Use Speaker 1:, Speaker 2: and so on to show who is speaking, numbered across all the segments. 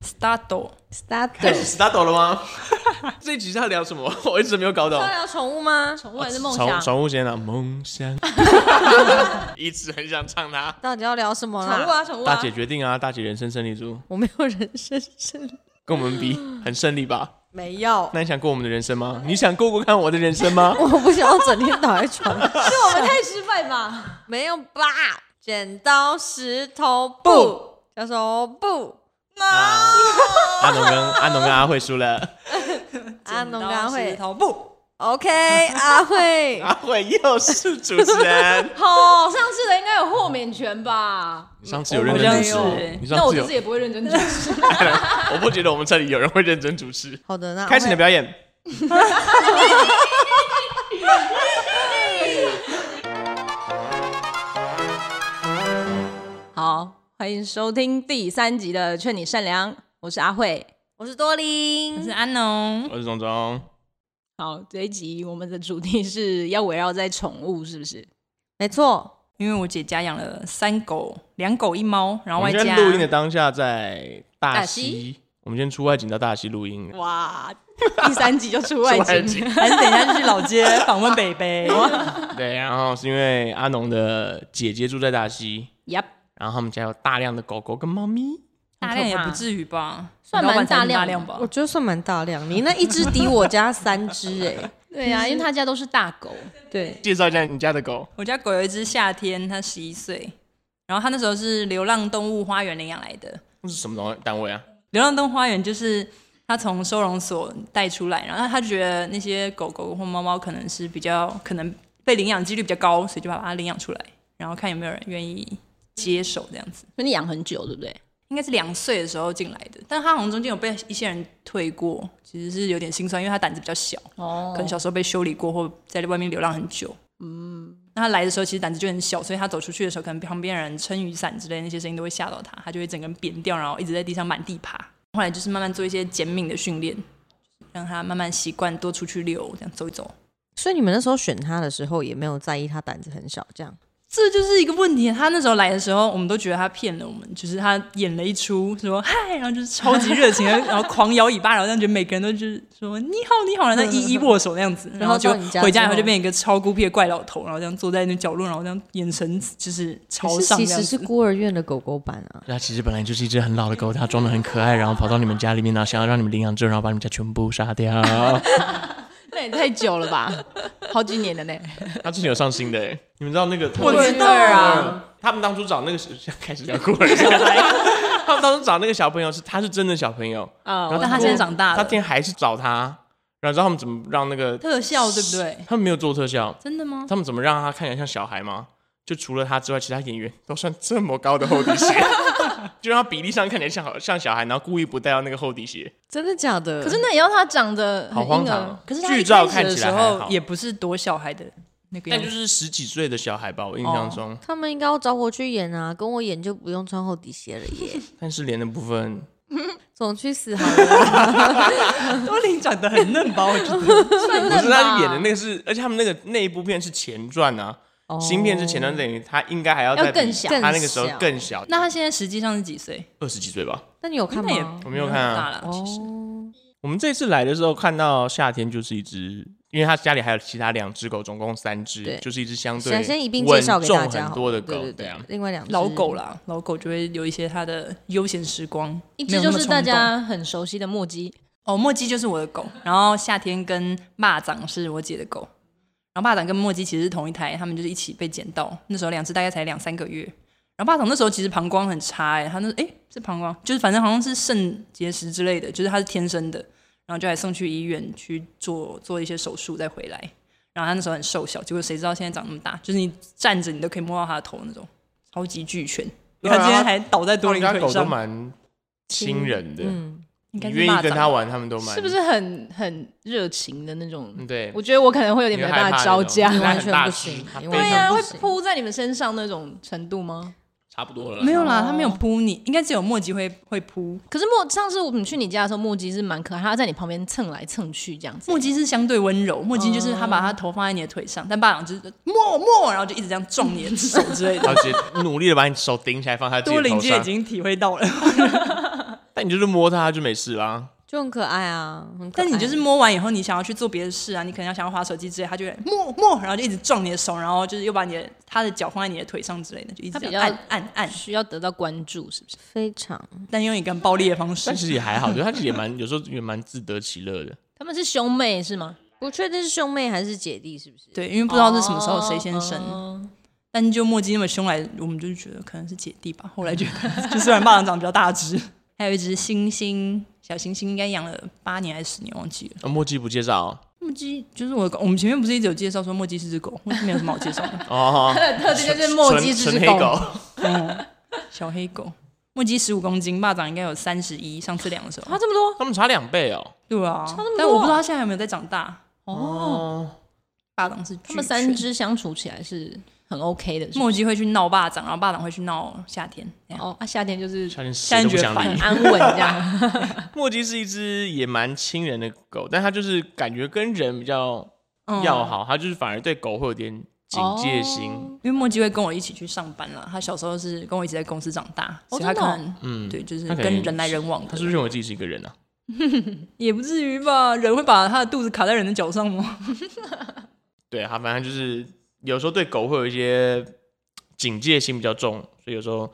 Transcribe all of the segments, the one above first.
Speaker 1: start。
Speaker 2: 开
Speaker 3: start
Speaker 2: 始 start 了吗？这一集是要聊什么？ 我一直没有搞懂
Speaker 1: 要。聊宠物吗？
Speaker 4: 宠物还是梦
Speaker 2: 宠
Speaker 4: 想？
Speaker 2: 宠物先啊，梦想， 一直很想唱它。
Speaker 3: 到底要聊什么
Speaker 4: 宠
Speaker 3: 啦？
Speaker 4: 物啊，宠物
Speaker 2: 大
Speaker 4: 啊！
Speaker 2: 姐决定啊，大姐人生胜利组，
Speaker 3: 我没有人生胜利，
Speaker 2: 跟我们比很胜利吧？
Speaker 3: 没有，
Speaker 2: 那你想过我们的人生吗？你想过过看我的人生吗？
Speaker 3: 我不想要整天倒在床上。
Speaker 4: 是啊哦我们太失 败吧？
Speaker 3: 没有吧？剪刀石头布，叫什么布？
Speaker 2: 阿农跟阿农跟阿慧输了，
Speaker 3: 阿农跟阿
Speaker 1: 剪刀石
Speaker 3: 慧
Speaker 1: 头布，
Speaker 3: ，OK，阿慧，
Speaker 2: 阿慧又是主持人。
Speaker 4: 好，上次的应该有豁免权吧？
Speaker 2: 你 上次有认真主持
Speaker 1: 我好像没有，
Speaker 2: 你
Speaker 4: 那
Speaker 2: 上
Speaker 4: 我
Speaker 2: 次
Speaker 4: 这
Speaker 2: 有
Speaker 4: 次，也不会认真主持。
Speaker 2: 我不觉得我们这里有人会认真主持。
Speaker 3: 好的，那
Speaker 2: 开始你的
Speaker 3: 表
Speaker 2: 表演。
Speaker 4: 好，欢迎收听第三集的《劝你善良》，我是阿慧。
Speaker 3: 我是多
Speaker 1: 我
Speaker 3: 林
Speaker 1: 是，安农。
Speaker 2: 我是钟钟，
Speaker 4: 好，这一集我们的主题是要围绕在宠物，是不是？
Speaker 3: 没错，
Speaker 1: 因为我姐家养了三狗，两狗一猫，然
Speaker 2: 我
Speaker 1: 后外
Speaker 2: 们今
Speaker 1: 加
Speaker 2: 天录音的当下在大
Speaker 4: 大
Speaker 2: 溪，我们今天出外景到大溪录音。
Speaker 4: 哇，第三集就出外
Speaker 2: 出外
Speaker 4: 景，
Speaker 1: 还是等一下就去老街访问北北。
Speaker 2: 对，然后是因为阿农的姐姐住在大溪，
Speaker 4: Yep，
Speaker 2: 然后他们家有大量的狗狗跟猫咪。
Speaker 1: 大量也不至于吧，
Speaker 4: 算蛮
Speaker 1: 老板才
Speaker 4: 大量的
Speaker 1: 大量吧
Speaker 3: 我。觉得算蛮大量。你那一只抵我家三只，哎，
Speaker 4: 对呀、因为他家都是大狗，
Speaker 3: 对，
Speaker 2: 介绍一下你家的狗，
Speaker 1: 我家狗有一只夏天，它十一岁，然后它那时候是流浪动物花园领养来的。
Speaker 2: 那是什么东单位啊？
Speaker 1: 流浪动物花园就是它从收容所带出来，然后它觉得那些狗狗或猫猫可能是比较可能被领养几率比较高，所以就把它领养出来，然后看有没有人愿意接手这样子。
Speaker 4: 所以你养很久，对不对？
Speaker 1: 应该是两岁的时候进来的，但他好像中间有被一些人退过，其实是有点心酸，因为他胆子比较小，
Speaker 4: 哦
Speaker 1: 可能小时候被修理过或在外面流浪很久。嗯，那他来的时候其实胆子就很小，所以他走出去的时候，可能旁边人撑雨伞之类的那些声音都会吓到他，他就会整个人扁掉，然后一直在地上满地爬。后来就是慢慢做一些减敏的训练，让他慢慢习惯多出去溜，这样走一走。
Speaker 3: 所以你们那时候选它的时候也没有在意它胆子很小，这样
Speaker 1: 这就是一个问题。他那时候来的时候，我们都觉得他骗了我们，就是他演了一出说嗨，然后就是超级热情，然后狂摇尾巴，然后让觉得每个人都就是说你好你 好，然后一一握手那样子，然后就
Speaker 3: 然后到你家之后
Speaker 1: 回家以后就变一个超孤僻的怪老头，然后这样坐在那角落，然后这样眼神就是朝上
Speaker 3: 其
Speaker 1: 这样
Speaker 3: 实是
Speaker 1: 子。
Speaker 3: 孤儿院的狗狗版 啊。
Speaker 2: 那其实本来就是一只很老的狗，它装的很可爱，然后跑到你们家里面，然后想要让你们领养之后，然后把你们家全部杀掉。
Speaker 4: 那也太久了吧，好几年了呢。
Speaker 2: 它最近有上新的欸，你们知道那个？
Speaker 1: 我知道啊，
Speaker 2: 他们当初找那个开始聊孤 儿院，他们当初找那个小朋友是他是真的小朋友，
Speaker 4: 啊、
Speaker 2: 然后
Speaker 1: 哦但他现在长大
Speaker 2: 他
Speaker 1: 了
Speaker 2: 今，天还是找他，然后知道他们怎么让那个
Speaker 1: 特效对不对？
Speaker 2: 他们没有做特效，
Speaker 1: 真的吗？
Speaker 2: 他们怎么让他看起来像小孩吗？就除了他之外，其他演员都穿这么高的厚底 鞋，就让他比例上看起来像好像小孩，然后故意不带到那个厚底鞋。
Speaker 3: 真的假的？
Speaker 4: 可是那也要他长得
Speaker 2: 好
Speaker 4: 很
Speaker 2: 荒
Speaker 4: 婴
Speaker 2: 唐
Speaker 4: 儿
Speaker 2: 哦，
Speaker 1: 可是他
Speaker 2: 剧
Speaker 1: 一
Speaker 2: 照
Speaker 1: 开
Speaker 2: 看
Speaker 1: 始的
Speaker 2: 起
Speaker 1: 时
Speaker 2: 来还
Speaker 1: 候
Speaker 2: 好，
Speaker 1: 也不是多小孩的那个
Speaker 2: 但
Speaker 1: 样子，
Speaker 2: 就是十几岁的小孩吧，我印象
Speaker 1: 哦
Speaker 2: 中。
Speaker 3: 他们应该要找我去演啊，跟我演就不用穿厚底鞋了耶。
Speaker 2: 但是脸的部分，
Speaker 3: 总去死好了，
Speaker 1: 多林长得很嫩吧？我觉得
Speaker 4: 算
Speaker 2: 不
Speaker 4: 嫩
Speaker 2: 是他演的
Speaker 4: 吧
Speaker 2: 那个是，而且他们那个那一部片是前传啊，新片是前传，等于他应该还要
Speaker 4: 要
Speaker 2: 再比
Speaker 4: 更小
Speaker 2: 他那个时候
Speaker 3: 更小
Speaker 2: 更小，
Speaker 1: 那他现在实际上是几岁？
Speaker 2: 二十几岁吧。
Speaker 3: 那你有看
Speaker 1: 那也
Speaker 3: 吗？
Speaker 2: 我没有看
Speaker 1: 嗯很大
Speaker 2: 啊。
Speaker 1: 了，其实。
Speaker 3: 哦，
Speaker 2: 我们这次来的时候看到夏天就是一只，因为他家里还有其他两只狗，总共三只
Speaker 3: 对，
Speaker 2: 就是一只相对
Speaker 3: 先先一并介
Speaker 2: 稳
Speaker 3: 绍给
Speaker 2: 重
Speaker 3: 大家
Speaker 2: 很
Speaker 3: 好
Speaker 2: 多
Speaker 3: 了，
Speaker 2: 的
Speaker 3: 对
Speaker 2: 狗
Speaker 3: 对，
Speaker 2: 对啊
Speaker 3: 对，。另外两只
Speaker 1: 老狗，啦，老狗就会有一些它的悠闲时光。
Speaker 4: 一
Speaker 1: 没
Speaker 4: 只
Speaker 1: 有那
Speaker 4: 就
Speaker 1: 么
Speaker 4: 是大
Speaker 1: 冲动
Speaker 4: 家很熟悉的墨迹，
Speaker 1: 哦，墨迹就是我的狗，然后夏天跟蚂蚱是我姐的狗，然后蚂蚱跟墨迹其实是同一胎，他们就是一起被捡到，那时候两只大概才两三个月。然后蚂蚱那时候其实膀胱很差哎、欸，它那哎、是膀胱，就是反正好像是肾结石之类的，就是它是天生的，然后就还送去医院去做做一些手术再回来。然后它那时候很瘦小，结果谁知道现在长那么大，就是你站着你都可以摸到它的头那种，超级巨犬。
Speaker 2: 对啊
Speaker 1: 它今天还倒在
Speaker 2: 他
Speaker 1: 多
Speaker 2: 们
Speaker 1: 林
Speaker 2: 家
Speaker 1: 腿
Speaker 2: 狗都
Speaker 1: 上，
Speaker 2: 蛮亲人的，
Speaker 3: 嗯，
Speaker 1: 应
Speaker 2: 你
Speaker 1: 该是
Speaker 2: 愿
Speaker 1: 蚂
Speaker 2: 意
Speaker 1: 蚱啊
Speaker 2: 跟它玩，他们都蛮
Speaker 4: 是不？是很很热情的那种？
Speaker 2: 嗯，对，
Speaker 4: 我觉得我可能会有点
Speaker 2: 你会
Speaker 4: 没
Speaker 2: 害
Speaker 4: 办
Speaker 2: 怕
Speaker 4: 法招
Speaker 2: 那种
Speaker 4: 架
Speaker 3: 你，
Speaker 2: 它
Speaker 3: 完
Speaker 2: 很
Speaker 3: 全
Speaker 2: 大
Speaker 3: 不
Speaker 2: 只
Speaker 3: 行
Speaker 2: 它
Speaker 3: 你
Speaker 2: 非
Speaker 3: 完
Speaker 4: 对
Speaker 3: 全
Speaker 2: 常
Speaker 4: 啊，
Speaker 3: 不
Speaker 4: 会
Speaker 3: 行
Speaker 4: 扑在你们身上那种程度吗？
Speaker 2: 差不多了啦。
Speaker 1: 没有
Speaker 4: 哦
Speaker 1: 啦，它没有扑你，应该只有墨迹会会扑。
Speaker 4: 可是墨上次我们去你家的时候，墨迹是蛮可爱，它在你旁边蹭来蹭去这样子。
Speaker 1: 墨迹是相对温
Speaker 4: 哦
Speaker 1: 柔，墨迹就是它把它头放在你的腿上，但霸掌就是默默，然后就一直这样撞你的手之类 的。
Speaker 2: 而且努力的把你手顶起来放在自
Speaker 1: 多
Speaker 2: 己的
Speaker 1: 林
Speaker 2: 头
Speaker 1: 街已
Speaker 2: 上，
Speaker 1: 经体会到了，
Speaker 2: 但但你就是摸它就没事啦。
Speaker 3: 就很可爱啊，很可爱
Speaker 1: 但你就是摸完以后，你想要去做别的事啊，你可能要想要划手机之类，他 就会摸摸，然后就一直撞你的手，然后就是又把你的他的脚放在你的腿上之类的，就一直
Speaker 4: 他比
Speaker 1: 这
Speaker 4: 较
Speaker 1: 样啊按按按，
Speaker 4: 需要得到关注，是不是？
Speaker 3: 非常
Speaker 1: 但用一个很暴力的方式
Speaker 2: 但。其实也还好，就它其实也蛮有时候也蛮自得其乐的。
Speaker 4: 他们是兄妹是吗？
Speaker 3: 不确定是兄妹还是姐弟，是不是？
Speaker 1: 对，因为不知道是什么时候谁先生，
Speaker 4: 哦
Speaker 1: 但就莫基那么凶来，我们就觉得可能是姐弟吧。后来觉得， 就虽然巴掌长比较大只，还有一只猩猩，小猩猩应该养了八年还是十年，忘记
Speaker 2: 啊，
Speaker 1: 了。
Speaker 2: 墨迹不介 绍哦。
Speaker 1: 墨基就是我的狗，我们前面不是一直有介绍说墨基是只狗，墨基没有什么好介绍的
Speaker 2: 哦，
Speaker 4: 它的特征就是墨迹只
Speaker 2: 纯
Speaker 4: 是
Speaker 2: 纯黑
Speaker 4: 狗，
Speaker 2: 狗，
Speaker 1: 嗯，小黑狗，墨基十五公斤，巴掌应该有三十一，上次量的时候
Speaker 4: 它。这么多
Speaker 2: 他们差两倍哦。
Speaker 1: 对啊
Speaker 4: 那么，
Speaker 1: 但我
Speaker 4: 多
Speaker 1: 不知道它现在有没有在长大。
Speaker 4: 哦，
Speaker 1: 巴掌是
Speaker 4: 他
Speaker 1: 他
Speaker 4: 们三，只相处起来是很 OK 的。是吗
Speaker 1: 墨基会去闹巴掌，然后巴掌会去闹夏天。那样
Speaker 4: 哦，啊，夏天就是
Speaker 2: 夏天谁
Speaker 1: 现
Speaker 2: 都
Speaker 1: 在
Speaker 2: 不
Speaker 1: 觉
Speaker 2: 想
Speaker 1: 得
Speaker 2: 理
Speaker 3: 嗯
Speaker 1: 烦。
Speaker 4: 安稳这样。
Speaker 2: 墨迹是一只也蛮亲人的狗，但它就是感觉跟人比较
Speaker 1: 嗯
Speaker 2: 要啊好，它就是反而对狗会有点警戒心。
Speaker 1: 嗯因为墨基会跟我一起去上班啦，他小时候是跟我一起在公司长大，
Speaker 4: 哦
Speaker 1: 所以他
Speaker 4: 真的哦
Speaker 1: 可能、
Speaker 2: 嗯，
Speaker 1: 对，就是
Speaker 2: 他可能
Speaker 1: 跟人来人往
Speaker 2: 它
Speaker 1: 的
Speaker 2: 是，不是认为自己是一个人啊？
Speaker 1: 也不至于吧？人会把他的肚子卡在人的脚上吗？
Speaker 2: 对，啊它反正就是有时候对狗会有一些警戒心比较重，所以有时候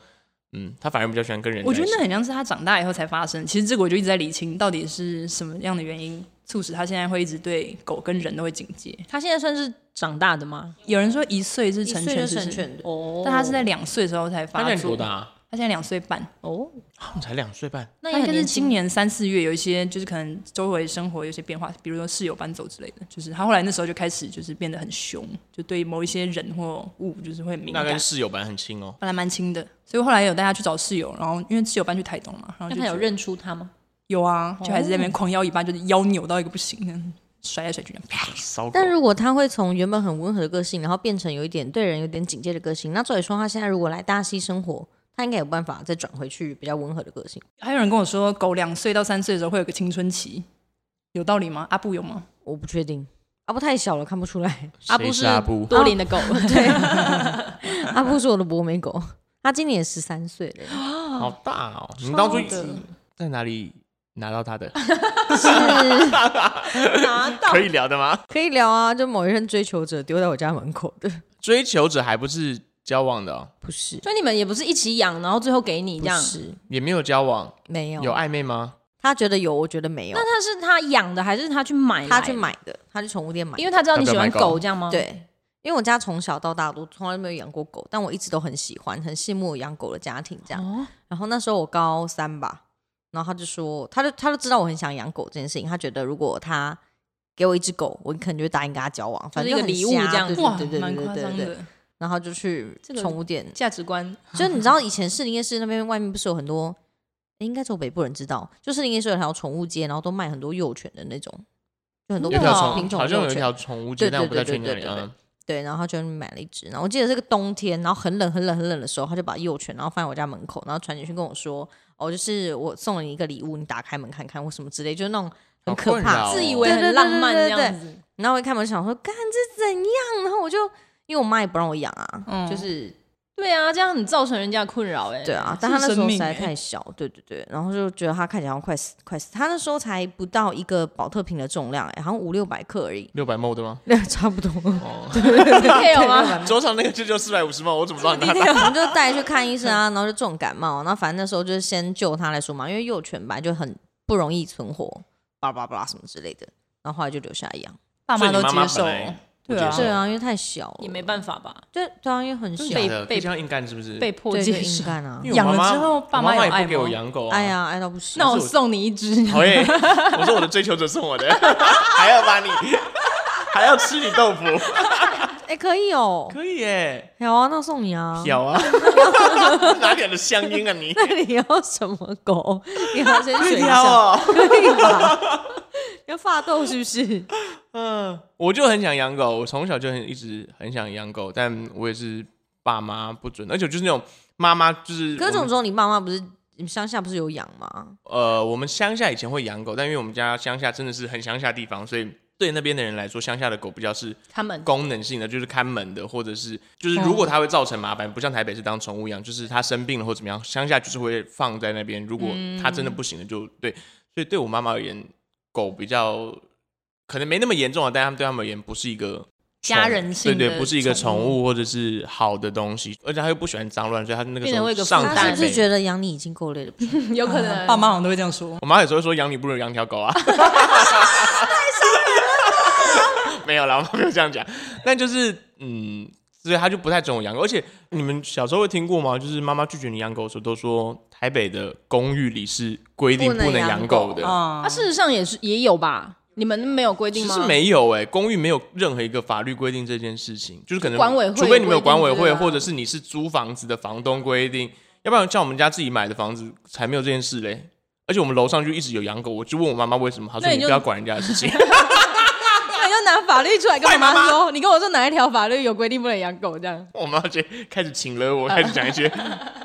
Speaker 2: 嗯，它反而比较喜欢跟人在一
Speaker 1: 我
Speaker 2: 起。
Speaker 1: 觉得那很像是他长大以后才发生。其实这个我就一直在理清，到底是什么样的原因促使他现在会一直对狗跟人都会警戒。
Speaker 4: 他现在算是长大的吗？
Speaker 1: 有人说一岁是
Speaker 3: 一
Speaker 1: 成
Speaker 3: 岁
Speaker 1: 全
Speaker 3: 就
Speaker 1: 之
Speaker 3: 成
Speaker 1: 日，
Speaker 3: 全的，
Speaker 4: 哦
Speaker 1: 但他是在两岁的时候才
Speaker 2: 它
Speaker 1: 发
Speaker 2: 现在
Speaker 1: 作
Speaker 2: 多大？啊？
Speaker 1: 他现在两岁半，
Speaker 4: 哦，
Speaker 2: 他们才两岁半，
Speaker 4: 那
Speaker 1: 他
Speaker 4: 也很
Speaker 1: 应该是
Speaker 4: 年轻
Speaker 1: 今年三四月有一些，就是可能周围生活有些变化，比如说室友搬走之类的。就是他后来那时候就开始就是变得很凶，就对某一些人或物就是会很敏
Speaker 2: 那
Speaker 1: 感，
Speaker 2: 跟室友班很亲哦。
Speaker 1: 本来蛮亲的。所以后来有带他去找室友，然后因为室友搬去台东嘛，然后
Speaker 4: 那
Speaker 1: 就
Speaker 4: 他有
Speaker 1: 觉得
Speaker 4: 认出他吗？
Speaker 1: 有啊，就还是在那边狂摇尾巴，就是腰扭到一个不行，那样甩来甩去，啪
Speaker 2: 骚狗，
Speaker 3: 但如果他会从原本很温和的个性，然后变成有一点对人有点警戒的个性，那照理说他现在如果来大溪生活，他应该有办法再转回去比较温和的个性。
Speaker 1: 还有人跟我说，狗两岁到三岁的时候会有个青春期，有道理吗？阿布有吗？
Speaker 3: 我不确定，阿布太小了，看不出来。
Speaker 2: 谁
Speaker 4: 阿布啊是
Speaker 2: 阿布，
Speaker 4: 多林的狗，
Speaker 3: 阿布是我的博美狗，他今年也十三岁了，
Speaker 2: 好大哦！你当初
Speaker 4: 的
Speaker 2: 在哪里拿到它的？
Speaker 3: 是拿到
Speaker 2: 可以聊的吗？
Speaker 3: 可以聊啊，就某一任追求者丢在我家门口的，
Speaker 2: 追求者还不是交往的哦，
Speaker 3: 不是，
Speaker 4: 所以你们也不是一起养，然后最后给你
Speaker 3: 不
Speaker 4: 这样。
Speaker 3: 是，
Speaker 2: 也没有交往，
Speaker 3: 没有，
Speaker 2: 有暧昧吗？
Speaker 3: 他觉得有，我觉得没有，
Speaker 4: 那他是他养的还是他去买？
Speaker 3: 他去，买的，他去宠物店买的，
Speaker 4: 因为他知道你喜欢
Speaker 2: 要不要买
Speaker 4: 狗
Speaker 2: 狗
Speaker 4: 这样吗？，哦
Speaker 3: 对，因为我家从小到大都从来没有养过狗，但我一直都很喜欢，很羡慕有养狗的家庭这样。
Speaker 4: 哦，
Speaker 3: 然后那时候我高三吧，然后他就说，他就他就知道我很想养狗这件事情，他觉得如果他给我一只狗，我可能就会答应跟他交往，反
Speaker 4: 就是
Speaker 3: 正
Speaker 4: 一个
Speaker 3: 很
Speaker 4: 礼物
Speaker 3: 瞎
Speaker 4: 这样
Speaker 3: 对
Speaker 4: 子
Speaker 1: 哇
Speaker 3: 对对，对
Speaker 1: 蛮
Speaker 3: 对
Speaker 1: 夸
Speaker 3: 对
Speaker 1: 张
Speaker 3: 对对。
Speaker 1: 的，
Speaker 3: 然后就去
Speaker 4: 这个
Speaker 3: 宠物店，
Speaker 4: 价值观
Speaker 3: 就你知道以前士林夜市那边外面不是有很多，诶应该只有北部人知道，就士林夜市有条宠物街，然后都卖很多幼犬的那种，就很多
Speaker 2: 有
Speaker 3: 不
Speaker 2: 一
Speaker 3: 同
Speaker 2: 条
Speaker 3: 的哦
Speaker 4: 哇
Speaker 2: 宠
Speaker 3: 品，种
Speaker 2: 好
Speaker 3: 的
Speaker 2: 像
Speaker 3: 幼
Speaker 2: 有一
Speaker 3: 犬。
Speaker 2: 条宠物街，
Speaker 3: 对
Speaker 2: 但我不
Speaker 3: 对
Speaker 2: 太
Speaker 3: 对对
Speaker 2: 确定哪里。
Speaker 3: 对对
Speaker 2: 嗯，
Speaker 3: 对，然后他就买了一只，然后我记得是个冬天，然后很冷很冷很冷的时候，他就把幼犬然后放在我家门口，然后传简讯跟我说，哦，就是我送了你一个礼物，你打开门看看或什么之类，就是那种很
Speaker 2: 好
Speaker 3: 可
Speaker 2: 困
Speaker 3: 怕。
Speaker 2: 扰哦
Speaker 4: 自以为很浪漫这样子，
Speaker 3: 然后我一开门想说，干这怎样？然后我就因为我妈也不让我养啊，
Speaker 1: 嗯
Speaker 3: 就是
Speaker 4: 对啊，这样很造成人家的困扰哎。
Speaker 3: 对，啊， 但他那时
Speaker 1: 生
Speaker 3: 候
Speaker 1: 命
Speaker 3: 实在
Speaker 1: 欸
Speaker 3: 太小，对对对，然后就觉得他看起来好像快死快死，他那时候才不到一个保特瓶的重量、欸，好像五六百克而已，
Speaker 2: 六百 m 的吗？
Speaker 3: 那 差不多。
Speaker 2: 哦，
Speaker 4: 可以有啊吗？
Speaker 2: 桌上那个就只有四百五十 m 我怎么 知道你拿？
Speaker 3: 我们就带去看医生啊，然 后就重感冒，然后反正那时候就是先救他来说嘛，因为幼犬本来就很不容易存活，巴拉巴拉巴拉什么之类的，然后后来就留下来养。
Speaker 1: 爸妈
Speaker 2: 所
Speaker 1: 都
Speaker 2: 以你妈妈欸
Speaker 1: 接受
Speaker 2: 本来，不
Speaker 1: 对
Speaker 2: 接
Speaker 1: 啊
Speaker 2: 受，
Speaker 3: 对啊，因为太小了，
Speaker 4: 也没办法吧，
Speaker 3: 对对啊，因为很小，
Speaker 2: 假
Speaker 4: 被
Speaker 2: 的
Speaker 4: 被
Speaker 2: 可以这样硬干是不是？
Speaker 4: 被迫
Speaker 3: 对就
Speaker 4: 接受
Speaker 3: 硬。干 啊
Speaker 2: 因，为我
Speaker 1: 养了
Speaker 2: 妈妈
Speaker 1: 之后爸
Speaker 2: 我妈
Speaker 1: 妈有
Speaker 2: 也
Speaker 1: 爱
Speaker 2: 不给我
Speaker 1: 吗
Speaker 2: 养狗啊。
Speaker 3: 爱啊，爱到不行
Speaker 4: 那。我送你一只，
Speaker 2: 讨厌，我说我的追求者送我的， 还要 把你，还要吃你豆腐，
Speaker 3: 哎，可以哦，
Speaker 2: 可以耶，
Speaker 3: 有啊，那送你啊。
Speaker 2: 有 啊，哪点的乡音啊你？
Speaker 3: 那你要什么狗？你要先选一
Speaker 2: 挑
Speaker 3: 下，
Speaker 2: 哦，
Speaker 3: 可以吧？要发豆是不是？
Speaker 2: 嗯，我就很想养狗，我从小就很一直很想养狗，但我也是爸妈不准，而且就是那种妈妈就是
Speaker 3: 可是
Speaker 2: 我
Speaker 3: 种
Speaker 2: 们
Speaker 3: 种，你爸妈不是你们乡下不是有养吗？
Speaker 2: 呃，我们乡下以前会养狗，但因为我们家乡下真的是很乡下地方，所以对那边的人来说，乡下的狗比较是
Speaker 4: 他们
Speaker 2: 功能性的，就是看门的，或者是就是
Speaker 4: 嗯
Speaker 2: 如果它会造成麻烦，不像台北是当宠物一样，就是它生病了或怎么样，乡下就是会放在那边。如果
Speaker 4: 嗯
Speaker 2: 它真的不行了就，对。所以对我妈妈而言，狗比较可能没那么严重啊，但他们对他们而言不是一个宠
Speaker 1: 家人性
Speaker 2: 对
Speaker 1: 的
Speaker 2: 对，不是一个
Speaker 1: 宠
Speaker 2: 宠
Speaker 1: 物
Speaker 2: 物或者是好的东西，而且它又不喜欢脏乱，所以它那个
Speaker 4: 变
Speaker 2: 时
Speaker 4: 成
Speaker 2: 候
Speaker 4: 会有一个
Speaker 2: 上
Speaker 4: 负
Speaker 3: 他
Speaker 2: 台
Speaker 4: 担
Speaker 3: 是不是
Speaker 2: 北，
Speaker 3: 觉得养你已经够累了？
Speaker 4: 有可能
Speaker 1: 嗯啊爸妈好像都会这样说。
Speaker 2: 我妈有时候说养你不如养条狗啊， 没有啦，我妈没有这样讲，但就是嗯，所以她就不太准我养狗。而且你们小时候会听过吗？就是妈妈拒绝你养狗的时候，都说台北的公寓里是规定
Speaker 3: 不能
Speaker 2: 不能
Speaker 3: 养哦
Speaker 2: 养狗的。
Speaker 1: 啊
Speaker 4: 啊，事实上也是也有吧？你们没有规
Speaker 2: 其
Speaker 4: 定吗？
Speaker 2: 实没有哎、公寓没有任何一个法律规定这件事情，就是可能
Speaker 4: 管委会
Speaker 2: 除非你们有管委
Speaker 4: 规
Speaker 2: 会，
Speaker 4: 定之类的啊
Speaker 2: 或者是你是租房子的房东规定，要不然像我们家自己买的房子才没有这件事嘞。而且我们楼上就一直有养狗，我就问我妈妈为什么，她说
Speaker 4: 那
Speaker 2: 你
Speaker 4: 你
Speaker 2: 不
Speaker 4: 就
Speaker 2: 要管人家的事情。
Speaker 4: 那你就拿法律出来跟
Speaker 2: 坏
Speaker 4: 我
Speaker 2: 哎妈妈
Speaker 4: 妈说，你跟我说哪一条法律有规定不能养狗这样？
Speaker 2: 我妈就开始请了我，开始讲一些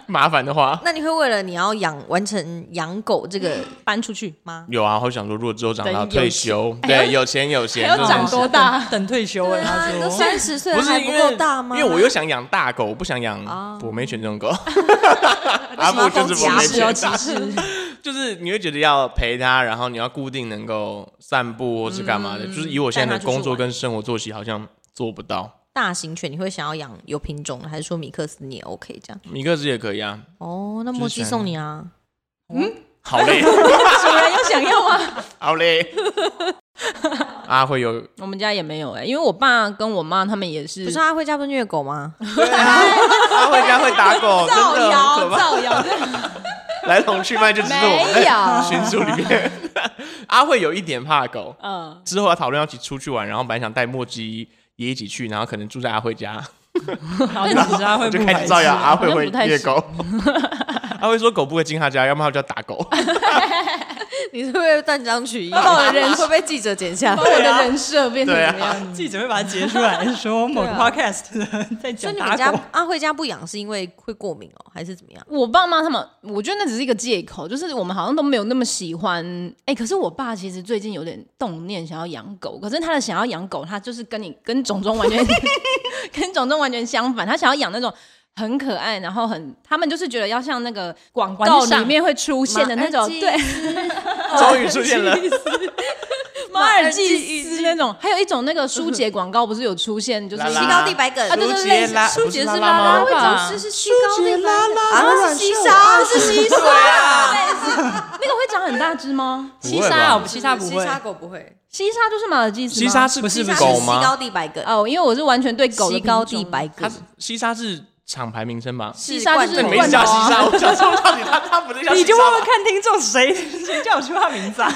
Speaker 2: 麻烦的话。
Speaker 3: 那你会为了你要养完成养狗这个
Speaker 4: 搬出去吗？
Speaker 2: 有啊，我想说，如果之后长大
Speaker 4: 等有
Speaker 2: 退休，对，有钱有闲，
Speaker 4: 还
Speaker 2: 这
Speaker 4: 要
Speaker 2: 种
Speaker 4: 长
Speaker 2: 东西
Speaker 4: 多大？
Speaker 1: 嗯等退休哎、他
Speaker 3: 啊你都
Speaker 1: 说
Speaker 3: 三十岁了
Speaker 2: 不是
Speaker 3: 还
Speaker 2: 因
Speaker 3: 不
Speaker 2: 为
Speaker 3: 够大吗？
Speaker 2: 因为我又想养大狗，我不想养
Speaker 3: 哦
Speaker 2: 博美犬这种狗。阿布就是博
Speaker 3: 攻
Speaker 2: 美
Speaker 3: 击
Speaker 2: 犬
Speaker 4: 哦
Speaker 3: 啊，
Speaker 2: 就是你会觉得要陪它，然后你要固定能够散步或是干嘛
Speaker 4: 嗯
Speaker 2: 的，就是以我现在
Speaker 3: 带它
Speaker 2: 的
Speaker 3: 出去
Speaker 2: 工作
Speaker 3: 玩
Speaker 2: 跟生活作息，好像做不到。
Speaker 3: 大型犬，你会想要养有品种的，还是说米克斯你也 OK 这样？
Speaker 2: 米克斯也可以 啊，
Speaker 3: 哦，那墨西
Speaker 2: 就是
Speaker 3: 送你 啊，
Speaker 2: 好嘞，
Speaker 4: 主人有想要吗？
Speaker 2: 好嘞。阿慧有
Speaker 4: 我们家也没有哎、因为我爸跟我妈他们也是
Speaker 3: 不
Speaker 2: 啊
Speaker 3: 是啊阿慧家不是虐狗吗？
Speaker 2: 对啊，阿慧家会打狗，哦真
Speaker 4: 造
Speaker 2: 的很可
Speaker 4: 谣
Speaker 2: 怕。
Speaker 4: 造谣，
Speaker 2: 来龙去脉就只是我们
Speaker 4: 没
Speaker 2: 在
Speaker 4: 有
Speaker 2: 群组里面。 阿慧有一点怕狗，
Speaker 4: 嗯，
Speaker 2: 之后要讨论要一起出去玩，然后本来想带墨姬也一起去，然后可能住在阿慧家，
Speaker 1: 好，但其实他
Speaker 2: 我
Speaker 1: 会
Speaker 2: 就
Speaker 1: 不
Speaker 2: 开
Speaker 1: 排
Speaker 2: 始
Speaker 1: 斥
Speaker 2: 造谣阿
Speaker 4: 好
Speaker 2: 慧
Speaker 4: 像
Speaker 2: 会
Speaker 4: 不太
Speaker 2: 虐
Speaker 4: 行
Speaker 2: 狗。 阿慧说狗不会进他家，要么他就要打狗。
Speaker 3: 你是不是断章取义？
Speaker 4: 把我的人
Speaker 3: 哦会被记者剪 下
Speaker 4: 把我的人设变成
Speaker 2: 对啊
Speaker 4: 怎么样？
Speaker 1: 记者会把它截出来，说某个 podcast 的人在
Speaker 3: 所
Speaker 1: 讲
Speaker 3: 以你们
Speaker 1: 打
Speaker 3: 家
Speaker 1: 狗。
Speaker 3: 阿慧家不养是因为会过敏哦，还是怎么样？
Speaker 4: 我爸妈他们，我觉得那只是一个借口，就是我们好像都没有那么喜欢。哎、可是我爸其实最近有点动念想要养狗，可是他的想要养狗，他就是跟你跟种种完全 跟种种完全相反，他想要养那种。很可爱，然后很，他们就是觉得要像那个广告
Speaker 1: 晚上
Speaker 4: 里面会出现的那 种，对，，哦
Speaker 2: 终于出现 了，
Speaker 4: 马尔济斯那种，还有一种那个舒洁广告不是有出现，就是
Speaker 2: 拉
Speaker 3: 西
Speaker 2: 拉
Speaker 3: 高地白梗
Speaker 2: 啊对对对拉
Speaker 1: 舒洁
Speaker 2: 不
Speaker 1: 是
Speaker 2: 是拉拉
Speaker 1: 拉
Speaker 2: 吗
Speaker 1: 吧？
Speaker 3: 是西高地白梗
Speaker 1: 啊
Speaker 3: 啊，是
Speaker 1: 是
Speaker 3: 西
Speaker 1: 西
Speaker 3: 沙，
Speaker 1: 沙
Speaker 3: 是西沙，
Speaker 4: 那个会长很大只吗？
Speaker 1: 西
Speaker 2: 不会
Speaker 1: 沙
Speaker 2: 吧
Speaker 1: 哦，西沙不会，
Speaker 3: 狗不会，
Speaker 4: 西沙就是马尔济斯吗，
Speaker 2: 西沙是
Speaker 1: 不是
Speaker 3: 西沙
Speaker 1: 不
Speaker 3: 是
Speaker 1: 是
Speaker 2: 狗
Speaker 3: 西高
Speaker 2: 吗？
Speaker 3: 地白梗，
Speaker 4: 哦，因为我是完全对狗的
Speaker 3: 西高
Speaker 4: 品
Speaker 3: 地
Speaker 4: 种
Speaker 3: 白
Speaker 2: 它
Speaker 3: 梗
Speaker 2: 是，西沙是厂牌名称吧？
Speaker 4: 西沙就是
Speaker 2: 那你们一直
Speaker 4: 罐头啊
Speaker 2: 叫西 沙，我想说到底它它不是叫西沙吧？
Speaker 1: 你就问问看听众谁 谁叫我出他名字啊？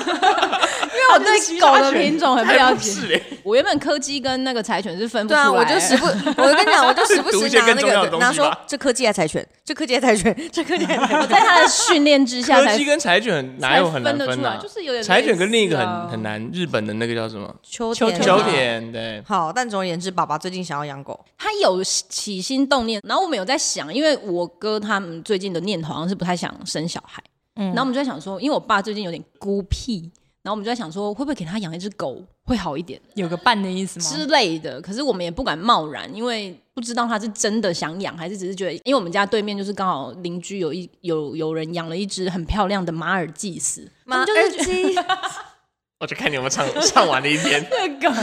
Speaker 4: 因为我对狗的品种很不了
Speaker 2: 不是
Speaker 4: 解。
Speaker 2: 嘞，
Speaker 4: 我原本柯基跟那个柴犬是分不
Speaker 3: 对
Speaker 4: 出来
Speaker 3: 啊，
Speaker 4: 的，
Speaker 3: 我就时不，我跟你讲，我就时不
Speaker 2: 读一
Speaker 3: 时
Speaker 2: 些
Speaker 3: 拿
Speaker 2: 更
Speaker 3: 那
Speaker 2: 重要
Speaker 3: 个
Speaker 2: 的东西
Speaker 3: 拿说
Speaker 2: 吧
Speaker 3: 这科技爱柴犬，这科技爱柴犬，这科技爱柴犬，
Speaker 4: 在它的训练 之下
Speaker 2: 柯
Speaker 4: 才
Speaker 2: 基跟柴犬哪
Speaker 4: 才
Speaker 2: 有很难
Speaker 4: 得出来，
Speaker 2: 啊
Speaker 4: 就？是有点
Speaker 2: 柴犬跟另一个
Speaker 4: 类似啊
Speaker 2: 很很难，日本的那个叫什么？
Speaker 3: 秋
Speaker 1: 秋
Speaker 3: 天
Speaker 1: 天
Speaker 2: 秋
Speaker 1: 吗
Speaker 2: 田，对，
Speaker 3: 好，但总而言之，爸爸最近想要养狗，
Speaker 4: 他有起心动念，然后我们有在想，因为我哥他们最近的念头好像是不太想生小孩，然后我们就在想说，因为我爸最近有点孤僻，然后我们就在想说，会不会给他养一只狗会好一点
Speaker 1: 有个伴的意思吗？
Speaker 4: 之类的。可是我们也不敢贸然，因为不知道他是真的想养，还是只是觉得，因为我们家对面就是刚好邻居有一有有人养了一只很漂亮的马尔济斯，
Speaker 3: 马
Speaker 4: 他们就是
Speaker 3: 尔基
Speaker 2: 我就看你有没有唱 唱完的一天。
Speaker 4: 这个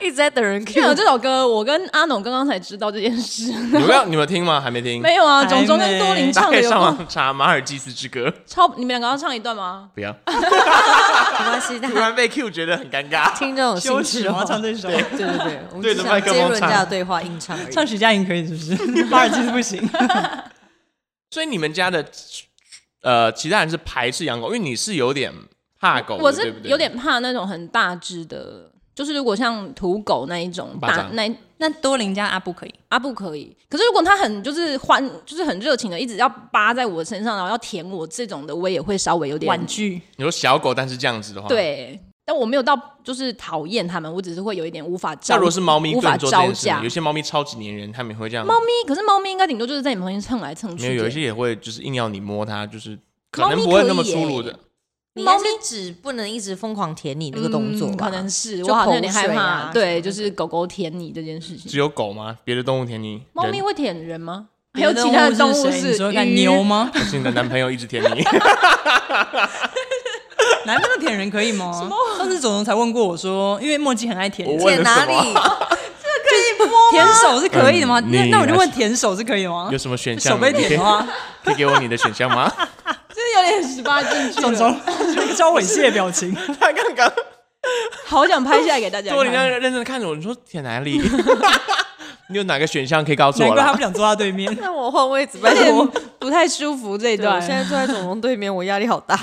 Speaker 3: 一直在等人
Speaker 4: 居然有
Speaker 3: Q，
Speaker 4: 这首歌，我跟阿农刚刚才知道这件 事。
Speaker 2: 你们要你们有听吗？还没听？
Speaker 4: 没有啊，
Speaker 1: 还没
Speaker 4: 种种跟多林
Speaker 2: 大
Speaker 4: 唱的
Speaker 2: 概
Speaker 4: 有
Speaker 2: 上
Speaker 4: 关
Speaker 2: 网查《马尔济斯之歌》，
Speaker 4: 超，你们两个要唱一段吗？
Speaker 2: 不要，
Speaker 3: 没关系，但
Speaker 2: 突然被 Q 觉得很尴尬。
Speaker 3: 听这种
Speaker 1: 羞
Speaker 3: 兴
Speaker 1: 耻，
Speaker 3: 致
Speaker 1: 我要
Speaker 3: 话，
Speaker 1: 唱这首。
Speaker 3: 对对对，我们
Speaker 2: 对
Speaker 3: 只
Speaker 2: 着
Speaker 3: 想
Speaker 2: 麦克
Speaker 3: 接
Speaker 2: 风
Speaker 3: 入人
Speaker 2: 唱
Speaker 3: 家的对话硬唱而已。
Speaker 1: 唱徐佳莹可以是 不是？马尔济斯不行。
Speaker 2: 所以你们家的呃，其他人是排斥养狗，因为你是有点怕狗的，
Speaker 4: 我
Speaker 2: 哦对
Speaker 4: 是
Speaker 2: 不对
Speaker 4: 有点怕那种很大只的，就是如果像土狗那一种
Speaker 2: 巴
Speaker 4: 大
Speaker 2: 掌
Speaker 4: 那
Speaker 1: 那多林加阿布可以，
Speaker 4: 阿布可以，可是如果它很就是欢，就是很热情的，一直要扒在我身上，然后要舔我这种的，我也会稍微有点
Speaker 1: 婉拒。
Speaker 2: 你说小狗，但是这样子的话，。
Speaker 4: 对。但我没有到就是讨厌它们，我只是会有一点无法招。
Speaker 2: 那如果是猫咪
Speaker 4: 无法
Speaker 2: 更做这
Speaker 4: 招
Speaker 2: 件事
Speaker 4: 架，，
Speaker 2: 有
Speaker 4: 咪
Speaker 2: 些猫咪超级粘人，它们也会这样。
Speaker 4: 可是猫咪应该顶多就是在你旁边蹭来蹭去
Speaker 2: 没
Speaker 4: 的。
Speaker 2: 有，有一些也会就是硬要你摸它，就是可
Speaker 4: 猫
Speaker 2: 能
Speaker 4: 咪
Speaker 2: 不会
Speaker 4: 可
Speaker 2: 那么
Speaker 4: 以
Speaker 2: 粗
Speaker 4: 耶
Speaker 2: 鲁的。
Speaker 3: 你
Speaker 4: 猫
Speaker 3: 猫
Speaker 4: 咪
Speaker 3: 咪只不能一直疯狂舔你那个动作
Speaker 4: 嗯
Speaker 3: 吧？
Speaker 4: 可能是
Speaker 3: 就
Speaker 4: 我好像有点
Speaker 3: 口
Speaker 4: 害
Speaker 3: 水
Speaker 4: 怕，
Speaker 3: 啊什么
Speaker 4: 对，
Speaker 3: 的
Speaker 4: 就是狗狗舔你这件事情。
Speaker 2: 只有狗吗？别的动物舔你？
Speaker 4: 猫咪
Speaker 2: 人？
Speaker 4: 会舔人吗？还
Speaker 1: 别
Speaker 4: 有
Speaker 1: 的
Speaker 4: 其他的动物
Speaker 1: 谁你说看
Speaker 4: 鱼
Speaker 1: 牛 吗？
Speaker 2: 还是你的男朋友一直 舔你？
Speaker 1: 男朋友舔人可以吗？上次总总才问过我说，因为墨迹很爱舔人
Speaker 2: 我问
Speaker 3: 舔
Speaker 2: 了
Speaker 3: 哪
Speaker 2: 什么
Speaker 3: 里？
Speaker 1: 舔手是可以的吗？
Speaker 2: 嗯
Speaker 1: 那
Speaker 2: 你
Speaker 1: 那我就
Speaker 2: 还
Speaker 1: 问
Speaker 2: 是
Speaker 1: 舔手是可以的吗
Speaker 2: 有？什么选项
Speaker 1: 手
Speaker 2: 吗？
Speaker 1: 被
Speaker 2: 你可以
Speaker 1: 舔的话，
Speaker 2: 可以给我你的选项 吗？
Speaker 4: 真的有点十八禁去
Speaker 1: 总
Speaker 4: 了，
Speaker 1: 总就一个交猥亵的 表情。
Speaker 2: 他刚刚
Speaker 4: 好想拍下来给大家
Speaker 2: 如果你那
Speaker 4: 看。
Speaker 2: 样认真的看着我，你说舔哪里？ 你有哪个选项可以告诉
Speaker 1: 难
Speaker 2: 我
Speaker 1: 怪他
Speaker 2: 了
Speaker 1: 不？想坐他对 面。
Speaker 3: 那我换位置，
Speaker 4: 有
Speaker 3: 拜 托
Speaker 4: 点。不太舒服这一
Speaker 3: 对，我
Speaker 4: 段
Speaker 3: 现，在坐在总龙对面，我压力好大。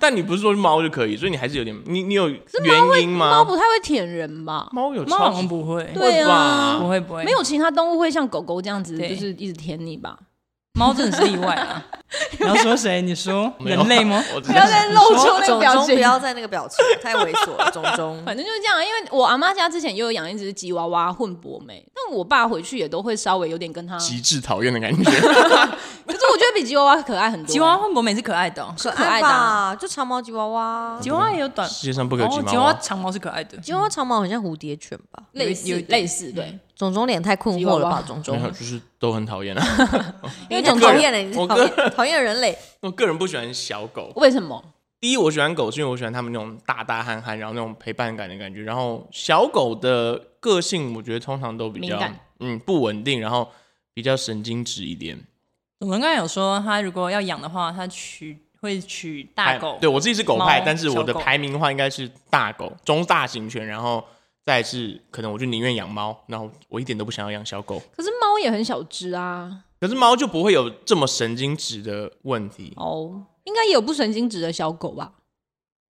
Speaker 2: 但你不是说猫就可以，所以你还是有点，你你有原因吗？
Speaker 4: 猫不太会舔人吧？
Speaker 2: 猫有
Speaker 1: 猫
Speaker 2: 超
Speaker 1: 好像不会，
Speaker 4: 对啊
Speaker 1: 不会不会，
Speaker 4: 没有其他动物会像狗狗这样子，
Speaker 1: 对
Speaker 4: 就是一直舔你吧？
Speaker 1: 猫真的是例外啊。 你要说谁？你说
Speaker 2: 没有
Speaker 1: 人类吗？
Speaker 2: 我只
Speaker 4: 不要再
Speaker 2: 是
Speaker 4: 露出那个
Speaker 3: 总
Speaker 4: 表
Speaker 3: 中
Speaker 4: 情
Speaker 3: 不。要在那个表情，太猥琐了。总中，
Speaker 4: 反正就是这样，因为我阿妈家之前也有养一只吉娃娃混博美，但我爸回去也都会稍微有点跟它，可
Speaker 2: 极致讨厌的感觉。
Speaker 4: 是我觉得比吉娃娃可爱很多。
Speaker 1: 吉娃娃混博美是可爱的哦，
Speaker 3: 可
Speaker 4: 可爱
Speaker 3: 爱
Speaker 4: 的
Speaker 3: 吧？就长毛吉娃娃，
Speaker 1: 吉娃娃也有短，
Speaker 2: 世界上不可及
Speaker 1: 哦，吉
Speaker 2: 猫
Speaker 1: 娃娃
Speaker 2: 啊。
Speaker 1: 长毛是可爱的。
Speaker 3: 吉娃娃长毛很像蝴蝶犬吧？
Speaker 4: 类似
Speaker 1: 有一点嗯
Speaker 4: 类似对，
Speaker 3: 总总脸太困惑了吧？总
Speaker 2: 没有，
Speaker 3: 总，
Speaker 2: 就是都很讨厌啊！
Speaker 3: 因为
Speaker 4: 因为
Speaker 3: 总讨厌人，
Speaker 2: 我
Speaker 3: 讨厌讨厌人类，
Speaker 2: 我个人不喜欢小狗。
Speaker 4: 为什么？
Speaker 2: 第一，我喜欢狗是因为我喜欢它们那种大大憨憨，然后那种陪伴感的感觉。然后小狗的个性，我觉得通常都比较
Speaker 4: 敏感
Speaker 2: 嗯不稳定，然后比较神经质一点。
Speaker 1: 总总刚才有说，他如果要养的话，他取会取大
Speaker 2: 派
Speaker 1: 狗，
Speaker 2: 哎对我自己是狗派
Speaker 1: 猫，
Speaker 2: 但是我的
Speaker 1: 小狗
Speaker 2: 排名的话应该是大狗、中大型犬，然后再是可能我就宁愿养猫，然后我一点都不想要养小狗。
Speaker 4: 可是猫也很小只啊，
Speaker 2: 可是猫就不会有这么神经质的问题。
Speaker 4: 哦，应该也有不神经质的小狗吧？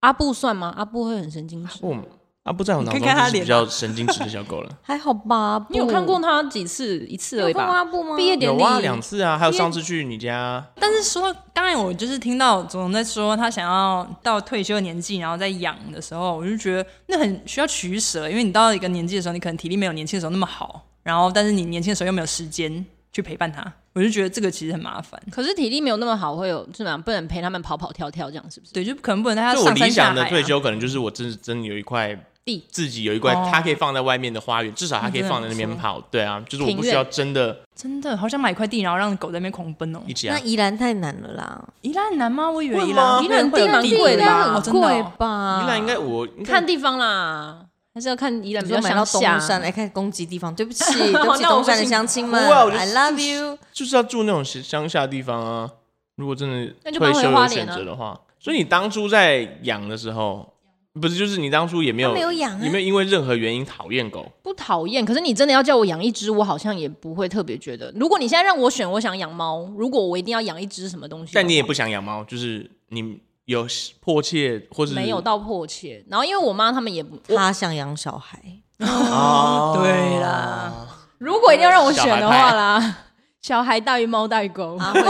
Speaker 4: 阿布算吗？阿布会很神经质。
Speaker 2: 不啊，不在我脑中
Speaker 1: 你看看
Speaker 2: 就
Speaker 1: 它
Speaker 2: 是
Speaker 1: 脸啊
Speaker 2: 比较神经质的小狗 了。
Speaker 3: 还好吧？
Speaker 4: 你有看过它几次？一次
Speaker 3: 有
Speaker 4: 而已
Speaker 3: 看过
Speaker 4: 吧
Speaker 3: 阿。布吗？
Speaker 4: 毕业典
Speaker 2: 有
Speaker 4: 礼
Speaker 2: 啊，两次啊，还有上次去你家，
Speaker 1: 但是说到，刚才我就是听到总总在说他想要到退休的年纪，然后再养的时候，我就觉得那很需要取舍，因为你到一个年纪的时候，你可能体力没有年轻的时候那么好，然后但是你年轻的时候又没有时间去陪伴他，我就觉得这个其实很麻烦。
Speaker 4: 可是体力没有那么好，会有是吧？不能陪他们跑跑跳跳这样，是不是？
Speaker 1: 对，就可能不能带他
Speaker 2: 就我
Speaker 1: 上
Speaker 2: 理
Speaker 1: 山下海、
Speaker 2: 想
Speaker 1: 啊。
Speaker 2: 的退休可能就是我真真的有一块
Speaker 4: 地
Speaker 2: 自己有一块
Speaker 1: 哦，
Speaker 2: 它可以放在外面的花园，至少它可以放在那边
Speaker 1: 嗯
Speaker 2: 跑。对啊，就是我
Speaker 4: 庭
Speaker 2: 不需
Speaker 4: 院
Speaker 2: 要真的
Speaker 1: 真的好想买一块地，然后让狗在那边狂奔哦。
Speaker 2: 一起啊
Speaker 3: 那。宜兰太难了啦，啊
Speaker 1: 宜兰很难吗？我以为
Speaker 2: 会
Speaker 1: 宜兰
Speaker 2: 吗
Speaker 1: 宜兰会有
Speaker 4: 宜兰地蛮贵的
Speaker 1: 地
Speaker 4: 吧
Speaker 1: 吗
Speaker 4: 很
Speaker 1: 哦真的
Speaker 3: 贵
Speaker 1: 哦
Speaker 3: 吧？
Speaker 2: 宜兰应该我应该
Speaker 4: 看地方啦，还是要看宜兰
Speaker 3: 你
Speaker 4: 比
Speaker 3: 说
Speaker 4: 较
Speaker 3: 买到
Speaker 4: 乡
Speaker 3: 东
Speaker 4: 下。
Speaker 3: 山来啊哎开始攻击地方，对不起，对不起，
Speaker 4: 那我
Speaker 3: 东
Speaker 4: 不
Speaker 3: 山的
Speaker 4: 行
Speaker 3: 乡亲们
Speaker 2: 不会啊我就
Speaker 3: ，I love you。
Speaker 2: 就是要住那种乡下地方啊。如果真的
Speaker 4: 那就
Speaker 2: 退
Speaker 4: 搬回
Speaker 2: 休
Speaker 4: 花
Speaker 2: 有
Speaker 4: 莲
Speaker 2: 选
Speaker 4: 啊
Speaker 2: 择的话，所以你当初在养的时候，不是就是你当初也没有
Speaker 3: 他没有养啊
Speaker 2: 你没有因为任何原因讨厌狗，
Speaker 4: 不讨厌，可是你真的要叫我养一只，我好像也不会特别觉得。如果你现在让我选，我想养猫。如果我一定要养一只什么东西的话，
Speaker 2: 但你也不想养猫，就是你有迫切或是
Speaker 4: 没有到迫切。然后因为我妈他们也不，我
Speaker 3: 他想养小孩，
Speaker 2: 哦
Speaker 1: 对啦，
Speaker 4: 如果一定要让我选的话
Speaker 2: 小
Speaker 4: 啦， 小孩大于猫大于狗。
Speaker 3: 阿慧，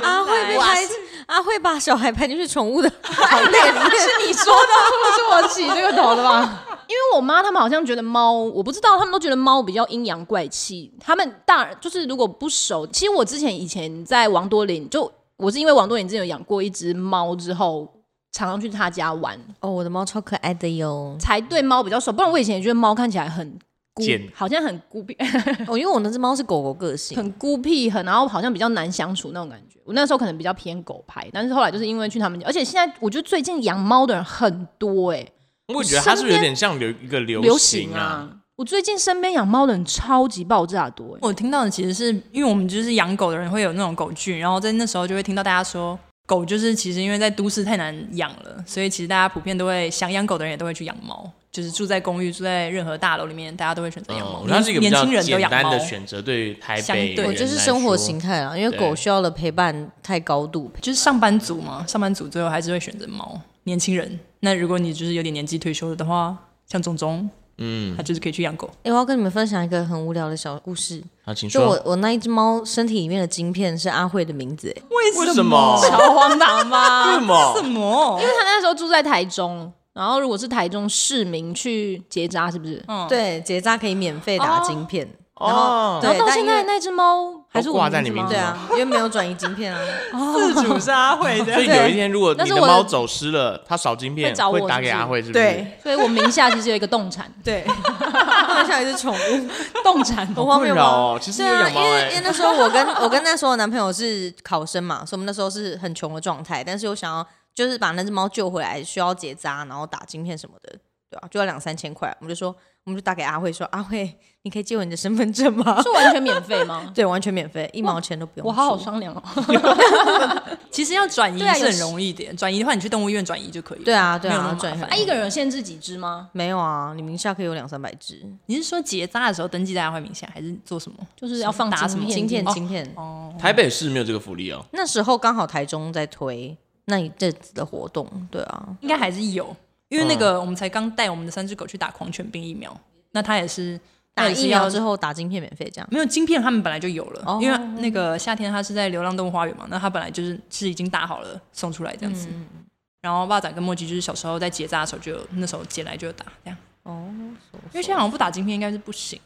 Speaker 3: 阿慧被拍，阿慧把小孩拍进去宠物的行列里面。
Speaker 4: 是你 说的，不是我起这个头的吧？因为我妈他们好像觉得猫，我不知道，他们都觉得猫比较阴阳怪气。他们大就是如果不熟，其实我之前以前在王多林，就我是因为王多林之前有养过一只猫之后，常常去他家玩，。
Speaker 3: 哦，我的猫超可爱的哟
Speaker 4: 才对猫比较熟。不然我以前也觉得猫看起来很孤
Speaker 2: 贱，
Speaker 4: 好像很孤僻，
Speaker 3: 哦，因为我那只猫是狗狗个性，
Speaker 4: 很孤僻，很然后好像比较难相处那种感觉。我那时候可能比较偏狗派，但是后来就是因为去他们家，而且现在我觉得最近养猫的人很多哎、
Speaker 2: 我也觉得它是不是有点像流一个流
Speaker 4: 流
Speaker 2: 行
Speaker 4: 行
Speaker 2: 啊。
Speaker 4: 啊！我最近身边养猫的人超级爆炸多、欸，
Speaker 1: 我听到的其实是因为我们就是养狗的人会有那种狗剧，然后在那时候就会听到大家说，狗就是其实因为在都市太难养了，所以其实大家普遍都会想养狗的人也都会去养猫，就是住在公寓、住在任何大楼里面，大家都会选择养
Speaker 2: 嗯，
Speaker 1: 猫。
Speaker 2: 我觉得它是一个比
Speaker 1: 年
Speaker 2: 较
Speaker 1: 轻人都
Speaker 2: 简
Speaker 1: 养
Speaker 2: 单
Speaker 1: 猫
Speaker 2: 的，选择，对于台
Speaker 1: 相
Speaker 2: 北人
Speaker 1: 对我
Speaker 3: 我
Speaker 2: 来
Speaker 3: 就是生活
Speaker 2: 说
Speaker 3: 形态啊。因为
Speaker 2: 对
Speaker 3: 狗需要的陪伴太高度，
Speaker 1: 就是上班族嘛，上班族最后还是会选择猫。年轻人，那如果你就是有点年纪退休了的话，像种种，
Speaker 2: 嗯，
Speaker 1: 他就是可以去养狗。
Speaker 3: 哎、我要跟你们分享一个很无聊的小故事。
Speaker 2: 好，请
Speaker 3: 就
Speaker 2: 说
Speaker 3: 我我那一只猫身体里面的晶片是阿慧的名字，哎
Speaker 2: 为什么？
Speaker 4: 超荒唐吧？
Speaker 2: 为什么
Speaker 1: 什？么
Speaker 4: 因？为他那时候住在台中，然后如果是台中市民去 结扎，是不是？
Speaker 1: 嗯，
Speaker 3: 对，结扎可以免费打晶片。然后
Speaker 2: 哦
Speaker 3: 对
Speaker 4: 然后到
Speaker 3: 但
Speaker 4: 现
Speaker 3: 因为
Speaker 4: 在那只猫还是我
Speaker 2: 挂在你
Speaker 4: 名字
Speaker 2: 名
Speaker 4: 吗
Speaker 2: 字
Speaker 3: 对
Speaker 2: 吗？
Speaker 3: 啊，因为没有转移晶片
Speaker 2: 哦
Speaker 3: 啊。
Speaker 5: 自主是 阿慧
Speaker 2: 所以
Speaker 5: 的，
Speaker 2: 有一天，如果
Speaker 4: 但
Speaker 2: 你
Speaker 4: 是
Speaker 2: 的
Speaker 4: 我的
Speaker 2: 猫走失了，它少晶片
Speaker 4: 会找我
Speaker 2: 会打给
Speaker 4: 是不是
Speaker 2: 阿慧，是不是？
Speaker 1: 啊
Speaker 5: 对
Speaker 4: 所以我名下其实有一个动 产，
Speaker 5: 对，
Speaker 3: 放得下 一只宠物，
Speaker 4: 动产
Speaker 3: 我荒
Speaker 2: 困
Speaker 3: 谬
Speaker 2: 扰
Speaker 3: 吗？
Speaker 2: 哦，其实
Speaker 3: 对
Speaker 2: 有
Speaker 3: 啊，
Speaker 2: 养
Speaker 3: 因
Speaker 2: 猫
Speaker 3: 为因为
Speaker 2: 哎，
Speaker 3: 那时候我跟 我跟那时候的男朋友是考生嘛，所以我们那时候是很穷的状态，但是我想要就是把那只猫救回来，需要结扎，然后打晶片什么的，对啊，就要两三千块，我们就说我们就打给阿慧说，阿慧，你可以借我你的身份证吗？？
Speaker 4: 是完全免费 吗
Speaker 3: 对，完全免费，一毛钱都不用
Speaker 4: 我好好
Speaker 3: 出
Speaker 4: 商量哦。
Speaker 1: 其实要转移
Speaker 4: 对啊
Speaker 1: 是
Speaker 4: 有
Speaker 1: 很
Speaker 4: 时
Speaker 1: 容易的，转移的话你去动物医院转移就可以了。
Speaker 3: 对啊，对
Speaker 1: 没有那
Speaker 3: 啊
Speaker 1: 么，
Speaker 3: 转
Speaker 1: 麻
Speaker 3: 很
Speaker 1: 烦
Speaker 4: 啊，一个人有限制几只吗？
Speaker 3: 没有啊，你名下可以有两三百只
Speaker 1: 你是说结扎的时候登记在阿慧名下，还是做什么？
Speaker 4: 就是要放
Speaker 1: 打什么
Speaker 3: 晶
Speaker 4: 晶
Speaker 3: 片，哦
Speaker 4: 片。
Speaker 3: 晶片。
Speaker 2: 台北市没有这个福利哦。
Speaker 3: 那时候刚好台中在推那一阵子的活动，对啊，
Speaker 1: 应该还是有，因为那个我们才刚带我们的三只狗去打狂犬病疫苗，那它也是它
Speaker 3: 打
Speaker 1: 也是
Speaker 3: 疫苗
Speaker 1: 要
Speaker 3: 之后打晶片免费这样。
Speaker 1: 没有晶片，他们本来就有了，
Speaker 3: 哦
Speaker 1: 因为那个夏天它是在流浪动物花园嘛，那它本来就是是已经打好了送出来这样
Speaker 3: 嗯
Speaker 1: 子。然后袜仔跟墨迹就是小时候在结扎的时候就有，那时候捡来就有打这样，
Speaker 3: 哦，
Speaker 1: 因为现在好像不打晶片应该是不行。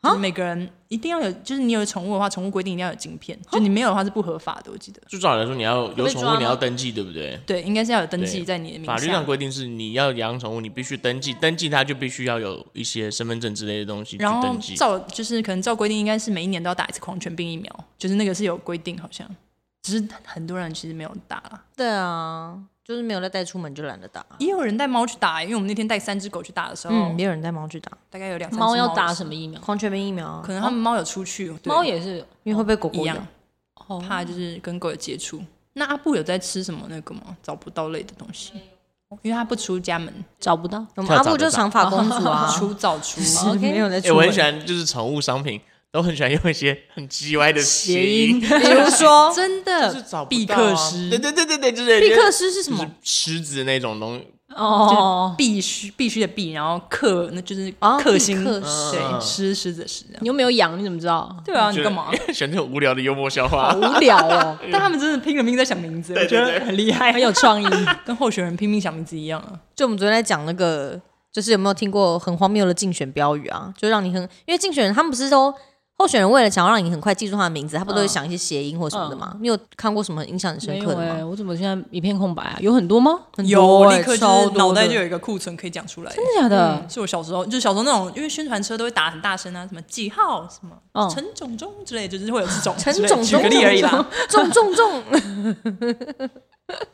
Speaker 1: 就是每个人一定要有，就是你有宠物的话，宠物规定一定要有晶片，就你没有的话是不合法的。我记得，
Speaker 2: 就照理来说，你要有
Speaker 3: 被
Speaker 2: 宠
Speaker 3: 抓
Speaker 2: 物，你
Speaker 3: 吗
Speaker 2: 要登记，对不对？
Speaker 1: 对，应该是要有登记
Speaker 2: 对
Speaker 1: 在你的名下。
Speaker 2: 法律上规定是你要养宠物，你必须登记，登记它就必须要有一些身份证之类的东西去
Speaker 1: 然后
Speaker 2: 登记。
Speaker 1: 照就是可能照规定，应该是每一年都要打一次狂犬病疫苗，就是那个是有规定，好像只是很多人其实没有打啦，
Speaker 3: 对啊，就是没有再带出门就懒得打。
Speaker 1: 也有人带猫去打、因为我们那天带三只狗去打的时候，
Speaker 3: 嗯，也有人带猫去打
Speaker 1: 大概有两三只
Speaker 4: 猫要打
Speaker 1: 的时
Speaker 4: 什
Speaker 1: 候？
Speaker 4: 么疫苗？
Speaker 3: 狂犬病疫苗啊，
Speaker 1: 可能他们猫有出去，对
Speaker 4: 猫也是
Speaker 3: 因为会被狗
Speaker 1: 一
Speaker 3: 狗咬
Speaker 1: 样，，
Speaker 4: 哦
Speaker 1: 怕就是跟狗有接触。那阿布有在吃什么那个吗？找不到类的东西，因为他不出家门，
Speaker 4: 找不到。
Speaker 3: 我们嗯
Speaker 2: 跳
Speaker 3: 阿
Speaker 2: 蚤
Speaker 3: 布
Speaker 2: 就
Speaker 3: 就长
Speaker 2: 长
Speaker 3: 发公主 啊，
Speaker 1: 出早出。
Speaker 4: 哦
Speaker 3: 是没有在
Speaker 2: 哎，
Speaker 3: 出
Speaker 2: 我
Speaker 3: 门
Speaker 2: 很喜欢，就是宠物商品都很喜欢用一些很叽歪的
Speaker 4: 谐
Speaker 2: 音，
Speaker 3: 比如 说
Speaker 1: 真
Speaker 2: 就是
Speaker 1: 的，
Speaker 2: 找不
Speaker 1: 毕
Speaker 2: 到
Speaker 1: 克
Speaker 2: 啊
Speaker 1: 斯
Speaker 2: 对对对对对，就是
Speaker 3: 毕克斯是什
Speaker 2: 就
Speaker 3: 么
Speaker 2: 是？狮子那种东西，
Speaker 4: 哦，
Speaker 1: 必须必须的必，然后克那就是
Speaker 3: 哦
Speaker 1: 克星，
Speaker 3: 克
Speaker 2: 星
Speaker 1: 对，狮狮子的狮这样。
Speaker 4: 你又没有养，你怎么知道？
Speaker 1: 对啊，你
Speaker 2: 就
Speaker 1: 干 嘛？
Speaker 2: 选这种无聊的幽默笑
Speaker 4: 好
Speaker 2: 话。
Speaker 4: 无聊哦，
Speaker 1: 但他们真的拼了命在想名字，
Speaker 2: 对对
Speaker 1: 我觉
Speaker 2: 对
Speaker 1: 得很厉害，
Speaker 4: 很有创意。
Speaker 1: 跟候选人拼命想名字一样啊。
Speaker 3: 就我们昨天在讲那个，就是有没有听过很荒谬的竞选标语啊？就让你很，因为竞选人他们不是都候选人为了想要让你很快记住他的名字，他不都会想一些谐音或什么的吗？你有看过什么印象很深
Speaker 4: 没
Speaker 3: 刻
Speaker 4: 有
Speaker 3: 的
Speaker 4: 哎，
Speaker 3: 吗？
Speaker 4: 我怎么现在一片空白啊？有很多吗？
Speaker 3: 很
Speaker 1: 有，
Speaker 3: 多
Speaker 1: 我
Speaker 3: 欸
Speaker 1: 立刻
Speaker 3: 超
Speaker 1: 就是
Speaker 3: 多
Speaker 1: 脑袋
Speaker 3: 的
Speaker 1: 就有一个库存可以讲出来。
Speaker 4: 真的假的？
Speaker 1: 是我小时候，就小时候那种，因为宣传车都会打很大声啊，什么几号、什么
Speaker 4: 嗯
Speaker 1: 陈种中之类，就是会有这种
Speaker 3: 陈
Speaker 1: 之类
Speaker 3: 种
Speaker 1: 举个
Speaker 3: 种
Speaker 1: 例而已啦。
Speaker 3: 中中中，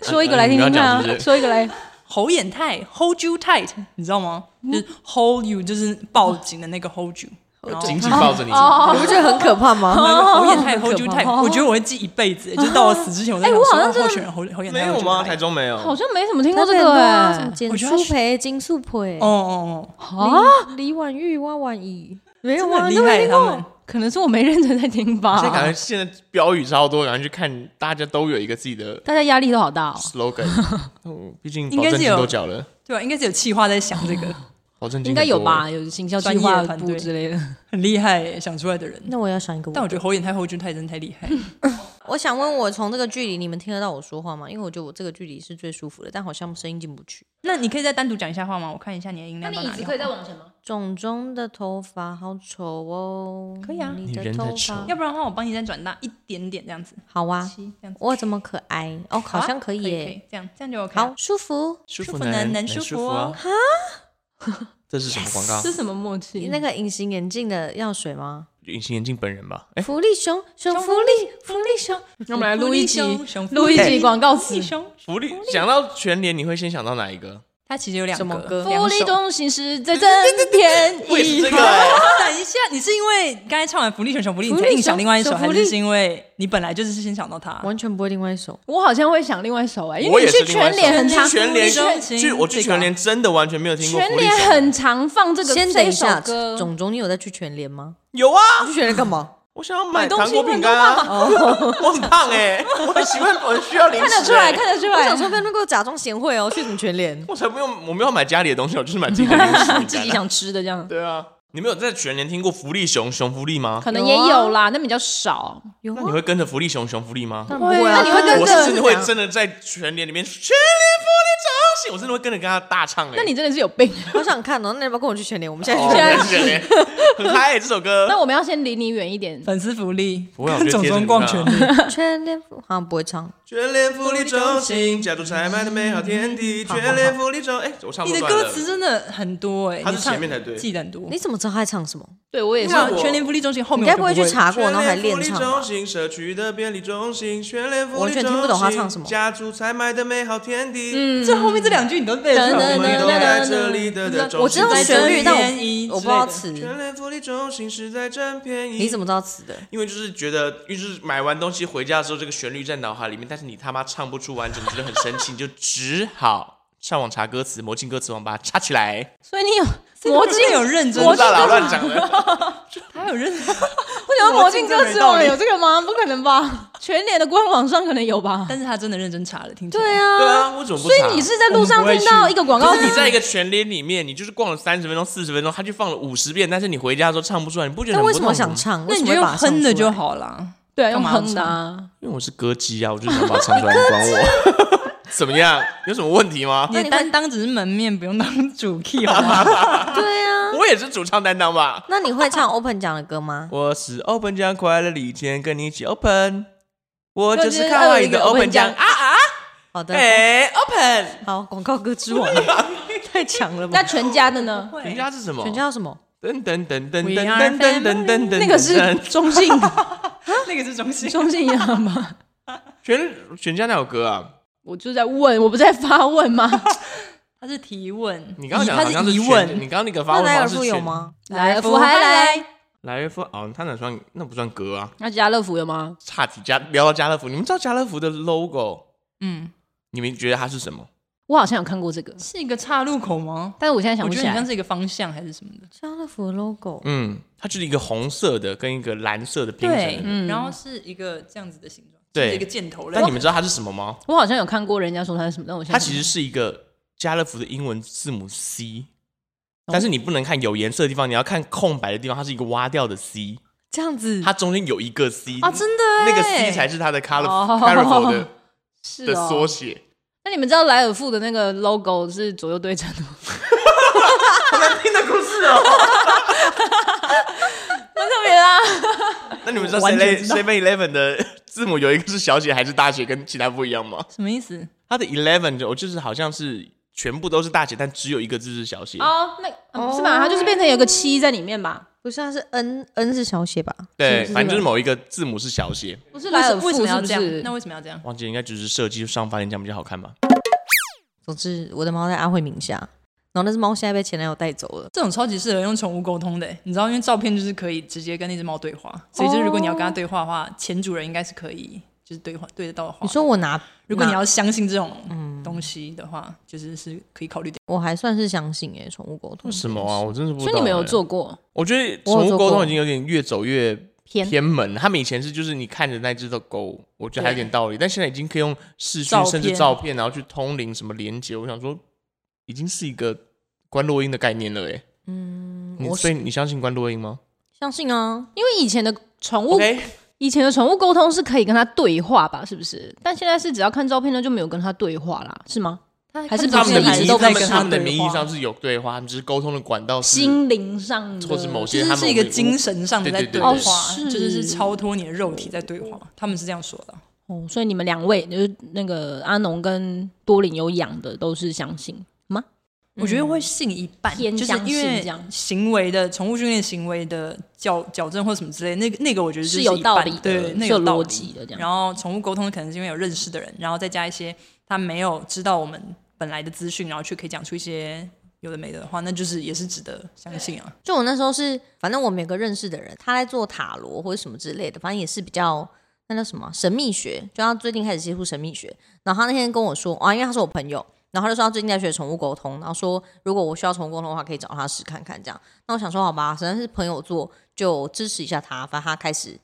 Speaker 4: 说一个来听听看
Speaker 2: 你要讲是
Speaker 4: 啊，
Speaker 2: 不是
Speaker 4: 说一个来。
Speaker 1: 侯眼泰 hold you tight，你知道吗？就是 hold you，就是抱紧的那个 hold you。然后
Speaker 2: 紧紧抱着你，
Speaker 3: 你不觉得很可怕吗？
Speaker 1: 那个侯眼泰
Speaker 4: 好
Speaker 1: hold you
Speaker 4: 可怕
Speaker 1: tight，我觉得我会记一辈子，就是到我死之前，我在
Speaker 4: 哎
Speaker 1: 想
Speaker 4: 我
Speaker 1: 说
Speaker 4: 好像
Speaker 1: 啊
Speaker 4: 真的
Speaker 1: 候选人侯侯眼泰
Speaker 2: 没有
Speaker 1: hold you
Speaker 2: 吗？
Speaker 1: tight
Speaker 2: 台中没有，
Speaker 4: 好像没怎么 听过
Speaker 3: 那
Speaker 4: 这
Speaker 3: 边很
Speaker 4: 个
Speaker 3: 多啊什
Speaker 4: 哎
Speaker 3: 么，
Speaker 1: 我
Speaker 3: 简
Speaker 1: 觉得他
Speaker 3: 素培、金素培、
Speaker 1: 哦哦哦，
Speaker 4: 啊，
Speaker 3: 李婉玉、蛙婉怡，没有
Speaker 1: 真的
Speaker 3: 啊，
Speaker 1: 很
Speaker 3: 你
Speaker 1: 厉
Speaker 3: 都没
Speaker 1: 害
Speaker 3: 听
Speaker 1: 他
Speaker 3: 过
Speaker 1: 们。。
Speaker 4: 可能是我没认真在听吧
Speaker 2: 现在。感觉现在标语超多，然后去看大家都有一个自己的
Speaker 4: 大家压力都好大哦。
Speaker 2: slogan。嗯毕竟
Speaker 1: 应
Speaker 2: 保
Speaker 1: 该
Speaker 2: 证
Speaker 1: 是
Speaker 2: 金
Speaker 1: 有
Speaker 2: 都缴了，
Speaker 1: 对吧？啊应该是有企划在想这个，
Speaker 2: 保证金
Speaker 4: 应该
Speaker 2: 很
Speaker 4: 有
Speaker 2: 多？
Speaker 4: 吧，有行销
Speaker 1: 专
Speaker 4: 计
Speaker 1: 业的
Speaker 4: 划
Speaker 1: 团
Speaker 4: 部
Speaker 1: 队
Speaker 4: 之类的。
Speaker 1: 很厉害耶想出来的人。
Speaker 3: 那我要想一个我的，
Speaker 1: 但我觉得侯眼太、侯俊太真的太厉害。
Speaker 3: 我想问，我从这个距离，你们听得到我说话吗？因为我觉得我这个距离是最舒服的，但好像声音进不去。
Speaker 1: 那你可以再单独讲一下话吗？我看一下你的音量到哪里好。
Speaker 4: 再往前吗？
Speaker 3: 种种的头发好丑哦，
Speaker 1: 可以啊
Speaker 3: 你
Speaker 2: 你
Speaker 3: 的
Speaker 2: 人才
Speaker 3: 头
Speaker 2: 丑
Speaker 3: 发
Speaker 1: 要不然的话，我帮你再转大一点点，这样子，
Speaker 3: 好啊，
Speaker 1: 七这样子。
Speaker 3: 我怎么可爱？哦，好像可以
Speaker 1: 可以，可
Speaker 3: 耶，
Speaker 1: 以这样这样就 OK 啊。
Speaker 3: 好舒服。
Speaker 2: 舒
Speaker 1: 舒
Speaker 2: 服
Speaker 1: 服
Speaker 2: 男
Speaker 1: 男能
Speaker 2: 能
Speaker 1: 舒服
Speaker 2: 服
Speaker 1: 哦
Speaker 2: 啊！这是什么广告
Speaker 4: 这？是什么默契？
Speaker 3: 那个隐形眼镜的药水吗？
Speaker 2: 隐形眼镜本人吧？哎，
Speaker 3: 福利熊嗯熊福利福利熊，
Speaker 4: 那我们来录一集
Speaker 1: 福利熊熊，福利
Speaker 4: 录一集广告
Speaker 1: 福利
Speaker 4: 词。
Speaker 1: 熊，
Speaker 2: 福利想到全联，你会先想到哪一 个？
Speaker 1: 它其实有两
Speaker 3: 什么
Speaker 1: 个
Speaker 3: 歌
Speaker 1: 两
Speaker 4: 福利
Speaker 1: 首
Speaker 4: 中行驶在增添
Speaker 2: 我也是
Speaker 4: 意
Speaker 2: 这个哎
Speaker 1: 等一下，你是因为刚才唱完《福利熊熊福利》，你才
Speaker 3: 福利
Speaker 1: 硬想
Speaker 3: 熊
Speaker 1: 另外一首，
Speaker 3: 熊
Speaker 1: 还
Speaker 3: 福
Speaker 1: 是
Speaker 3: 利
Speaker 1: 是因为你本来就是先想到它？
Speaker 3: 完全不会另外一首。
Speaker 4: 我好像会想另外一首哎，因
Speaker 2: 我
Speaker 4: 为
Speaker 2: 也
Speaker 4: 你
Speaker 2: 是
Speaker 4: 去
Speaker 2: 另外一
Speaker 4: 全
Speaker 2: 首
Speaker 4: 联很常，
Speaker 2: 全
Speaker 1: 联
Speaker 2: 联
Speaker 1: 熊
Speaker 2: 去我去
Speaker 1: 这个
Speaker 2: 全联真的完全没有听过
Speaker 4: 全
Speaker 2: 福利
Speaker 4: 联
Speaker 2: 熊。
Speaker 4: 很常放这个
Speaker 3: 先等
Speaker 4: 这
Speaker 3: 一
Speaker 4: 首
Speaker 3: 下，
Speaker 4: 歌。
Speaker 3: 种种，你有在去全联吗？
Speaker 2: 有啊，
Speaker 3: 你去全联干嘛？
Speaker 2: 我想要买
Speaker 1: 买东
Speaker 2: 糖
Speaker 1: 西
Speaker 2: 果饼干啊！
Speaker 4: 哦
Speaker 2: 我很胖哎， 我很喜欢，我需要零食。哎
Speaker 4: 看得出来，，看得出
Speaker 3: 我
Speaker 4: 来
Speaker 3: 想，说，不要那个假装贤惠哦，去什么全联？
Speaker 2: 我才不用，我没有买家里的东西，我就是买自己的零 食 饼干啊。
Speaker 4: 自己想吃的这样，
Speaker 2: 对啊，你们有在全联听过福利熊熊福利吗？
Speaker 4: 可能也有啊啦，那比较少。
Speaker 3: 有
Speaker 2: 那你
Speaker 3: 啊，
Speaker 2: 会跟着福利熊熊福利吗？
Speaker 3: 当然不会啊
Speaker 4: 那你会跟
Speaker 2: 我
Speaker 4: 真
Speaker 2: 是
Speaker 4: 的
Speaker 2: 真的会真的在全联里面全联福利气，我真的会跟着跟他大唱哎、
Speaker 4: 那你真的是有病。
Speaker 3: 好想看哦，那要不要跟我去全联？我们现在
Speaker 2: 哦，
Speaker 3: 去全联。
Speaker 2: 很卷 欸很嗨、欸、这首歌。
Speaker 4: 那我们要先离你远一点。
Speaker 1: 粉丝福利，
Speaker 2: 不会啊我觉得
Speaker 1: 跟 总
Speaker 2: 贴着
Speaker 1: 总
Speaker 2: 你
Speaker 1: 逛
Speaker 2: 看
Speaker 1: 全
Speaker 2: 啊
Speaker 1: 联。
Speaker 3: 全联好像啊不会唱，
Speaker 2: 全联福利中心，家住采买的美好天地。全联福利中，哎、我唱
Speaker 1: 你
Speaker 2: 错
Speaker 1: 的
Speaker 2: 段了
Speaker 1: 歌词真的很多哎、欸，
Speaker 2: 它是
Speaker 1: 你唱
Speaker 2: 前面才对
Speaker 1: 记得很多。
Speaker 3: 你怎么知道他在唱什么？
Speaker 4: 对我也
Speaker 1: 你
Speaker 4: 是，
Speaker 1: 看全联福利中心后
Speaker 3: 你
Speaker 1: 面，
Speaker 3: 该不会去？查过，然后还练
Speaker 2: 全
Speaker 3: 唱
Speaker 2: 联福利
Speaker 3: 吧
Speaker 2: 中？心，社区的便利中心，全联福利
Speaker 3: 我完全听不懂他唱什么
Speaker 2: 中心家住采买的美好天地。嗯，
Speaker 1: 这后面这两句你都背得出
Speaker 2: 我
Speaker 1: 来吗？
Speaker 2: 们都在这里的的中
Speaker 3: 我知
Speaker 2: 心。
Speaker 3: 道
Speaker 1: 在
Speaker 3: 旋律，
Speaker 1: 这
Speaker 3: 但
Speaker 1: 边一
Speaker 3: 我我不知
Speaker 1: 之
Speaker 3: 道
Speaker 1: 类的
Speaker 3: 词。
Speaker 2: 全联福利中心是在占便宜。
Speaker 3: 你怎么知道词的？
Speaker 2: 因为就是觉得，因为就是买完东西回家的时候，这个旋律在脑海里面，但是你他妈唱不出完整，你觉得很生气，你就只好上网查歌词，魔镜歌词王把它插起来。
Speaker 4: 所以你有
Speaker 1: 魔
Speaker 4: 魔镜
Speaker 1: 镜，有认 真，
Speaker 2: 我大啦，乱讲了。
Speaker 1: 他有认真，
Speaker 4: 为什么魔镜歌词我们
Speaker 1: 魔镜真没道理
Speaker 4: 有这个吗？不可能吧？全联的官网上可能有吧？
Speaker 1: 但是他真的认真查了，听起来
Speaker 4: 对
Speaker 2: 对
Speaker 4: 啊，
Speaker 2: 啊，我怎么不
Speaker 4: 所
Speaker 2: 查？
Speaker 4: 以你是在路上
Speaker 1: 我们
Speaker 4: 听
Speaker 1: 不会
Speaker 4: 到
Speaker 1: 去
Speaker 4: 一个广告
Speaker 2: 可
Speaker 4: 词
Speaker 2: 是你，在一个全联里面，你就是逛了三十分钟、四十分钟，他就放了五十遍，但是你回家的时候唱不出来，你不觉
Speaker 3: 那
Speaker 2: 得很不
Speaker 3: 为什么
Speaker 2: 痛苦
Speaker 3: 想
Speaker 2: 吗？
Speaker 3: 唱？
Speaker 1: 那
Speaker 3: 为什
Speaker 1: 你
Speaker 3: 么
Speaker 1: 就
Speaker 3: 会
Speaker 1: 用
Speaker 3: 把它唱
Speaker 1: 哼的
Speaker 3: 出来
Speaker 1: 就。好了。
Speaker 4: 对啊，用
Speaker 1: 干嘛要
Speaker 4: 哼的啊。
Speaker 2: 因为我是歌姬啊，我就想把它唱出来，你管我？ 怎么样？有什么问题吗？
Speaker 1: 你的担当只是门面，不用当主 key 好吗？
Speaker 3: 对啊，
Speaker 2: 我也是主唱担当吧。
Speaker 3: 那你会唱 Open 讲的歌吗？
Speaker 2: 我是 Open 酱快乐里天跟你一起 Open，我就是
Speaker 4: 看
Speaker 2: 看
Speaker 4: 完
Speaker 2: 完
Speaker 4: 一
Speaker 2: 一
Speaker 4: 个
Speaker 2: 个
Speaker 4: Open
Speaker 2: Open
Speaker 4: 酱
Speaker 2: 酱啊，
Speaker 3: 好的，
Speaker 2: 哎，Open，
Speaker 3: 好，广告歌之 王，太强了吧
Speaker 4: 那？全家的呢？
Speaker 2: 全家是什么？
Speaker 3: 全家什么？
Speaker 2: 噔噔噔噔
Speaker 1: We
Speaker 2: 噔
Speaker 1: are
Speaker 2: 噔噔噔噔噔，
Speaker 4: 那个是中 性，
Speaker 1: 那个是中心，
Speaker 4: 中性一样吗？
Speaker 2: 全全家那首歌啊。
Speaker 4: 我就在问，我不在发问吗？
Speaker 1: 他是提问，
Speaker 2: 你刚刚讲的
Speaker 1: 他
Speaker 2: 好像
Speaker 1: 疑
Speaker 2: 全
Speaker 1: 问，
Speaker 2: 你刚刚那个发
Speaker 3: 那
Speaker 2: 问
Speaker 3: 莱
Speaker 2: 好
Speaker 3: 尔
Speaker 2: 像
Speaker 3: 富
Speaker 2: 是
Speaker 3: 有
Speaker 2: 全
Speaker 3: 吗？
Speaker 4: 来福
Speaker 1: 福
Speaker 4: 还来
Speaker 1: 还来，
Speaker 2: 莱尔夫哦，他哪算那不算歌啊？
Speaker 4: 那家乐福有吗？
Speaker 2: 差题家聊到家乐福，你们知道家乐福的 logo，
Speaker 1: 嗯，
Speaker 2: 你们觉得它是什么？
Speaker 4: 我好像有看过这个，
Speaker 1: 是一个岔路口吗？
Speaker 4: 但是我现在想
Speaker 1: 我
Speaker 4: 不
Speaker 1: 觉
Speaker 4: 起
Speaker 1: 得很像
Speaker 4: 来。
Speaker 1: 是一个方向还是什么的，
Speaker 3: 家乐福的 logo，
Speaker 2: 嗯，它就是一个红色的跟一个蓝色的拼成
Speaker 1: 对
Speaker 2: 的。，
Speaker 4: 嗯
Speaker 1: 然后是一个这样子的形状，
Speaker 2: 对
Speaker 1: 就是一个箭头类。
Speaker 2: 但你们知道它是什么吗？
Speaker 4: 我好像有看过人家说它是什么，但我现在
Speaker 2: 它其实是一个家乐福的英文字母 C，但
Speaker 4: 哦
Speaker 2: 是你不能看有颜色的地方，你要看空白的地方，它是一个挖掉的 C，
Speaker 3: 这样子
Speaker 2: 它中间有一个 C
Speaker 1: 啊，真的欸
Speaker 2: 那个 C 才是它的 color
Speaker 4: 哦
Speaker 2: colorful 的
Speaker 4: 是
Speaker 2: 的缩
Speaker 4: 哦。
Speaker 2: 写。
Speaker 4: 那你们知道莱尔富的那个 logo 是左右对称的吗？
Speaker 2: 哦
Speaker 4: 好难听的故事哦，蛮特别啦。
Speaker 2: 那你们知道
Speaker 1: 我完全
Speaker 2: Seven
Speaker 1: 知道
Speaker 2: Seven Eleven 的字母有一个是小写还是大写，跟其他不一样吗？
Speaker 1: 哦什么意思？
Speaker 2: 它的 Eleven 就就是好像是全部都是大写，但只有一个字是小写。
Speaker 4: 哦，那嗯是吧？它就是变成有个七在里面吧？
Speaker 3: 不是，它是 N N 是小写吧？
Speaker 2: 对，
Speaker 4: 是
Speaker 2: 反正就是某一个字母是小写。
Speaker 4: 不是
Speaker 1: 为
Speaker 4: 莱
Speaker 1: 哦什
Speaker 4: 尔
Speaker 1: 么
Speaker 4: 富
Speaker 1: 为什么要
Speaker 4: 是不
Speaker 1: 这样？
Speaker 4: 是
Speaker 1: 那？为什么要这样？
Speaker 2: 忘记应该就是设计上发点这样比较好看吧？
Speaker 3: 总之，我的猫在阿慧名下，然后那只猫现在被前男友带走了。
Speaker 1: 这种超级适合用宠物沟通的欸，你知道，因为照片就是可以直接跟那只猫对话，所以就是如果你要跟它对话的话，前主人应该是可以就是对话对得到的话。
Speaker 3: 你说我拿，
Speaker 1: 如果
Speaker 3: 拿
Speaker 1: 你要相信这种东西的话，就是是可以考虑的。
Speaker 3: 我还算是相信诶，宠物沟通
Speaker 2: 为什么啊？？我真是不知道、
Speaker 4: 嗯所以你们有？做过？
Speaker 2: 我觉得
Speaker 3: 我有
Speaker 2: 宠
Speaker 3: 做
Speaker 2: 物
Speaker 3: 过
Speaker 2: 沟通已经有点越走越
Speaker 4: 偏
Speaker 2: 偏门。他们以前是就是你看着那只的狗，我觉得还有点道理，但现在已经可以用视
Speaker 1: 照
Speaker 2: 讯
Speaker 1: 片
Speaker 2: 甚至照片，然后去通灵什么连接。我想说，已经是一个关洛音的概念了哎。
Speaker 3: 嗯，
Speaker 2: 你
Speaker 3: 我
Speaker 2: 所以你相信关洛音吗
Speaker 3: 相信啊，
Speaker 4: 因为以前的宠物
Speaker 2: ？OK，
Speaker 4: 以前的宠物沟通是可以跟它对话吧？是不是？但现在是只要看照片呢，就没有跟它对话啦，是吗？还是
Speaker 1: 他
Speaker 2: 他
Speaker 4: 不
Speaker 2: 们
Speaker 4: 是
Speaker 2: 的
Speaker 4: 还
Speaker 2: 名
Speaker 4: 是
Speaker 2: 义，
Speaker 4: 都
Speaker 2: 他
Speaker 4: 在
Speaker 2: 们
Speaker 4: 跟
Speaker 2: 他
Speaker 4: 它
Speaker 2: 们的名
Speaker 4: 对
Speaker 2: 义
Speaker 4: 话？
Speaker 2: 上是有对话，他们只是沟通的管道是
Speaker 4: 心灵上的，
Speaker 2: 或是某
Speaker 1: 就
Speaker 2: 些
Speaker 1: 是
Speaker 2: 他
Speaker 1: 是
Speaker 2: 们
Speaker 1: 一个精神上的在
Speaker 2: 对对对
Speaker 1: 话，
Speaker 2: 对
Speaker 4: 对对
Speaker 1: 哦就是哦是
Speaker 4: 是
Speaker 1: 超脱你的肉体在对话。他们是这样说的，
Speaker 4: 哦，所以你们两位就是那个阿农跟多林有养的，都是相信吗？
Speaker 1: 我觉得会信一半，
Speaker 4: 偏
Speaker 1: 就是
Speaker 4: 向
Speaker 1: 因
Speaker 4: 性
Speaker 1: 为
Speaker 4: 这样
Speaker 1: 行为的宠物训练行为的矫矫正或什么之类，那个那个我觉得就是
Speaker 4: 有
Speaker 1: 一
Speaker 4: 道
Speaker 1: 半
Speaker 4: 理的，
Speaker 1: 对，那
Speaker 4: 是
Speaker 1: 个
Speaker 4: 有
Speaker 1: 有道
Speaker 4: 逻
Speaker 1: 理
Speaker 4: 辑的这样。
Speaker 1: 然后宠物沟通可能是因为有认识的人，然后再加一些他没有知道我们本来的资讯，然后却可以讲出一些有的没的的话，那就是也是值得相信啊。
Speaker 3: 就我那时候是，反正我们有个认识的人，他在做塔罗或者什么之类的，反正也是比较那叫什么啊神秘学，就他最近开始接触神秘学。然后他那天跟我说，啊，因为他是我朋友，然后他就说他最近在学宠物沟通，然后说如果我需要宠物沟通的话，可以找他试看看这样。那我想说，好吧，实在是朋友做，就支持一下他，反正他开始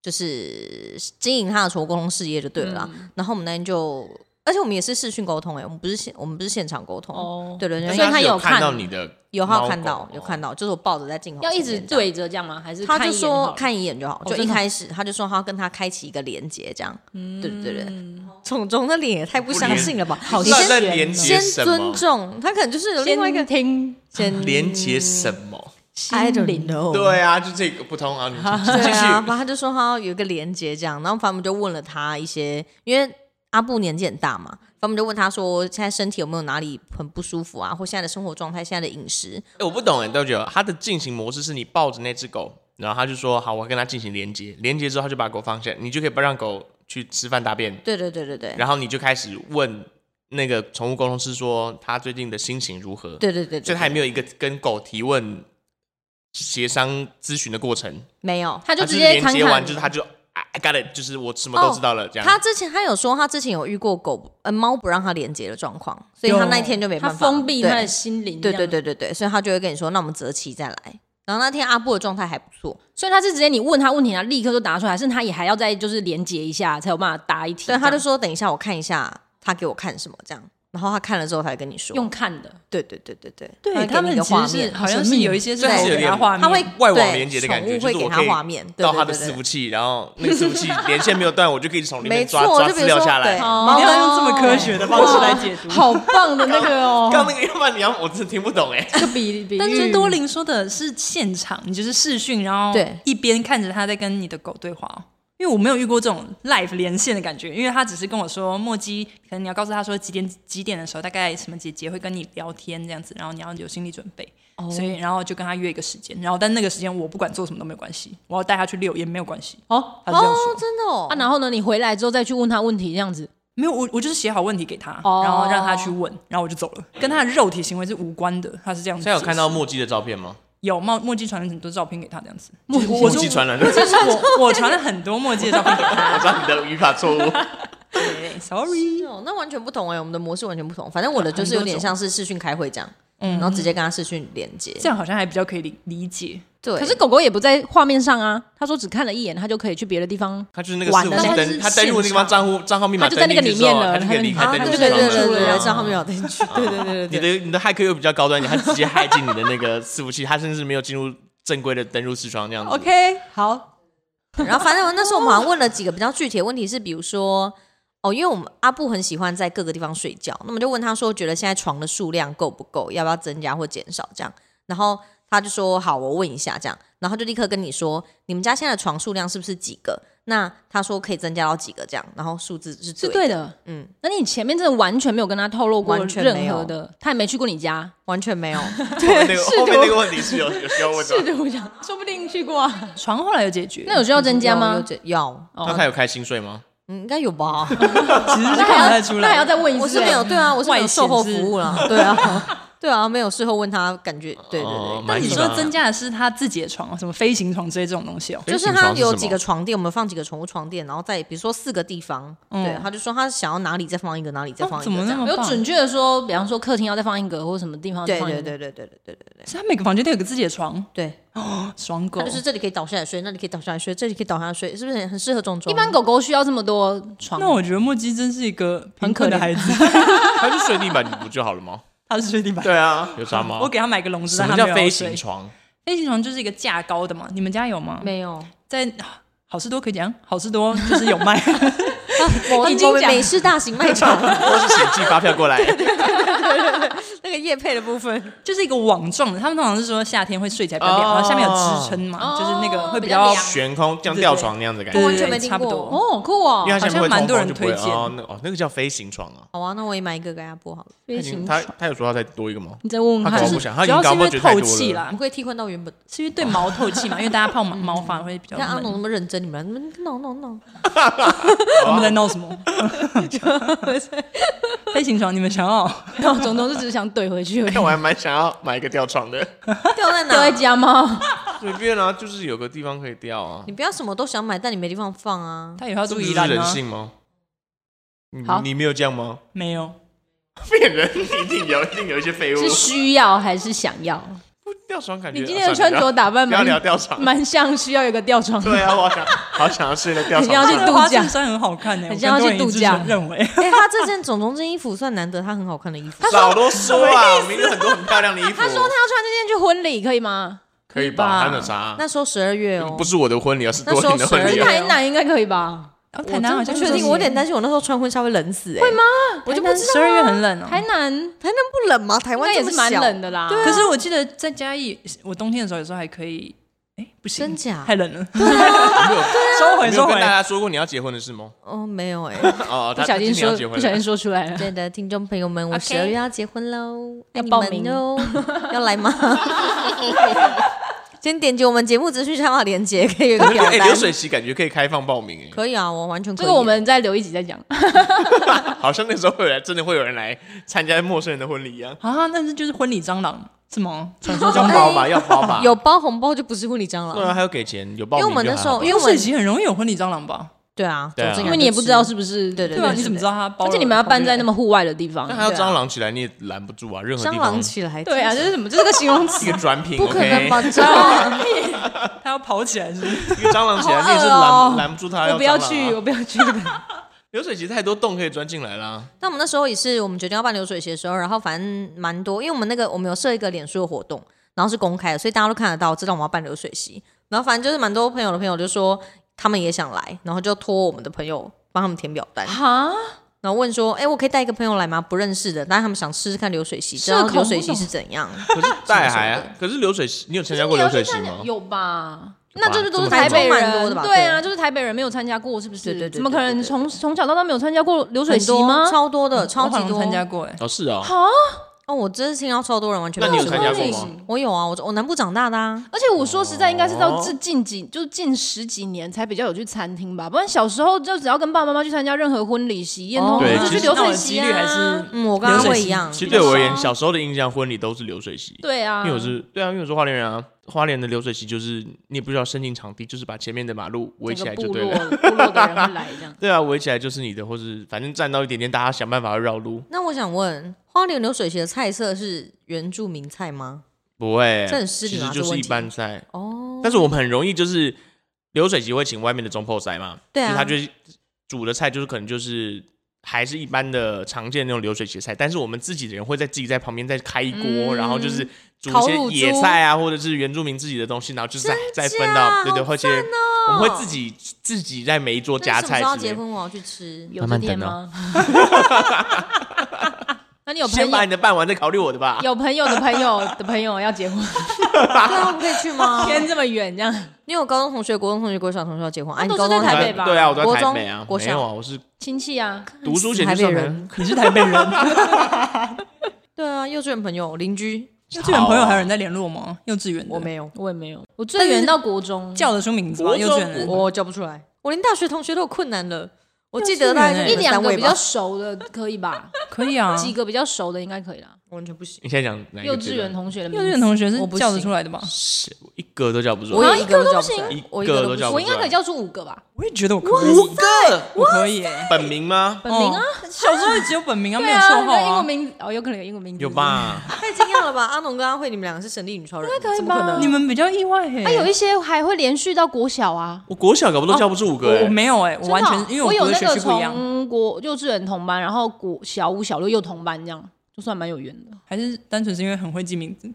Speaker 3: 就是经营他的宠物沟通事业就对了啊啦。
Speaker 4: 嗯
Speaker 3: 然后我们那天就，而且我们也是视讯沟通、欸，我们不是现我们不是现场沟通，
Speaker 4: 哦，
Speaker 3: 对对对，
Speaker 2: 但是
Speaker 4: 所以他
Speaker 2: 是
Speaker 4: 有
Speaker 2: 有
Speaker 4: 看
Speaker 2: 到你的
Speaker 3: 有他有
Speaker 2: 猫狗，
Speaker 3: 看到有看
Speaker 2: 到。
Speaker 3: 到，就是我抱着在镜头
Speaker 4: 要一
Speaker 3: 前
Speaker 4: 直
Speaker 3: 面这样
Speaker 4: 对着这样吗？还是
Speaker 3: 他
Speaker 4: 看
Speaker 3: 就
Speaker 4: 一眼好
Speaker 3: 说
Speaker 4: 了
Speaker 3: 看一眼就好，
Speaker 4: 哦
Speaker 3: 就
Speaker 4: 真
Speaker 3: 一
Speaker 4: 的好嗯
Speaker 3: 开始他就说他要跟他开启一个连接，这样，对对对对，虫虫的脸也太不相信了吧？
Speaker 4: 好
Speaker 3: 你
Speaker 2: 那在
Speaker 3: 先
Speaker 2: 连接
Speaker 3: 先
Speaker 2: 什
Speaker 3: 尊
Speaker 2: 么？
Speaker 3: 重他，可能就是有另外一个
Speaker 4: 听
Speaker 3: 先
Speaker 2: 连接什么？
Speaker 3: I don't
Speaker 4: 灵
Speaker 3: know
Speaker 2: 对啊，就这个不通啊，你继
Speaker 3: 对
Speaker 2: 继
Speaker 3: 啊，
Speaker 2: 续。
Speaker 3: 然后他就说他有一个连接这样，然后反正我们就问了他一些，因为阿布年纪很大嘛，反正我们就问他说现在身体有没有哪里很不舒服啊，或现在的生活状态、现在的饮食，
Speaker 2: 哎我不懂哎，豆姐，它的进行模式是你抱着那只狗，然后他就说好，我要跟它进行连接，连接之后他就把狗放下，你就可以不让狗去吃饭大便，
Speaker 3: 对对对对对，
Speaker 2: 然后你就开始问那个宠物沟通师说他最近的心情如何，
Speaker 3: 对对对
Speaker 2: 所
Speaker 3: 对，
Speaker 2: 以他也没有一个跟狗提问、协商、咨询的过程，
Speaker 3: 没有。
Speaker 4: 他
Speaker 2: 他就
Speaker 4: 就直
Speaker 2: 是
Speaker 4: 接
Speaker 2: 连
Speaker 4: 看
Speaker 2: 接
Speaker 4: 看
Speaker 2: 完就是他就哎 I I got it，就是我什么都知道了，这
Speaker 3: 哦
Speaker 2: 样。
Speaker 3: 他之前他有说，他之前有遇过狗呃猫不让他连接的状况，所以他那一天就没
Speaker 4: 他
Speaker 3: 办法
Speaker 4: 封闭他
Speaker 3: 对
Speaker 4: 的心灵，
Speaker 3: 对对对，对对，所以他就会跟你说，那我们择期再来。然后那天阿布的状态还不错，
Speaker 4: 所以他是直接你问他问题，他立刻就答出来，还是他也还要再就是连接一下才有办法答一题这
Speaker 3: 对，
Speaker 4: 样？
Speaker 3: 他就说等一下我看一下他给我看什么这样，然后他看了之后才跟你说。
Speaker 4: 用看的，
Speaker 3: 对对对对对，
Speaker 1: 对
Speaker 3: 会
Speaker 1: 他
Speaker 3: 给你一
Speaker 1: 们
Speaker 3: 个
Speaker 1: 其
Speaker 3: 画
Speaker 1: 实是
Speaker 3: 面，
Speaker 1: 好像是有一些是
Speaker 2: 这还
Speaker 1: 投
Speaker 2: 是有
Speaker 1: 给他
Speaker 2: 点
Speaker 1: 画面，
Speaker 3: 他会
Speaker 2: 外网
Speaker 3: 对
Speaker 2: 连接的感
Speaker 3: 宠
Speaker 2: 觉，
Speaker 3: 物
Speaker 2: 就
Speaker 3: 会
Speaker 2: 是
Speaker 3: 给
Speaker 2: 我
Speaker 3: 他
Speaker 2: 可以
Speaker 3: 画面，对
Speaker 2: 到他
Speaker 3: 对
Speaker 2: 的
Speaker 3: 对
Speaker 2: 伺
Speaker 3: 对
Speaker 2: 服器，然后那个伺服器连线没有断，我就可以从里
Speaker 3: 没
Speaker 2: 面抓
Speaker 3: 错
Speaker 2: 抓
Speaker 3: 就比
Speaker 2: 资
Speaker 3: 如
Speaker 2: 料
Speaker 3: 说
Speaker 2: 下来
Speaker 3: 对。
Speaker 4: 哦
Speaker 1: 你要用这么科学的方式来解读。
Speaker 4: 好棒的那个
Speaker 2: 刚
Speaker 4: 哦，
Speaker 2: 那个，要不然你要我真的听不懂哎。
Speaker 4: 这个 比比
Speaker 1: 但是
Speaker 4: 喻
Speaker 1: 多林说的是现场，你就是视讯，然后
Speaker 3: 对
Speaker 1: 一边看着他在跟你的狗对话哦。因为我没有遇过这种 live 连线的感觉，因为他只是跟我说墨姬，可能你要告诉他说几点几点的时候，大概什么姐姐会跟你聊天这样子，然后你要有心理准备。所以然后就跟他约一个时间，然后但那个时间我不管做什么都没有关系，我要带他去遛也没有关系。
Speaker 4: 哦
Speaker 1: 他是这样说，
Speaker 3: 哦，真的哦
Speaker 4: 啊，，然后呢，你回来之后再去问他问题，这样子
Speaker 1: 没有我我就是写好问题给他，
Speaker 4: 哦
Speaker 1: 然后让他去问，然后我就走了，跟他的肉体行为是无关的。他是这样子 解
Speaker 2: 现在
Speaker 1: 释。
Speaker 2: 有看到墨迹的照片吗？
Speaker 1: 有墨墨迹传了很多照片给他，这样子。
Speaker 4: 墨
Speaker 1: 就是我
Speaker 2: 墨
Speaker 1: 说
Speaker 2: 迹传染，
Speaker 1: 就是我我传了很多墨迹的照片给他。
Speaker 2: 我知道你的语法错误。
Speaker 1: 对，sorry。
Speaker 3: 是哦，那完全不同哎、我们的模式完全不同。反正我的就是有点像是视讯开会这样，
Speaker 1: 嗯
Speaker 3: 然后直接跟他视讯连接。
Speaker 1: 这样好像还比较可以理理解。
Speaker 3: 对，
Speaker 4: 可是狗狗也不在画面上啊，他说只看了一眼，他就可以去别的地方。
Speaker 2: 他就是那个
Speaker 4: 玩
Speaker 2: 伺
Speaker 4: 的
Speaker 2: 服器
Speaker 4: 那
Speaker 2: 登，
Speaker 4: 是
Speaker 2: 他登入那个地方账户账号密码
Speaker 4: 他就在
Speaker 2: 登
Speaker 4: 那个
Speaker 2: 进去
Speaker 4: 里
Speaker 2: 之后，
Speaker 4: 面了
Speaker 2: 他就可以离
Speaker 4: 他
Speaker 2: 开
Speaker 3: 啊，
Speaker 4: 就
Speaker 2: 登
Speaker 3: 对
Speaker 2: 进
Speaker 3: 对
Speaker 2: 去
Speaker 3: 对
Speaker 2: 窗
Speaker 3: 对
Speaker 2: 了。
Speaker 3: 对
Speaker 4: 啊
Speaker 3: 对，账号没有登去，对对对
Speaker 2: 你
Speaker 3: 对
Speaker 2: 的
Speaker 3: 对。
Speaker 2: 你的骇客又比较高端，你还直接骇进你的那个伺服器，他甚至没有进入正规的登入视窗这样子。
Speaker 3: OK，好。然后反正那时候我们好像问了几个比较具体的问题，是比如说。哦，因为我们阿布很喜欢在各个地方睡觉，那么就问他说，觉得现在床的数量够不够，要不要增加或减少这样？然后他就说好，我问一下这样，然后他就立刻跟你说，你们家现在的床数量是不是几个？那他说可以增加到几个这样，然后数字是
Speaker 4: 是
Speaker 3: 对的，
Speaker 4: 对的，
Speaker 3: 嗯，
Speaker 4: 那你前面真的完全没有跟他透露过
Speaker 3: 完全没
Speaker 4: 任
Speaker 3: 有
Speaker 4: 何的，他也没去过 你家，
Speaker 3: 完全没有，
Speaker 2: 后面那个
Speaker 4: 是的
Speaker 2: 后面那个问题是有有需要问的吗。
Speaker 4: 的，我想说不定去过啊。
Speaker 1: 床后来有解决，
Speaker 4: 那有需要增
Speaker 3: 有
Speaker 4: 加
Speaker 3: 有
Speaker 4: 吗？
Speaker 3: 这要，
Speaker 2: 那他有开薪水吗？
Speaker 3: 嗯，应该有吧？
Speaker 1: 其实是
Speaker 4: 那还
Speaker 1: 看
Speaker 4: 要
Speaker 1: 得出
Speaker 4: 那还要
Speaker 1: 来。
Speaker 4: 再问一次。
Speaker 3: 我是没有，对啊，我是没有
Speaker 1: 外显
Speaker 3: 售后服
Speaker 1: 是
Speaker 3: 务啦，对啊， 对啊，没有事后问他，感觉对对对
Speaker 2: 哦，
Speaker 1: 那你
Speaker 2: 蛮意
Speaker 1: 说
Speaker 2: 外
Speaker 1: 增加的是他自己的床，什么飞行床之类这种东西哦？
Speaker 3: 就是
Speaker 2: 飞行
Speaker 3: 他
Speaker 2: 床是
Speaker 3: 有
Speaker 2: 什么
Speaker 3: 几个床垫，我们放几个宠物床垫，然后再比如说四个地方，
Speaker 1: 嗯
Speaker 3: 对，他就说他想要哪里再放一个，哪里再放一个，
Speaker 1: 哦怎么
Speaker 3: 这
Speaker 1: 那
Speaker 3: 样
Speaker 1: 么
Speaker 4: 有
Speaker 1: 棒
Speaker 4: 准确的说，比方说客厅要再放一个，或者什么地方再
Speaker 3: 对
Speaker 4: 放一个
Speaker 3: 对对对对对对对对
Speaker 1: 所以他每个房间都有个自己的床，
Speaker 3: 对，
Speaker 1: 爽狗
Speaker 3: 他就是这里可以倒下来睡，那里可以倒下来睡，这里可以倒下来睡，是不是很很适合中中？
Speaker 4: 一般狗狗需要这么多床
Speaker 1: 那，我觉得莫基真是一个
Speaker 4: 很
Speaker 1: 贫
Speaker 4: 可
Speaker 1: 困的
Speaker 4: 怜
Speaker 1: 孩子，
Speaker 2: 他就睡地板不就好了吗？
Speaker 1: 他是睡地板。
Speaker 2: 对啊，有啥吗？
Speaker 1: 我给他买个笼子，
Speaker 2: 什
Speaker 1: 但
Speaker 2: 么
Speaker 1: 他
Speaker 2: 叫
Speaker 1: 没有
Speaker 2: 飞
Speaker 1: 要
Speaker 2: 行
Speaker 1: 睡？
Speaker 2: 床？
Speaker 1: 飞行床就是一个架高的嘛，你们家有吗？
Speaker 3: 没有，
Speaker 1: 在啊好事多可以讲，好事多就是有卖。
Speaker 3: 某
Speaker 4: 已经
Speaker 3: 某
Speaker 4: 讲
Speaker 3: 美式大型卖场
Speaker 2: 或是谁寄发票过来？
Speaker 3: 那个叶配的部分，
Speaker 1: 就是一个网状的，他们通常是说夏天会睡起来比较凉，
Speaker 2: 哦
Speaker 1: 然后下面有支撑嘛，
Speaker 4: 哦
Speaker 1: 就是那个会
Speaker 4: 比较
Speaker 1: 较
Speaker 4: 凉
Speaker 2: 悬空像吊床那样子的感
Speaker 1: 对
Speaker 2: 觉，
Speaker 3: 完全没听
Speaker 1: 差不
Speaker 3: 过
Speaker 1: 多。
Speaker 4: 哦，酷哦
Speaker 2: 因为，它下面会
Speaker 1: 好像蛮多人
Speaker 2: 通风就不会
Speaker 1: 推荐
Speaker 2: 哦，那哦那个叫飞行床啊。
Speaker 3: 好啊，那我也买一个给阿布好了，
Speaker 4: 飞行
Speaker 2: 他
Speaker 4: 床，
Speaker 2: 他有说要再多一个吗？
Speaker 4: 你再问问
Speaker 2: 他
Speaker 4: 看
Speaker 2: 搞
Speaker 1: 就。
Speaker 2: 不
Speaker 1: 是
Speaker 2: 想，他已
Speaker 1: 主
Speaker 2: 经
Speaker 1: 要
Speaker 2: 搞
Speaker 1: 是
Speaker 2: 不
Speaker 1: 因
Speaker 2: 好
Speaker 1: 为
Speaker 2: 觉得太
Speaker 1: 透
Speaker 2: 多
Speaker 1: 气
Speaker 2: 了。
Speaker 1: 啦
Speaker 3: 我，可以替换到原本。
Speaker 1: 是因为对毛透气 嘛，因为大家泡毛毛发会比较
Speaker 3: 像阿农
Speaker 1: 闷。
Speaker 3: 那么认真，你们你们弄弄弄，
Speaker 1: 我们在闹 什么？飞行床，你们想要？
Speaker 4: 然后总总是只是想怼回去 而已，
Speaker 2: 但我还蛮想要买一个吊床的，
Speaker 3: 掉在
Speaker 4: 丢
Speaker 3: 哪？
Speaker 4: 在家吗？
Speaker 2: 随便啊，就是有个地方可以吊啊
Speaker 3: 你。不要什么都想买，但你没地方放啊。
Speaker 1: 他也要
Speaker 2: 这
Speaker 1: 住
Speaker 2: 不
Speaker 1: 宜
Speaker 2: 是
Speaker 1: 兰
Speaker 2: 人
Speaker 1: 吗？
Speaker 2: 性吗？你
Speaker 4: 好
Speaker 2: 你没有这样吗？
Speaker 1: 没有，
Speaker 2: 骗人，一定有，一定有一些废物。
Speaker 4: 是需要还是想要？
Speaker 2: 吊床感觉。
Speaker 4: 你今天的穿着
Speaker 2: 啊
Speaker 4: 打扮
Speaker 2: 算了不要不要聊吊
Speaker 4: 蛮
Speaker 2: 床。
Speaker 4: 蛮像需要有个吊床的，
Speaker 2: 对啊，我好想好想要睡那吊
Speaker 4: 你要
Speaker 2: 床
Speaker 4: 去
Speaker 1: 这
Speaker 2: 上。
Speaker 1: 个
Speaker 4: 度假
Speaker 1: 花衬衫很好
Speaker 3: 欸
Speaker 1: 看呢，
Speaker 4: 很像要去度假
Speaker 1: 我跟多人一致认为
Speaker 3: 哎，他这件种种这衣服算难得，他很好看的衣服。
Speaker 2: 早都说啊，我明天很多很漂亮的衣服。
Speaker 4: 他说他要穿这件去婚礼可以吗？
Speaker 2: 可以
Speaker 1: 吧
Speaker 2: 吧？还有啥？
Speaker 3: 那时候十二月哦，
Speaker 2: 不是我的婚礼啊，是多
Speaker 3: 那时候
Speaker 2: 林的婚
Speaker 3: 可以
Speaker 2: 礼
Speaker 3: 12
Speaker 2: 啊
Speaker 3: 月。
Speaker 4: 台南应该可以吧？
Speaker 1: 然后
Speaker 3: 我
Speaker 1: 哦台南好
Speaker 3: 真
Speaker 1: 像
Speaker 3: 的不确定，我有点
Speaker 1: 在
Speaker 3: 担心我那时候穿婚纱会冷死、欸，会吗？
Speaker 1: 我就不知道十二月很冷哦、
Speaker 4: 台南
Speaker 3: 台南不冷吗？台
Speaker 4: 应该
Speaker 3: 湾
Speaker 4: 也是蛮冷
Speaker 3: 的，
Speaker 4: 的啦。
Speaker 1: 可是我记得在嘉义，我冬天的时候有时候还可以，哎、不行，
Speaker 3: 真假啊
Speaker 1: 太冷了，
Speaker 2: 没有
Speaker 1: 收回
Speaker 2: 没
Speaker 1: 收
Speaker 2: 有
Speaker 1: 回
Speaker 2: 跟大。家说过你要结婚的事吗？
Speaker 3: 哦，没有哎、
Speaker 2: 哦，
Speaker 4: 不
Speaker 2: 他
Speaker 4: 小
Speaker 2: 他今
Speaker 4: 心
Speaker 2: 年要
Speaker 4: 说
Speaker 2: 结婚
Speaker 4: 不小
Speaker 2: 了
Speaker 4: 心说出 来了，
Speaker 3: 对的，听众朋友们，我
Speaker 4: OK
Speaker 3: 十二月要结婚喽，
Speaker 4: 要
Speaker 3: 爱你
Speaker 4: 报
Speaker 3: 们
Speaker 4: 名
Speaker 3: 哦， 要来吗？先点击我们节目资讯上的链接，可以有一个
Speaker 2: 我觉
Speaker 3: 表
Speaker 2: 得哎，
Speaker 3: 单
Speaker 2: 流。水席感觉可以开放报名
Speaker 3: 可以啊，我完全可以
Speaker 4: 这
Speaker 3: 耶。
Speaker 4: 个我们再留一集再讲。
Speaker 2: 哎，好像那时候会有人真的会有人来参加陌生人的婚礼 一样，
Speaker 1: 啊，那是就是婚礼蟑螂 是吗？
Speaker 2: 传说中包吧，要包吧，
Speaker 3: 哎有包红包就不是婚礼蟑
Speaker 2: 啊对啊，
Speaker 3: 螂，
Speaker 2: 还有给钱，有报
Speaker 3: 因为
Speaker 2: 名就
Speaker 3: 我们那时候
Speaker 2: 还好
Speaker 3: 因为
Speaker 1: 流
Speaker 3: 我们
Speaker 1: 水席很容易有婚礼蟑螂吧？
Speaker 3: 对啊，
Speaker 2: 对啊
Speaker 3: 总之
Speaker 4: 因为你也不知道是不是
Speaker 3: 对对
Speaker 1: 对啊，你怎么知道他包
Speaker 4: 而
Speaker 1: 了？
Speaker 4: 且你们要办在那么户外的地方
Speaker 2: 但，还要
Speaker 3: 对啊
Speaker 2: 蟑螂起来你也拦不住啊，任何地
Speaker 3: 蟑
Speaker 2: 方
Speaker 3: 螂起来，
Speaker 4: 对啊，就是什么，就是个形容词
Speaker 2: 一， 个转品
Speaker 3: 不可能
Speaker 2: ，OK，
Speaker 3: 吧？蟑螂，
Speaker 1: 他要跑起来是不是？
Speaker 2: 一个蟑螂起来
Speaker 3: 好
Speaker 2: 你也是
Speaker 3: 恶哦
Speaker 2: 拦拦不住它，
Speaker 4: 我不要
Speaker 2: 蟑螂啊
Speaker 4: 去，我不 要去。
Speaker 2: 流水席太多洞可以钻进 来啦。
Speaker 3: 那我们那时候也是，我们决定要办流水席的时候，然后反正蛮多，因为我们那个我们有设一个脸书的活动，然后是公开的，所以大家都看得到，知道我们要办流水席。然后反正就是蛮多朋友的朋友就说他们也想来，然后就托我们的朋友帮他们填表单，
Speaker 4: 哈，
Speaker 3: 然后问说：“哎、我可以带一个朋友来吗？不认识的，但他们想试试看流水席，知道
Speaker 4: 社恐
Speaker 3: 流水席是怎样。
Speaker 2: 可是带还
Speaker 3: 什么
Speaker 2: 啊，可是流水席，你有参加过流水席吗？有
Speaker 4: 有吧？
Speaker 2: 吧
Speaker 4: 那就是都是
Speaker 2: 这么
Speaker 4: 台北
Speaker 3: 多蛮多的
Speaker 4: 人，
Speaker 3: 吧
Speaker 4: 对啊，就是台北人没有参加过，是不
Speaker 3: 对对对
Speaker 4: 是？
Speaker 3: 对
Speaker 4: 怎么可能
Speaker 3: 对对
Speaker 4: 从从小到大没有参加过流”水
Speaker 3: 很
Speaker 4: 席
Speaker 3: 多
Speaker 4: 吗？
Speaker 3: 超多的，
Speaker 1: 我
Speaker 3: 超
Speaker 1: 好
Speaker 3: 级
Speaker 1: 像
Speaker 3: 多。
Speaker 1: 参加过哎、
Speaker 2: 哦，是哦，
Speaker 3: 哦，我真是听到超多人完全
Speaker 2: 那
Speaker 3: 没
Speaker 2: 你有
Speaker 3: 吃
Speaker 2: 参加
Speaker 3: 过
Speaker 2: 过
Speaker 4: 流水
Speaker 2: 吗
Speaker 4: 席？
Speaker 3: 我有啊，我我南部长大的啊。
Speaker 4: 而且我说实在，应该是到这近几，就是近十几年才比较有去餐厅吧，不然小时候就只要跟爸爸妈妈去参加任何婚礼喜宴，
Speaker 3: 哦
Speaker 4: 通
Speaker 2: 对
Speaker 4: 常就
Speaker 2: 其实
Speaker 4: 去流
Speaker 1: 那我
Speaker 4: 水
Speaker 1: 的几
Speaker 4: 席
Speaker 1: 率
Speaker 4: 啊。
Speaker 1: 还是
Speaker 3: 嗯，我跟阿
Speaker 1: 流水
Speaker 3: 慧
Speaker 1: 席
Speaker 3: 一样
Speaker 2: 其。实对我而言，
Speaker 4: 比较少
Speaker 2: 小时候的印象婚礼都是流水席。
Speaker 4: 对啊，
Speaker 2: 因
Speaker 3: 嗯
Speaker 2: 为我是对啊，因为我是花莲人啊，花莲的流水席就是你也不需要申请场地，就是把前面的马路围起
Speaker 4: 整
Speaker 2: 来
Speaker 4: 个
Speaker 2: 就
Speaker 4: 部
Speaker 2: 对
Speaker 4: 落
Speaker 2: 了。。
Speaker 4: 部落的人会来这样
Speaker 2: 对啊，围起来就是你的，或是反正站到一点点，大家想办法会绕路。
Speaker 3: 那我想问，花莲流水席的菜色是原住民菜吗？
Speaker 2: 不会，
Speaker 3: 这很失礼
Speaker 2: 其
Speaker 3: 吗
Speaker 2: 实就
Speaker 3: 这
Speaker 2: 是
Speaker 3: 问
Speaker 2: 一
Speaker 3: 题
Speaker 2: 般赛，
Speaker 3: 哦，
Speaker 2: 但是我们很容易就是流水席会请外面的中破赛嘛，
Speaker 3: 对啊
Speaker 2: 就是他就是煮的菜就是可能就是还是一般的常见那种流水席的菜，但是我们自己的人会在自己在旁边再开一锅，
Speaker 3: 嗯
Speaker 2: 然后就是煮一
Speaker 3: 烤
Speaker 2: 些
Speaker 3: 乳猪
Speaker 2: 野菜啊，或者是原住民自己的东西，然后就是再再分到对对，而且我们会自己自己在每一桌夹
Speaker 3: 哦那你什么时候要
Speaker 2: 菜之类
Speaker 3: 结
Speaker 2: 的。
Speaker 3: 婚，我要去 吃。
Speaker 4: 有
Speaker 2: 慢慢
Speaker 4: 这天
Speaker 2: 等啊
Speaker 4: 吗？那你有朋
Speaker 2: 先把
Speaker 4: 友
Speaker 2: 你的办完，再考虑我的吧。
Speaker 4: 有朋友的朋友的朋友要 结婚，
Speaker 3: 对啊，我可以去
Speaker 2: 哦
Speaker 3: 吗？
Speaker 4: 偏这么远这样，
Speaker 3: 你有高中同学、国中同学、国小同学要结婚，啊，
Speaker 4: 那
Speaker 3: 你
Speaker 4: 都
Speaker 3: 高
Speaker 4: 是
Speaker 3: 中
Speaker 4: 在
Speaker 3: 同学
Speaker 4: 台北吧
Speaker 2: 对啊，我在
Speaker 3: 国
Speaker 2: 台
Speaker 3: 中
Speaker 2: 北啊，
Speaker 3: 国
Speaker 2: 没
Speaker 3: 小嗯
Speaker 2: 有啊，我是
Speaker 4: 亲戚啊，
Speaker 2: 读书前
Speaker 3: 台
Speaker 2: 就
Speaker 3: 北
Speaker 2: 上
Speaker 3: 人
Speaker 2: 班，
Speaker 1: 你是台北人，
Speaker 3: 对啊，幼稚园朋友、邻居，
Speaker 1: 幼稚园朋友还有人在联络吗？幼稚园的
Speaker 3: 我没有，
Speaker 4: 我也没有，我
Speaker 1: 但
Speaker 4: 最
Speaker 1: 是
Speaker 4: 远到国中，
Speaker 1: 叫得出名字吗？
Speaker 2: 国中
Speaker 1: 幼稚园的
Speaker 3: 我叫不出来，我连大学同学都有困难了。我记得大概就
Speaker 4: 一
Speaker 3: 你们
Speaker 4: 两
Speaker 3: 三
Speaker 4: 个
Speaker 3: 位
Speaker 4: 比较
Speaker 3: 吧，
Speaker 4: 熟的可以 吧，
Speaker 1: 可以啊，
Speaker 4: 几个比较熟的应该可以啦。
Speaker 3: 完全不行。
Speaker 2: 你现在讲哪一个
Speaker 4: 幼
Speaker 2: 阶
Speaker 4: 稚
Speaker 2: 段
Speaker 4: 园同学的名
Speaker 1: 幼
Speaker 4: 字
Speaker 1: 稚园同学是
Speaker 3: 我不
Speaker 1: 叫得
Speaker 3: 行
Speaker 1: 出来的吧？
Speaker 2: 是我一个都叫不出来。
Speaker 3: 我
Speaker 4: 啊
Speaker 3: 也
Speaker 4: 一
Speaker 3: 个
Speaker 4: 个
Speaker 3: 都
Speaker 4: 都
Speaker 3: 叫
Speaker 4: 不
Speaker 3: 不
Speaker 4: 哦
Speaker 3: 出来
Speaker 2: 行
Speaker 3: 我
Speaker 2: 一个
Speaker 3: 都
Speaker 2: 都
Speaker 3: 不
Speaker 2: 叫
Speaker 3: 行
Speaker 2: 不出
Speaker 4: 我应该可以叫出五个吧，
Speaker 1: 我也觉得我可以，
Speaker 2: 个
Speaker 1: 我可以耶、哦
Speaker 2: 本名吗？
Speaker 4: 本名啊，
Speaker 1: 小时候也只有本名啊，没
Speaker 4: 对
Speaker 1: 有
Speaker 4: 啊，
Speaker 1: 绰
Speaker 4: 你的英
Speaker 1: 号
Speaker 4: 文
Speaker 1: 啊。
Speaker 4: 名字哦，有可能有英文名字，
Speaker 2: 有？吧？
Speaker 3: 太惊讶了吧！阿农跟阿慧，你们两个是神力女超人，
Speaker 4: 啊可以
Speaker 3: 怎么可
Speaker 4: 吧
Speaker 3: 能？
Speaker 1: 你们比较意外耶、
Speaker 4: 啊，有一些还会连续到国小啊。
Speaker 2: 我国小搞不都叫不出五个、
Speaker 1: 我
Speaker 2: 欸
Speaker 1: 我没有哎、我完全
Speaker 4: 真的哦
Speaker 1: 因为
Speaker 4: 我
Speaker 1: 读
Speaker 4: 有
Speaker 1: 的
Speaker 4: 那
Speaker 1: 学
Speaker 4: 个
Speaker 1: 区不一样，
Speaker 4: 从国幼稚园同班，然后国小五、小六又同班，这样就算蛮有缘的。
Speaker 1: 还是单纯是因为很会记名字，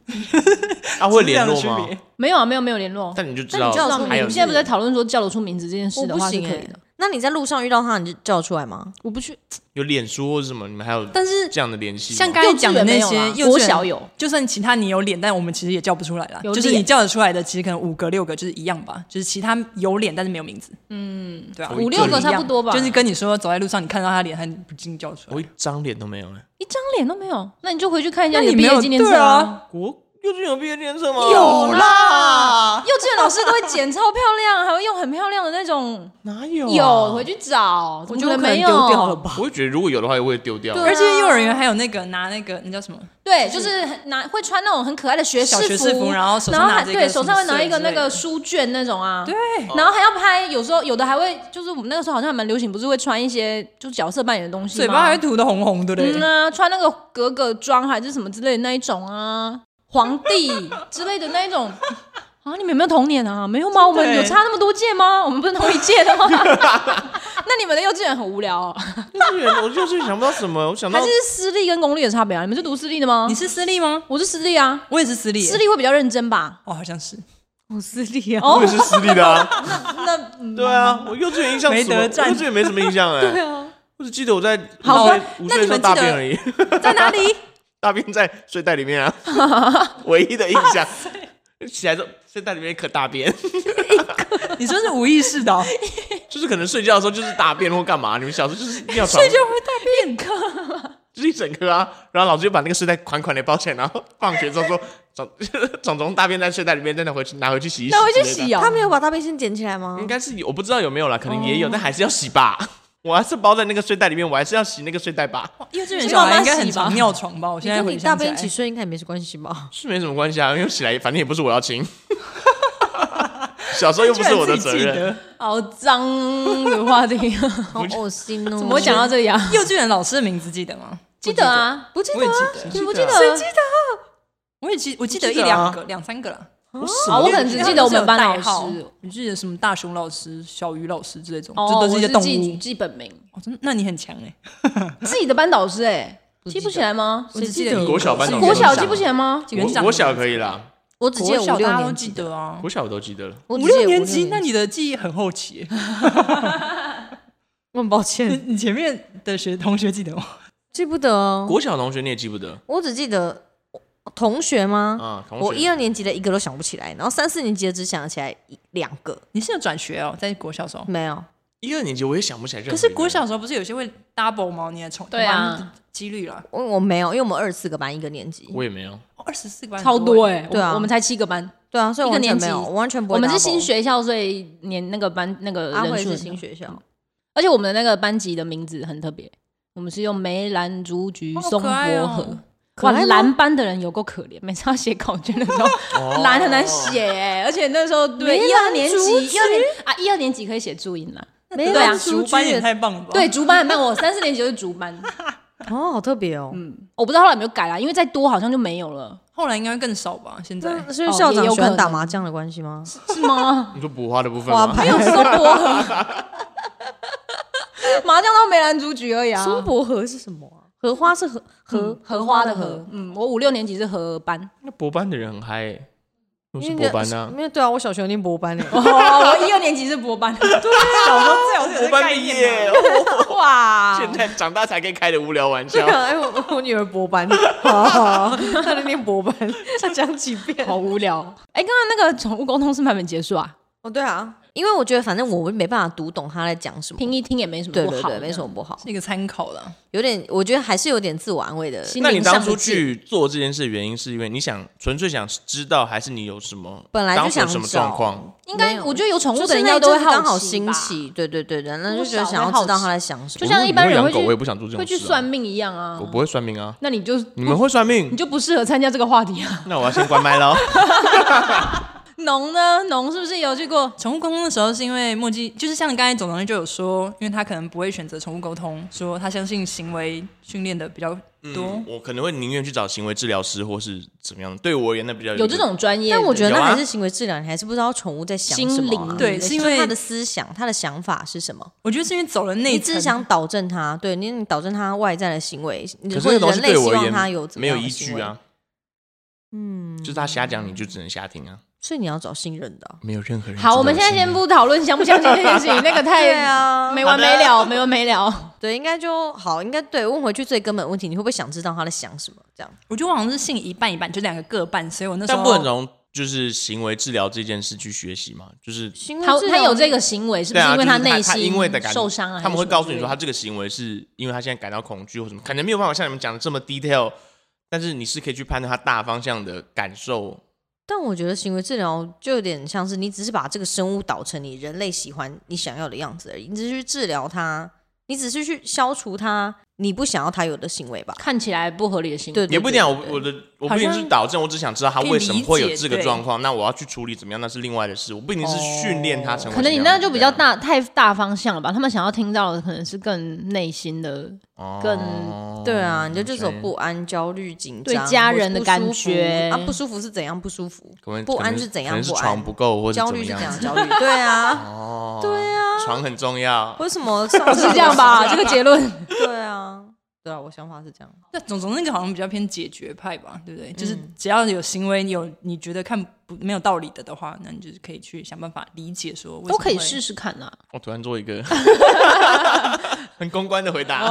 Speaker 2: 啊，会联络
Speaker 1: 是这样
Speaker 2: 吗
Speaker 1: 的区？别？
Speaker 4: 没有啊，没有没有联络。
Speaker 2: 但你就知
Speaker 3: 那
Speaker 2: 道
Speaker 3: 你叫得出名
Speaker 4: 我
Speaker 3: 字
Speaker 2: 还有
Speaker 4: 们现在不是在讨论说叫得出名字这件事
Speaker 3: 我
Speaker 4: 的
Speaker 3: 不
Speaker 4: 话是
Speaker 3: 行
Speaker 4: 可以
Speaker 3: 哎
Speaker 4: 的。。
Speaker 3: 那你在路上遇到他，你就叫得出来吗？
Speaker 4: 我不去，
Speaker 2: 有脸书或是什么，你们还有
Speaker 1: 但是
Speaker 2: 这样的联系吗？
Speaker 1: 像刚才讲的那
Speaker 4: 幼稚园
Speaker 1: 些
Speaker 4: 没有啦，啊
Speaker 1: 幼
Speaker 4: 国
Speaker 1: 稚园
Speaker 4: 小有，
Speaker 1: 就算其他你有脸，但我们其实也叫不出来啦。
Speaker 4: 有
Speaker 1: 就是
Speaker 4: 脸
Speaker 1: 你叫得出来的，其实可能五个六个就是一样吧，就是其他有脸但是没有名字，嗯，对啊，
Speaker 2: 我
Speaker 4: 五
Speaker 2: 一
Speaker 4: 六个
Speaker 2: 张
Speaker 4: 差不多吧，
Speaker 1: 就是跟你说走在路上你看到他脸，他不禁叫出
Speaker 2: 我
Speaker 1: 来。
Speaker 2: 一张脸都没有哎、
Speaker 4: 一张脸都没有。那你就回去看一下
Speaker 1: 那
Speaker 4: 你的毕
Speaker 1: 没
Speaker 4: 业
Speaker 1: 有
Speaker 4: 纪念册
Speaker 1: 对啊。，
Speaker 2: 国幼稚园有毕业纪念册吗？
Speaker 4: 有啦，幼稚园老师都会剪超漂亮，还会用很漂亮的那种，
Speaker 2: 哪有、
Speaker 4: 有啊回。去找，怎么能
Speaker 1: 我可能
Speaker 4: 没有？
Speaker 1: 丢掉了吧。
Speaker 2: 我会觉得如果有的话，也会丢掉。
Speaker 3: 对啊
Speaker 1: 而且幼儿园还有那个拿那个那叫什么？
Speaker 4: 对，就是很拿会穿那种很可爱的学
Speaker 1: 小学
Speaker 4: 服，
Speaker 1: 士服然后手上
Speaker 4: 然后
Speaker 1: 拿
Speaker 4: 还
Speaker 1: 着一个
Speaker 4: 对
Speaker 1: 什
Speaker 4: 手
Speaker 1: 么
Speaker 4: 上会拿
Speaker 1: 穗
Speaker 4: 一个
Speaker 1: 之
Speaker 4: 那
Speaker 1: 类
Speaker 4: 个
Speaker 1: 的
Speaker 4: 书卷那种啊，
Speaker 1: 对，
Speaker 4: 然后还要拍，有时候有的还会就是我们那个时候好像还蛮流行，不是会穿一些就是角色扮演的东西吗，
Speaker 1: 嘴巴还涂的红红的嘞
Speaker 4: 嗯。啊，穿那个格格装还是什么之类的那一种啊，皇 帝之类的那一种。啊，你们有没有童年啊？没有吗？我们有差那么多届吗？我们不是同一届 的吗？那你们的幼稚园很无聊、哦，
Speaker 2: 幼稚园，我幼稚园想不到什么，我想
Speaker 4: 还
Speaker 2: 到
Speaker 4: 是私立跟公立的差别啊？你们是读私立的吗
Speaker 1: 你？是私立吗？
Speaker 4: 我是私立啊，
Speaker 1: 我也是私立 耶，
Speaker 4: 私立会比较认真吧？
Speaker 1: 哦，好像是。
Speaker 4: 我私立啊，
Speaker 2: 我也是私立的啊。
Speaker 3: 那
Speaker 4: 嗯
Speaker 2: 对啊，我幼稚园印象
Speaker 5: 没
Speaker 2: 什么
Speaker 5: 得站
Speaker 2: 我幼稚园没什么印象哎、
Speaker 4: 对啊，
Speaker 2: 我只记得我在
Speaker 1: 好
Speaker 2: 五岁
Speaker 1: 吧
Speaker 2: 五
Speaker 1: 那
Speaker 2: 岁的
Speaker 1: 你
Speaker 2: 时候
Speaker 1: 们
Speaker 2: 大
Speaker 1: 记
Speaker 2: 便
Speaker 1: 得
Speaker 2: 而已，
Speaker 1: 在哪 里？
Speaker 2: 大便在睡袋里面啊，唯一的印象。起来之后，睡袋里面一颗大便，
Speaker 1: 你说是无意识的、哦，
Speaker 2: 就是可能睡觉的时候就是大便或干嘛。你们小时候就是尿床
Speaker 1: 睡，觉会大便坑。
Speaker 2: 就是一整颗啊。然后老师就把那个睡袋款款的包起来，然后放学之后说：“ 总总总大便在睡袋里面，再拿回去拿回去洗一洗。”
Speaker 4: 那我去洗哦。
Speaker 3: 他没有把大便先捡起来吗
Speaker 2: 应？该是有，我不知道有没有啦，可能也有，但还是要洗吧。 我还是包在那个睡袋里面，我还是要洗那个睡袋吧，
Speaker 1: 幼稚园
Speaker 4: 你
Speaker 1: 小
Speaker 4: 妈妈
Speaker 1: 啊孩应该很
Speaker 4: 洗吧
Speaker 1: 常尿床吧？我
Speaker 3: 你
Speaker 1: 现在
Speaker 3: 跟
Speaker 1: 回
Speaker 3: 你大
Speaker 1: 想起
Speaker 3: 便一
Speaker 1: 来
Speaker 3: 起，睡应该也没什关系 吧？
Speaker 2: 是没什么关系啊，因为洗来反正也不是我要清，小时候又不是我的责
Speaker 1: 居然自己记
Speaker 2: 任。
Speaker 1: 得。
Speaker 4: 好脏的话题啊，
Speaker 3: 好恶心哦！
Speaker 4: 怎么会讲到这里啊？
Speaker 1: 幼稚园老师的名字记得吗？
Speaker 4: 记得啊，
Speaker 3: 不记
Speaker 1: 我也
Speaker 3: 得啊？
Speaker 1: 记得，
Speaker 4: 对不
Speaker 2: 记
Speaker 4: 记
Speaker 2: 得
Speaker 4: 得？
Speaker 2: 啊
Speaker 1: 我也记，我记得
Speaker 2: 我
Speaker 1: 一
Speaker 2: 记得啊
Speaker 1: 两个、两三个啦。
Speaker 4: 啊，我可能只记得我们班老
Speaker 1: 因为他们是有代
Speaker 4: 师
Speaker 1: 号，，你记得什么大熊老师、小鱼老师之类这种，
Speaker 4: 哦，
Speaker 1: 这都
Speaker 4: 我
Speaker 1: 一些
Speaker 4: 是
Speaker 1: 动
Speaker 4: 记
Speaker 1: 物。
Speaker 4: 记本名，
Speaker 1: 哦，真的，那你很强哎、
Speaker 4: 自己的班导师哎，
Speaker 3: 不记
Speaker 4: 记
Speaker 3: 得
Speaker 4: 不起来吗？
Speaker 1: 我只
Speaker 3: 谁
Speaker 1: 记
Speaker 3: 记得
Speaker 1: 得
Speaker 2: 国小班
Speaker 1: 是
Speaker 2: 导
Speaker 4: 国小
Speaker 2: 记
Speaker 4: 记不起来吗？
Speaker 1: 园长
Speaker 2: 我我小可以啦，
Speaker 3: 我只记得
Speaker 1: 国小
Speaker 3: 五六
Speaker 1: 大家都
Speaker 3: 年
Speaker 1: 记
Speaker 3: 级，
Speaker 1: 得啊。
Speaker 2: 国小我都记得了。
Speaker 3: 我只
Speaker 1: 五
Speaker 3: 记得
Speaker 1: 六年级，
Speaker 3: 级
Speaker 1: 那你的记忆很后期、 欸。
Speaker 3: 我很抱歉，
Speaker 1: 你前面的学同学记得吗？
Speaker 3: 记不得哦。
Speaker 2: 国小同学你也记不得
Speaker 3: 我只记得同学吗？
Speaker 2: 啊？同
Speaker 3: 嗯
Speaker 2: 学
Speaker 3: 我一二年级的一个都想不起来，然后三四年级的只想得起来一两个，
Speaker 1: 你是有转学哦，在国小时候。
Speaker 3: 没有。
Speaker 2: 一二年级我也想不起来任何一
Speaker 1: 可
Speaker 2: 个
Speaker 1: 是
Speaker 2: 人。
Speaker 1: 国小时候不是有些会 double 吗？你的重
Speaker 4: 对啊，
Speaker 1: 几率啦，
Speaker 3: 我
Speaker 1: 哦
Speaker 3: 我没有，因为我们二十四个班一个年级，
Speaker 2: 我也没有，
Speaker 1: 二十四个班
Speaker 4: 超
Speaker 1: 很多
Speaker 4: 多
Speaker 1: 欸
Speaker 4: 哎，
Speaker 3: 对啊
Speaker 4: 我我们才七个班，
Speaker 3: 对啊，所以我完全
Speaker 4: 一个年级
Speaker 3: 没有，我完全不会。
Speaker 4: 我们是新，学校，所以年那个班那个
Speaker 3: 阿
Speaker 4: 人
Speaker 3: 辉
Speaker 4: 数
Speaker 3: 是
Speaker 4: 很
Speaker 3: 新
Speaker 4: 多，
Speaker 3: 学校，
Speaker 4: 而且我们的那个班级的名字很特别，我们是用梅兰竹菊
Speaker 1: 好
Speaker 4: 松
Speaker 1: 可爱
Speaker 4: 柏
Speaker 1: 哦
Speaker 4: 荷。
Speaker 3: 可
Speaker 4: 哇，
Speaker 3: 爱吗
Speaker 4: 蓝班的人有够可怜，每次要写考卷 的时候，蓝很难写哎，而且那时候对
Speaker 3: 哦梅
Speaker 4: 一
Speaker 3: 兰
Speaker 4: 二年
Speaker 3: 竹
Speaker 4: 级，一二年啊一二年级可以写注音啦，
Speaker 3: 没
Speaker 4: 对啊
Speaker 3: 有
Speaker 1: 竹班也太棒了吧？
Speaker 4: 对，，竹班很棒，我三四年级就是竹班，
Speaker 3: 哦，好特别哦。
Speaker 4: 我不知道后来有没有改啦，因为再多好像就没有了，
Speaker 1: 后来应该会更少吧？现在
Speaker 3: 那是因为
Speaker 4: 哦
Speaker 3: 校
Speaker 4: 也
Speaker 3: 长
Speaker 4: 有
Speaker 3: 喜欢
Speaker 4: 可
Speaker 3: 打
Speaker 4: 能
Speaker 3: 麻将的关系吗？
Speaker 4: 是吗？
Speaker 2: 你说补花的部分
Speaker 3: 花
Speaker 2: 吗？
Speaker 3: 牌
Speaker 4: 没 有 松柏荷，麻将到梅兰竹菊而已啊。
Speaker 3: 松柏荷是什么啊？荷花是荷荷
Speaker 4: 嗯荷花的荷，，嗯，我五六年级是荷班，
Speaker 2: 那博班的人很嗨欸，我是
Speaker 3: 因为
Speaker 2: 博班啊
Speaker 3: 因，为对啊，我小学念博班诶。
Speaker 4: 哦，我一二年级是博 班，啊
Speaker 1: 小时候最好是有
Speaker 2: 博
Speaker 1: 这个
Speaker 2: 班
Speaker 1: 概
Speaker 2: 毕
Speaker 1: 念
Speaker 2: 业哦
Speaker 1: 啊。，
Speaker 4: 哇，
Speaker 2: 现在长大才可以开的无聊玩
Speaker 3: 对
Speaker 2: 笑。
Speaker 3: 啊，哎，我我女儿博 班，她在念 博班，她讲几遍？
Speaker 4: 好无聊。哎，刚刚那个宠物沟通是还没结束啊，
Speaker 3: 哦，对啊，因为我觉得反正我没办法读懂她在讲什么，
Speaker 4: 听一听也没什么
Speaker 3: 对
Speaker 4: 不
Speaker 3: 对
Speaker 4: 好，
Speaker 3: 对，没什么。不好，
Speaker 1: 是一个参考啦。
Speaker 3: 有点我觉得还是有点自我安慰的。
Speaker 4: 心
Speaker 2: 那你
Speaker 4: 灵
Speaker 2: 当
Speaker 4: 上
Speaker 2: 初
Speaker 4: 的界，
Speaker 2: 去做这件事的原因，是因为你想纯粹想知道，还是你有什么
Speaker 3: 本来就
Speaker 2: 当时有
Speaker 3: 想
Speaker 2: 什么
Speaker 3: 找
Speaker 2: 状况？
Speaker 4: 应
Speaker 3: 没
Speaker 4: 该
Speaker 3: 有
Speaker 4: 我觉得有宠物
Speaker 3: 就
Speaker 4: 的
Speaker 3: 是
Speaker 4: 人应
Speaker 3: 那
Speaker 4: 该
Speaker 3: 一
Speaker 4: 都
Speaker 3: 阵
Speaker 4: 会
Speaker 3: 子刚好
Speaker 4: 好
Speaker 3: 兴
Speaker 4: 吧，
Speaker 3: 起，对对对，然后就
Speaker 4: 多
Speaker 3: 觉得
Speaker 4: 少
Speaker 3: 想
Speaker 4: 会
Speaker 3: 要
Speaker 4: 好
Speaker 3: 知道
Speaker 4: 奇
Speaker 3: 她在想什
Speaker 4: 就
Speaker 3: 么。
Speaker 4: 像
Speaker 2: 你
Speaker 4: 一般
Speaker 2: 会
Speaker 4: 人
Speaker 2: 养
Speaker 4: 会
Speaker 2: 狗，
Speaker 4: 去
Speaker 2: 我也不想做这种
Speaker 4: 会
Speaker 2: 事、
Speaker 4: 去算，命一样啊
Speaker 2: 我。不会算命啊。
Speaker 4: 那你就
Speaker 2: 你们会算命
Speaker 4: 你，就不适合参加这个话题啊。
Speaker 2: 那我要先关麦喽。
Speaker 4: 农呢？农是不是有去过？
Speaker 1: 宠物沟通的时候，是因为墨迹，就是像刚才总导就有说，因为他可能不会选择宠物沟通，说他相信行为训练的比较多。
Speaker 2: 嗯我可能会宁愿去找行为治疗师，或是怎么样。对我而言，那比较
Speaker 4: 有这种专业的？
Speaker 3: 但我觉得
Speaker 2: 有
Speaker 3: 那
Speaker 2: 啊
Speaker 3: 还是行为治疗，你还是不知道宠物在想
Speaker 4: 心
Speaker 3: 什么
Speaker 4: 灵
Speaker 3: 啊。
Speaker 1: 对
Speaker 3: 就是
Speaker 1: 因为
Speaker 3: 他的思想，他的想法是什么？
Speaker 1: 我觉得是因为走了那
Speaker 3: 你
Speaker 1: 一
Speaker 3: 只是
Speaker 1: 层，
Speaker 3: 想导正他，对你你导正他外在的行为，你
Speaker 2: 可是
Speaker 3: 或
Speaker 2: 那个
Speaker 3: 者
Speaker 2: 东西
Speaker 3: 人类
Speaker 2: 对
Speaker 3: 希
Speaker 2: 我而
Speaker 3: 望他
Speaker 2: 言
Speaker 3: 有怎么
Speaker 2: 没有
Speaker 3: 样的
Speaker 2: 依
Speaker 3: 行
Speaker 2: 据
Speaker 3: 为？
Speaker 2: 啊，
Speaker 3: 嗯，
Speaker 2: 就是他瞎讲，你就只能瞎听啊，
Speaker 3: 所以你要找信任的啊、
Speaker 2: 没有任何人知道
Speaker 4: 好，
Speaker 2: 的
Speaker 4: 我们现在
Speaker 2: 信任
Speaker 4: 先不讨论相不相信这件事 情，那
Speaker 3: 对
Speaker 4: 个太
Speaker 3: 啊，
Speaker 4: 没完没了，没完没了。
Speaker 3: 对，应该就好，应该对。问回去最根本的问题，你会不会想知道他在想什么？这样
Speaker 1: 我觉得我好像是信一半一半，就两个各半，所以我那时
Speaker 2: 但
Speaker 1: 候
Speaker 2: 不
Speaker 4: 哦
Speaker 2: 能从就是行为治疗这件事去学习嘛，就是
Speaker 3: 行为
Speaker 4: 他
Speaker 3: 治疗
Speaker 4: 他有这个行为，是不
Speaker 2: 对
Speaker 4: 是
Speaker 2: 啊，
Speaker 4: 因为
Speaker 2: 就是他
Speaker 4: 内
Speaker 2: 他
Speaker 4: 心
Speaker 2: 因为的感
Speaker 4: 受伤
Speaker 3: 啊
Speaker 4: 了？
Speaker 2: 他们会
Speaker 4: 还是什么
Speaker 2: 告诉你
Speaker 4: 之
Speaker 2: 说
Speaker 4: 类
Speaker 2: 他
Speaker 4: 的
Speaker 2: 这个行为是因为他现在感到恐惧或什么，可能没有办法像你们讲的这么 detail，但是你是可以去判断他大方向的感受。
Speaker 3: 但我觉得行为治疗就有点像是你只是把这个生物导成你人类喜欢、你想要的样子而已，你只是去治疗它，你只是去消除它你不想要它有的行为吧？
Speaker 4: 看起来不合理的行为，
Speaker 3: 对，
Speaker 2: 也不一定啊，我
Speaker 3: 对
Speaker 2: 我的我
Speaker 1: 好
Speaker 2: 不一定
Speaker 1: 像
Speaker 2: 是导正，我只想知道他为什么会有这
Speaker 1: 可以理
Speaker 2: 个
Speaker 1: 解
Speaker 2: 状况，那我要去处理怎么样，那是另外的事。我不一定是训练
Speaker 3: 哦
Speaker 2: 他成为
Speaker 4: 可能你
Speaker 2: 怎么样
Speaker 4: 那就比较
Speaker 2: 啊
Speaker 4: 大太大方向了吧？他们想要听到的可能是更内心 的
Speaker 2: 哦
Speaker 4: 更
Speaker 3: 对啊，你就就是有
Speaker 2: 所以
Speaker 3: 不安、焦虑、紧张，
Speaker 4: 对家人的
Speaker 3: 或是不
Speaker 4: 感
Speaker 3: 舒服
Speaker 4: 觉
Speaker 3: 啊，不舒服是怎样不舒服？
Speaker 2: 可能
Speaker 3: 不安
Speaker 2: 可能
Speaker 3: 是怎样
Speaker 2: 可能是
Speaker 3: 不安
Speaker 2: 床不够或者
Speaker 3: 焦
Speaker 2: 怎么
Speaker 3: 虑是怎样
Speaker 2: 样？
Speaker 3: 焦虑？对 啊，
Speaker 2: 哦，对啊，床很重要。
Speaker 3: 为什么上
Speaker 4: 是这样吧？这个结论
Speaker 3: 对啊，对啊，我想法是这样。
Speaker 1: 那总总那个好像比较偏解决派吧，对不对？就是
Speaker 3: 嗯
Speaker 1: 只要有行为有你觉得看不没有道理的的话，那你就是可以去想办法理解说为什么
Speaker 4: 都可以
Speaker 1: 会
Speaker 4: 试试看啊呐、
Speaker 2: 我突然做一个很公关的回答，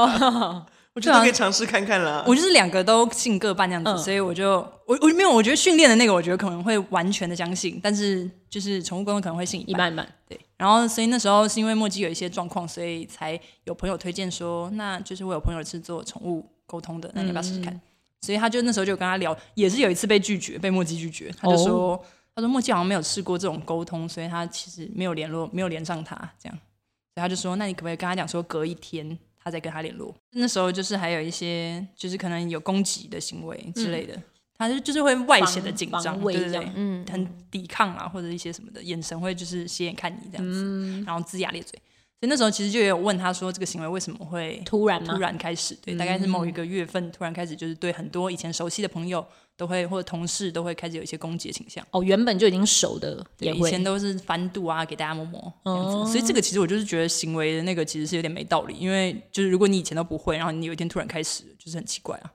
Speaker 2: 我觉
Speaker 1: 对
Speaker 2: 得
Speaker 1: 啊
Speaker 2: 可以尝试看看啦。
Speaker 1: 我就是两个都信各半这样子，
Speaker 4: 嗯
Speaker 1: 所以我就我我没有，我觉得训练的那个，我觉得可能会完全的相信，但是就是宠物沟通可能会信一
Speaker 4: 一
Speaker 1: 半。
Speaker 4: 般般。
Speaker 1: 对，然后所以那时候是因为墨迹有一些状况，所以才有朋友推荐说，那就是我有朋友是做宠物沟通的，那你要不要试试
Speaker 4: 嗯
Speaker 1: 看？所以他就那时候就跟他聊，也是有一次被拒绝，被墨迹拒绝，他就说。他说墨迹好像没有试过这种沟通，所以他其实没有联络，没有连上他这样。所以他就说：“那你可不可以跟他讲说，隔一天他再跟他联络？”那时候就是还有一些，就是可能有攻击的行为之类的，他就就是会外显的紧
Speaker 4: 嗯防
Speaker 1: 张，
Speaker 4: 卫
Speaker 1: 对对
Speaker 4: 这
Speaker 1: 对
Speaker 4: 样，
Speaker 3: 嗯，
Speaker 1: 很抵抗啊，或者一些什么的，眼神会就是斜眼看你这样
Speaker 4: 嗯
Speaker 1: 子，然后龇牙咧嘴。所以那时候其实就有问他说，这个行为为什么会
Speaker 4: 突然吗？嗯
Speaker 1: 突然开始，对，大概是某一个月份突然开始，就是对很多以前熟悉的朋友都会或者同事都会开始有一些攻击的倾向。
Speaker 4: 哦，原本就已经熟的
Speaker 1: 对
Speaker 4: 也
Speaker 1: 以
Speaker 4: 会
Speaker 1: 前都是翻肚啊，给大家摸摸这样子。
Speaker 4: 哦
Speaker 1: 所以这个其实我就是觉得行为的那个其实是有点没道理，因为就是如果你以前都不会，然后你有一天突然开始，就是很奇怪啊。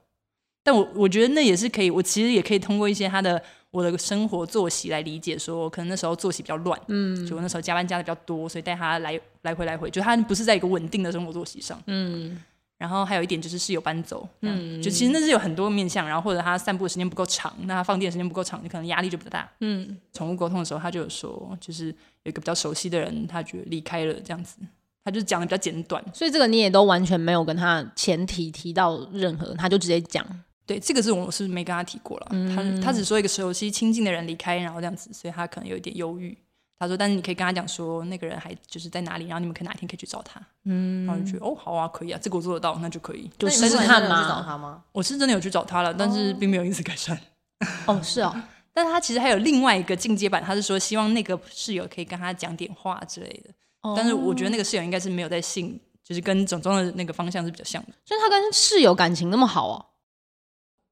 Speaker 1: 但我我觉得那也是可以，我其实也可以通过一些他的我的生活作息来理解说，可能那时候作息比较乱，嗯，就我那时候加班加的比较多，所以带他来来回来回，就他不是在一个稳定的生活作息上，嗯。然后还有一点就是室友搬走，嗯，就其实那是有很多面向，然后或者他散步的时间不够长，那他放电的时间不够长，你可能压力就比较大，
Speaker 3: 嗯
Speaker 1: 宠物沟通的时候，他就有说，就是有一个比较熟悉的人，他觉得离开了这样子，他就讲的比较简短。
Speaker 4: 所以这个你也都完全没有跟他前提提到任何，他就直接讲。
Speaker 1: 对，这个是我是没跟他提过了，
Speaker 3: 嗯
Speaker 1: 他他只说一个熟悉亲近的人离开，然后这样子，所以他可能有一点忧郁。他说，但是你可以跟他讲说，那个人还就是在哪里，然后你们可以哪一天可以去找他。嗯，然后就觉得哦，好啊，可以啊，这个我做得到，那就可以。
Speaker 4: 就
Speaker 3: 那你
Speaker 4: 试试
Speaker 3: 后来
Speaker 4: 看
Speaker 3: 真的有去找
Speaker 4: 嘛。
Speaker 3: 他吗？
Speaker 1: 我是真的有去找他了，但是并没有因此改善。
Speaker 4: 哦，是 哦，
Speaker 1: 但是他其实还有另外一个进阶版，他是说希望那个室友可以跟他讲点话之类的。
Speaker 3: 哦
Speaker 1: 但是我觉得那个室友应该是没有在信，就是跟总装的那个方向是比较像的。
Speaker 4: 所以他跟室友感情那么好哦。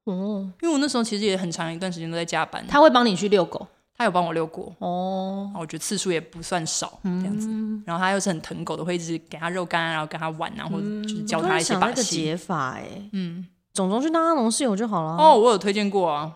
Speaker 4: 哦，
Speaker 1: 因为我那时候其实也很长一段时间都在加班，他
Speaker 4: 他会帮你去遛狗
Speaker 1: 他有帮我遛过，
Speaker 4: 哦
Speaker 1: 然。后我觉得次数也不算少这样子。
Speaker 3: 嗯
Speaker 4: 嗯
Speaker 1: 然后他又是很疼狗的，会一直给他肉干啊，然后跟他玩啊，或者就是
Speaker 3: 嗯
Speaker 1: 教
Speaker 3: 我突
Speaker 1: 他
Speaker 3: 然
Speaker 1: 一些
Speaker 3: 想到
Speaker 1: 把
Speaker 3: 一个
Speaker 1: 戏。
Speaker 3: 解法哎，
Speaker 1: 嗯，
Speaker 3: 种种去当阿农室友就好了。
Speaker 1: 哦，，我有推荐过啊，